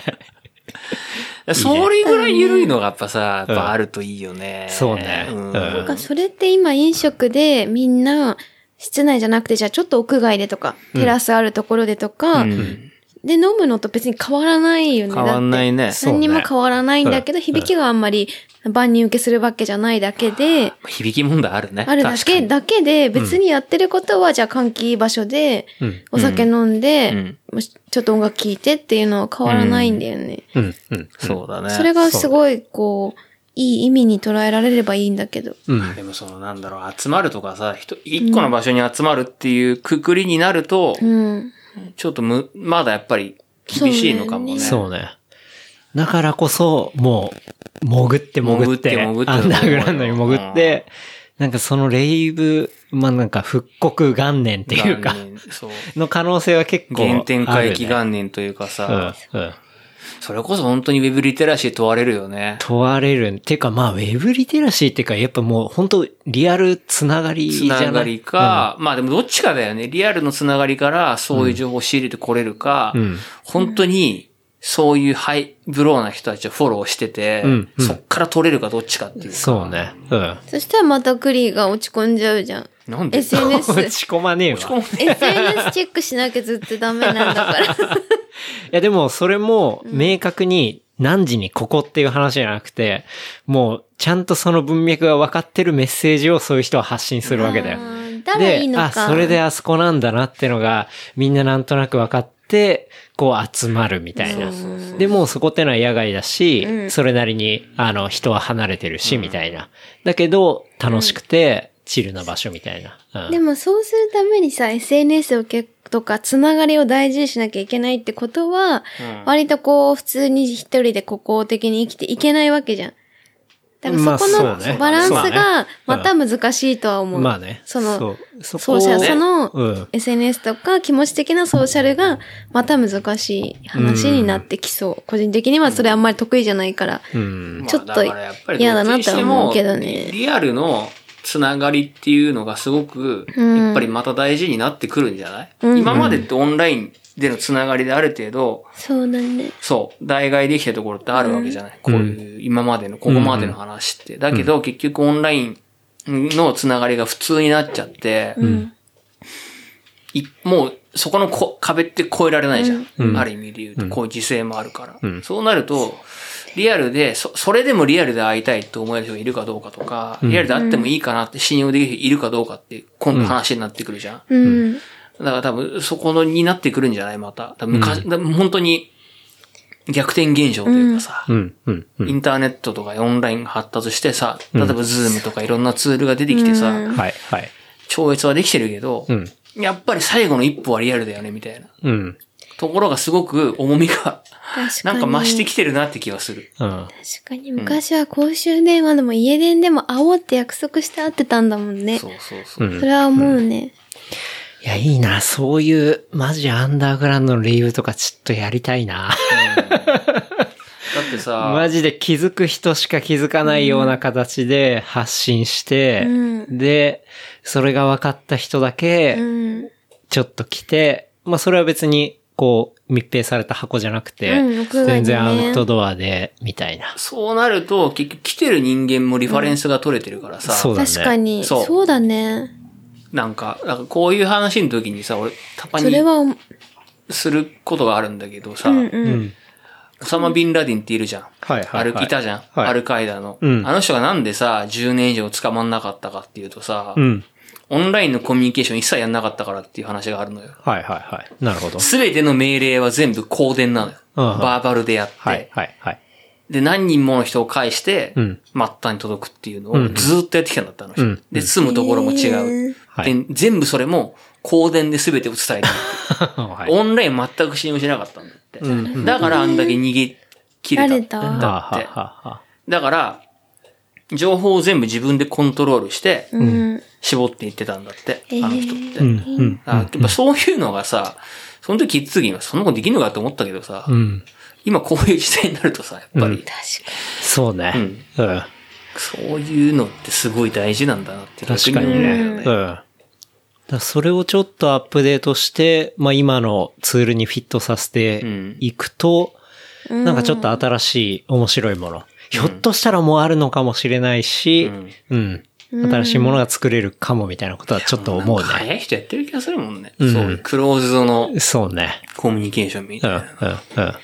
Speaker 2: それぐらい緩いのがやっぱさ、やっぱあるといいよね。
Speaker 4: そうね
Speaker 2: ん
Speaker 4: うん
Speaker 3: なんかそれって今飲食でみんな室内じゃなくてじゃあちょっと屋外でとか、テラスあるところでとか、
Speaker 2: うん
Speaker 3: で飲むのと別に変わらないよね。
Speaker 2: 変わんない
Speaker 3: だ
Speaker 2: ね
Speaker 3: って。
Speaker 4: そうね
Speaker 3: 何にも変わらないんだけど、響きがあんまり万人受けするわけじゃないだけで、
Speaker 2: 響き問題あるね。
Speaker 3: あるだ
Speaker 2: 確か
Speaker 3: け、
Speaker 2: に
Speaker 3: だけで、別にやってることは、じゃあ換気場所で
Speaker 4: うん、
Speaker 3: お酒飲んで、
Speaker 2: うん
Speaker 3: もしちょっと音楽聴いてっていうのは変わらないんだよね。
Speaker 4: うん。うん。
Speaker 2: そうだね。
Speaker 3: それがすごい、こう、いい意味に捉えられればいいんだけど。
Speaker 4: うん。
Speaker 2: でもそのなんだろう、集まるとかさ、人一個の場所に集まるっていうくくりになると、
Speaker 3: うん。
Speaker 2: ちょっとむ、まだやっぱり厳しいのかもね。
Speaker 4: そうね。だからこそ、もう、潜って潜って、
Speaker 2: 潜って潜って
Speaker 4: アンダーグラウンドに潜って、なんかそのレイブ、まあなんか復刻元年っていうか
Speaker 2: 元、年そう。
Speaker 4: の可能性は結構ある、ね。
Speaker 2: 原点回帰元年というかさ、
Speaker 4: うん。うん。
Speaker 2: それこそ本当にウェブリテラシー問われるよね。
Speaker 4: 問われる。てか、まあ、ウェブリテラシーっていうか、やっぱもう、本当リアルつながり
Speaker 2: つ
Speaker 4: じゃない
Speaker 2: ながりか、まあでもどっちかだよね。リアルのつながりからそういう情報を仕入れてこれるか、
Speaker 4: うん
Speaker 2: 本当にそういうハイブローな人たちをフォローしてて、
Speaker 4: うんうん
Speaker 2: そっから取れるかどっちかっていう。
Speaker 4: そうね。うん。
Speaker 3: そしたらまたクリーが落ち込んじゃうじゃ ん。
Speaker 2: なんで
Speaker 3: SNS
Speaker 4: 落ち込まねえわ。
Speaker 2: 落ち込む
Speaker 3: SNS チェックしなきゃずっとダメなんだ から。
Speaker 4: いやでもそれも明確に何時にここっていう話じゃなくて、もうちゃんとその文脈が分かってるメッセージをそういう人は発信するわけだよ
Speaker 3: あ。ーだからいいの
Speaker 4: あ、
Speaker 3: か。
Speaker 4: それであそこなんだなってのがみんななんとなく分かって、こう集まるみたいな。で、もうそこってのは野外だし、
Speaker 3: うん
Speaker 4: それなりにあの人は離れてるし、みたいな。だけど楽しくて、チルな場所みたいな。うん
Speaker 3: でもそうするためにさ、SNS をけとか、つながりを大事にしなきゃいけないってことは、割とこう、普通に一人で孤高的に生きていけないわけじゃん。だか
Speaker 4: ま
Speaker 3: ら
Speaker 4: あ
Speaker 3: そこ
Speaker 4: そうね
Speaker 3: のバランス
Speaker 4: そう
Speaker 3: が
Speaker 4: ね、
Speaker 3: また難しいとは思う。
Speaker 4: まあね。
Speaker 3: その、
Speaker 4: そ
Speaker 3: ソーシャル、その、
Speaker 4: うん。
Speaker 3: SNS とか気持ち的なソーシャルがまた難しい話になってきそう。個人的にはそれあんまり得意じゃないから。
Speaker 4: うん。
Speaker 3: ちょっ
Speaker 2: ま
Speaker 3: と
Speaker 2: あだからやぱり
Speaker 3: 嫌だなとは思うけどね
Speaker 2: どっちにしてもリアルのつながりっていうのがすごく、
Speaker 3: うん
Speaker 2: やっぱりまた大事になってくるんじゃない、
Speaker 3: うん
Speaker 2: 今までってオンラインでのつながりである程度、
Speaker 3: そうだね。
Speaker 2: そう、代替できたところってあるわけじゃない、こういう今までの、ここまでの話って。だけど、結局オンラインのつながりが普通になっちゃって、
Speaker 3: ん
Speaker 2: いもうそこのこ壁って越えられないじゃん。
Speaker 4: ん
Speaker 2: ある意味で言うと、こういう時勢もあるから。
Speaker 4: ん
Speaker 2: そうなると、リアルでそ、それでもリアルで会いたいと思える人がいるかどうかとか、リアルで会ってもいいかなって信用できる人いるかどうかって、今度話になってくるじゃん
Speaker 3: うん。
Speaker 2: だから多分、そこのになってくるんじゃないまた。多分昔、だから本当に、逆転現象というかさ、
Speaker 4: うん。うん。うん
Speaker 2: インターネットとかオンラインが発達してさ、例えばズームとかいろんなツールが出てきてさ、
Speaker 4: はい、はい。
Speaker 2: 超越はできてるけど、
Speaker 4: うん。
Speaker 2: やっぱり最後の一歩はリアルだよね、みたいな。
Speaker 4: うん。
Speaker 2: ところがすごく重みが、
Speaker 3: 確か
Speaker 2: なん
Speaker 3: に。
Speaker 2: か増してきてるなって気がする。
Speaker 4: うん。
Speaker 3: 確かに昔は公衆電話でも家電でも会おうって約束して会ってたんだもんね。
Speaker 2: そうそうそう。
Speaker 4: うん
Speaker 3: それは思うね。
Speaker 4: いや、いいな。そういう、マジアンダーグラウンドのレイブとかちょっとやりたいな。
Speaker 2: だってさ、
Speaker 4: マジで気づく人しか気づかないような形で発信して、
Speaker 3: うん
Speaker 4: で、それが分かった人だ
Speaker 3: う
Speaker 4: け、
Speaker 3: ん。
Speaker 4: ちょっと来て、まあそれは別に、こう、密閉された箱じゃなくて、
Speaker 3: うん屋外でね
Speaker 4: 全然アウトドアで、みたいな。
Speaker 2: そうなると、結局来てる人間もリファレンスが取れてるからさ、
Speaker 4: そうだね
Speaker 3: 確かに。
Speaker 2: そう
Speaker 3: そうだね。
Speaker 2: なんか、なんかこういう話の時にさ、俺、たま
Speaker 3: そ
Speaker 2: に
Speaker 3: れは、うん
Speaker 2: することがあるんだけどさ、
Speaker 3: うん。
Speaker 2: オサマ・ビンラディンっているじゃん。
Speaker 4: はいはいはい
Speaker 2: あるいたじゃん。
Speaker 4: はい
Speaker 2: アルカイダの、
Speaker 4: うん
Speaker 2: あの人がなんでさ、10年以上捕まんなかったかっていうとさ、
Speaker 4: うん。
Speaker 2: オンラインのコミュニケーション一切やんなかったからっていう話があるのよ。
Speaker 4: はいはいはい。なるほど。
Speaker 2: すべての命令は全部公電なのよ。
Speaker 4: うん
Speaker 2: バーバルでやって、
Speaker 4: はいはいはい。
Speaker 2: で、何人もの人を介して、
Speaker 4: うん
Speaker 2: 末端に届くっていうの
Speaker 4: う
Speaker 2: を
Speaker 4: ん
Speaker 2: ずーっとやってきたんだったの、人
Speaker 4: うん
Speaker 2: で、住むところも違う。
Speaker 4: はい
Speaker 2: で、全部それも公電で全てを伝えて る。
Speaker 4: はい。
Speaker 2: オンライン全く信用しなかったんだって。だからあんだけ逃げ切れたんだ
Speaker 3: られ
Speaker 2: って。
Speaker 3: た
Speaker 4: はあはあはあ
Speaker 2: だから、情報を全部自分でコントロールして、
Speaker 3: うん。
Speaker 2: 絞っていってたんだって、あの人って。
Speaker 4: うんうん
Speaker 2: あやっぱそういうのがさ、その時気づきにそんなことできるのかと思ったけどさ、
Speaker 4: うん。
Speaker 2: 今こういう時代になるとさ、やっぱり、
Speaker 3: 確か
Speaker 4: そうね。うん。
Speaker 2: そういうのってすごい大事なんだなって
Speaker 4: 確かに
Speaker 2: 逆
Speaker 4: ね。
Speaker 2: 思うよ
Speaker 4: うん。だからそれをちょっとアップデートして、まあ今のツールにフィットさせていくと、なんかちょっと新しい面白いもの。ひょっとしたらもうあるのかもしれないし、うん。新しいものが作れるかもみたいなことはちょっと思う
Speaker 2: なんか
Speaker 4: ね。
Speaker 2: 早い人やってる気がするもんね。
Speaker 4: うん
Speaker 2: そういうクローズドの
Speaker 4: そうね。
Speaker 2: コミュニケーションみ
Speaker 4: う
Speaker 2: たい
Speaker 4: ん、う、
Speaker 2: なん
Speaker 4: う
Speaker 2: の。
Speaker 4: ん。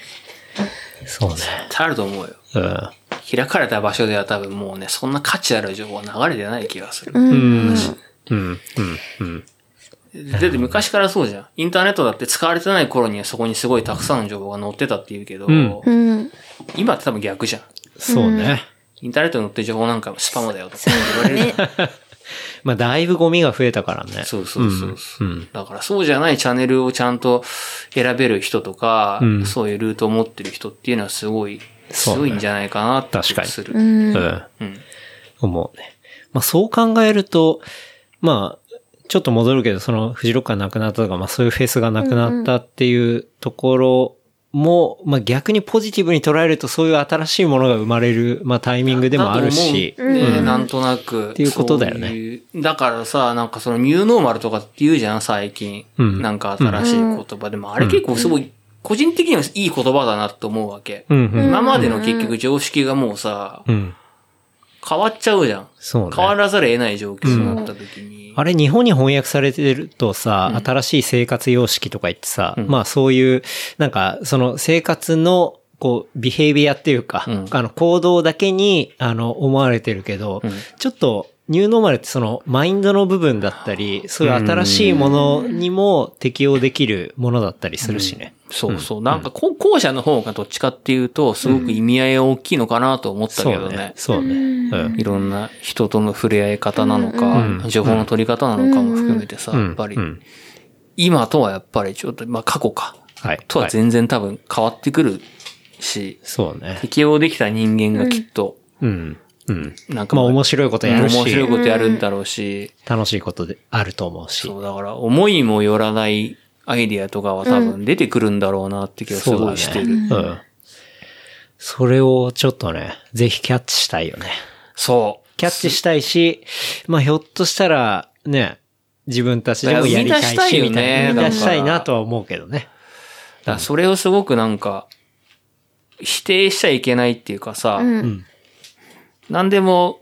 Speaker 4: そうね。
Speaker 2: あると思うよ。
Speaker 4: うん。
Speaker 2: 開かれた場所では多分もうね、そんな価値ある情報は流れてない気がする。
Speaker 3: に。う。
Speaker 4: うんん。うん。うん。
Speaker 2: だって昔からそうじゃん。インターネットだって使われてない頃にはそこにすごいたくさんの情報が載ってたって言うけど、
Speaker 4: ん
Speaker 3: うん。
Speaker 2: 今って多分逆じゃん。
Speaker 4: そうね。
Speaker 2: インターネットに載ってる情報なんかもスパムだよとか言われるじゃん。
Speaker 4: まあだいぶゴミが増えたからね。
Speaker 2: そうそうそうそう、
Speaker 4: うんうん
Speaker 2: だからそうじゃないチャンネルをちゃんと選べる人とか、
Speaker 4: うん
Speaker 2: そういうルートを持ってる人っていうのはすごい、す
Speaker 4: そうね
Speaker 2: ごいんじゃないかなって気がする。
Speaker 3: う。
Speaker 4: うんん。
Speaker 2: うん。
Speaker 4: 思うね。まあそう考えると、まあ、ちょっと戻るけど、そのフジロックがなくなったとか、まあそういうフェスがなくなったっていうところも、まあ逆にポジティブに捉えるとそういう新しいものが生まれる、まあタイミングでもあるし
Speaker 2: だ、と思うんで
Speaker 3: うん
Speaker 2: なんとなく。って
Speaker 4: いうことだよね
Speaker 2: だからさ、なんかそのニューノーマルとかって言うじゃん、最近。
Speaker 4: うん
Speaker 2: なんか新しい言葉でも、あれ結構すごい、個人的にはいい言葉だなと思うわけ。
Speaker 4: うんうん。
Speaker 2: 今までの結局常識がもうさ、
Speaker 4: うん。
Speaker 2: 変わっちゃうじゃん。
Speaker 4: そう
Speaker 2: 変わ
Speaker 4: ね。
Speaker 2: らざるを得ない状況になった時に。
Speaker 4: あれ日本に翻訳されてるとさ、新しい生活様式とか言ってさ、まあそういう、なんかその生活の、こう、ビヘイビアっていうか、
Speaker 2: うん
Speaker 4: あの行動だけに、あの、思われてるけど、ちょっと、ニューノーマルってそのマインドの部分だったり、そういう新しいものにも適用できるものだったりするしね。
Speaker 2: そうそう。なんか、こ後者の方がどっちかっていうと、すごく意味合いが大きいのかなと思ったけ
Speaker 4: そう
Speaker 2: ど
Speaker 4: ね
Speaker 2: ね。。
Speaker 4: そうね。うん。
Speaker 2: いろんな人との触れ合い方なの
Speaker 4: うんう
Speaker 2: か、
Speaker 4: ん
Speaker 2: 情報の取り方なのかも含めてさ、やっぱり
Speaker 4: う、ん。
Speaker 2: 今とはやっぱりちょっと、まあ過去か。
Speaker 4: はい。
Speaker 2: とは
Speaker 4: はい
Speaker 2: 全然多分変わってくるし、
Speaker 4: そうね。
Speaker 2: 適応できた人間がきっと、
Speaker 4: うん。うん。
Speaker 2: なんか、
Speaker 4: まあ面白いことやるし、
Speaker 2: 面白いことやるんだろうし、
Speaker 4: 楽しいことであると思うし。
Speaker 2: そう、だから思いもよらないアイディアとかは多分出てくるんだろうなって気がす
Speaker 4: そうだ
Speaker 2: ご
Speaker 4: ね
Speaker 2: いしてる。
Speaker 4: うん。それをちょっとね、ぜひキャッチしたいよね。
Speaker 2: そう。
Speaker 4: キャッチしたいし、まあひょっとしたら、ね、自分たちでもやりたいし、
Speaker 2: いや生み出したいよね
Speaker 4: みたいな。生み出したい
Speaker 2: だから
Speaker 4: なとは思うけどね。
Speaker 2: だからそれをすごくなんか、否定しちゃいけないっていうかさ、
Speaker 3: うん
Speaker 4: ん
Speaker 2: 何でも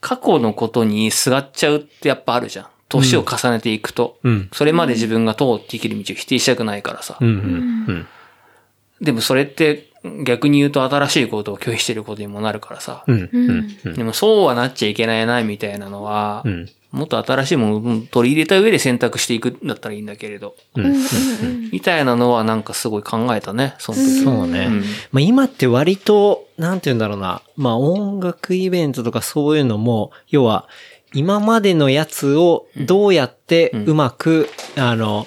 Speaker 2: 過去のことにすがっちゃうってやっぱあるじゃん。年を重ねていくと。
Speaker 4: うん。
Speaker 2: それまで自分が通ってきる道を否定したくないからさ。
Speaker 4: うんうんうん。
Speaker 2: でもそれって逆に言うと新しいことを拒否してることにもなるからさ。
Speaker 4: うんうんうん。
Speaker 2: でもそうはなっちゃいけないな、みたいなのは、
Speaker 4: うん
Speaker 2: もっと新しいものを取り入れた上で選択していくんだったらいいんだけれど。みたいなのはなんかすごい考えたね、その時。
Speaker 4: そうね。
Speaker 2: うん
Speaker 4: まあ、今って割と、なんて言うんだろうな。まあ、音楽イベントとかそういうのも、要は、今までのやつをどうやってうまく、あの、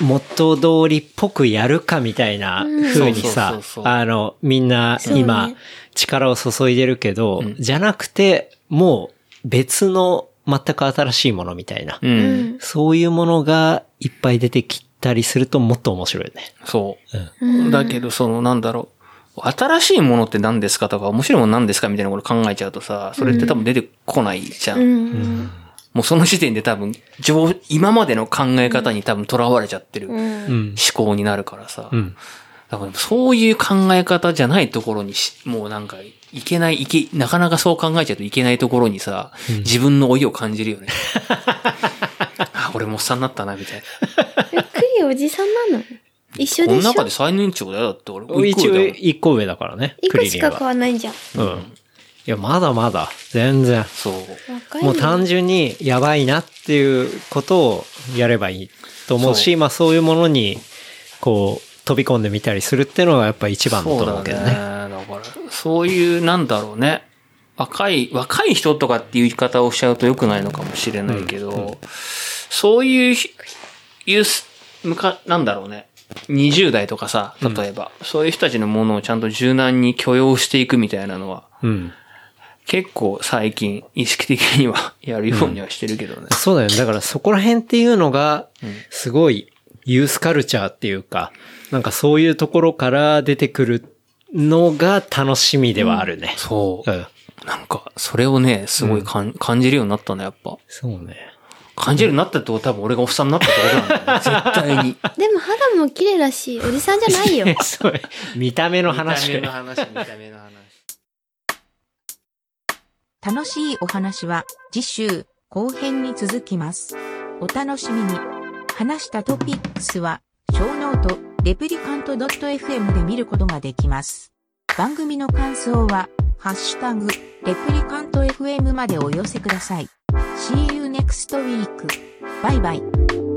Speaker 4: 元通りっぽくやるかみたいな風に
Speaker 2: そ
Speaker 4: さ
Speaker 2: うそうそう、そう
Speaker 4: あの、みんな今、
Speaker 3: そうね
Speaker 4: 力を注いでるけど、
Speaker 2: ん
Speaker 4: じゃなくて、もう別の全く新しいものみたいな、
Speaker 2: う。
Speaker 3: うんん
Speaker 4: そういうものがいっぱい出てきたりするともっと面白いよね。
Speaker 2: そう。だけど、その、なんだろう。新しいものって何ですかとか、面白いもの何ですかみたいなこと考えちゃうとさ、それって多分出てこないじゃん。
Speaker 3: うん
Speaker 2: もうその時点で多分、上今までの考え方に多分囚われちゃってる
Speaker 3: う
Speaker 2: 思
Speaker 3: ん
Speaker 4: うん。
Speaker 2: 考になるからさ。
Speaker 4: うん。
Speaker 2: だからそういう考え方じゃないところにし、もうなんか、いけない、いけ、なかなかそう考えちゃうといけないところにさ、自分の老いを感じるよ ね。あ、俺もおっさんになったな、みたいな。
Speaker 3: ゆっくりおじさんなの一緒
Speaker 2: この
Speaker 3: でしょ
Speaker 2: 中で最年長だよ、だって俺。
Speaker 4: 一応
Speaker 2: だよ
Speaker 4: 一個上だからね。
Speaker 3: い
Speaker 4: ク
Speaker 3: く
Speaker 4: リリ
Speaker 3: し
Speaker 4: ン
Speaker 3: か変
Speaker 4: は。
Speaker 3: わんないじゃん。
Speaker 4: うん。いや、まだまだ。全然。
Speaker 2: そう。
Speaker 3: 若い
Speaker 4: も
Speaker 3: よ
Speaker 4: う
Speaker 3: ね
Speaker 4: 単純にやばいなっていうことをやればいいと思うし、
Speaker 2: そ
Speaker 4: まあそういうものに、こう、飛び込んでみたりするってのがやっぱ一番だと思うけど
Speaker 2: そう
Speaker 4: ね。
Speaker 2: だね。だから、そういう、なんだろうね。若い、若い人とかっていう言い方をしちゃうと良くないのかもしれないけど、そういうひ、いうす、むか、なんだろうね。20代とかさ、例えば、そういう人たちのものをちゃんと柔軟に許容していくみたいなのは、
Speaker 4: うん。
Speaker 2: 結構最近意識的にはやるようにはしてるけどね。
Speaker 4: そうだよね。だからそこら辺っていうのが、すごいユースカルチャーっていうか、なんかそういうところから出てくるのが楽しみではあるね。
Speaker 2: そうう。
Speaker 4: ん。
Speaker 2: なんか、それをね、すごいかん、感じるようになったね、やっぱ。
Speaker 4: そうね。
Speaker 2: 感じるようになったってことは多分俺がおっさんになったってことなんだよね、絶対に。
Speaker 3: でも肌も綺麗だし、おじさんじゃない よ。
Speaker 4: そう見た目の話
Speaker 2: 見た目の話、見た目の話。
Speaker 5: 楽しいお話は次週後編に続きます。お楽しみに。話したトピックスは、小ノート、レプリカント .fm で見ることができます。番組の感想は、ハッシュタグ、レプリカント fm までお寄せください。See you next week. バイバイ。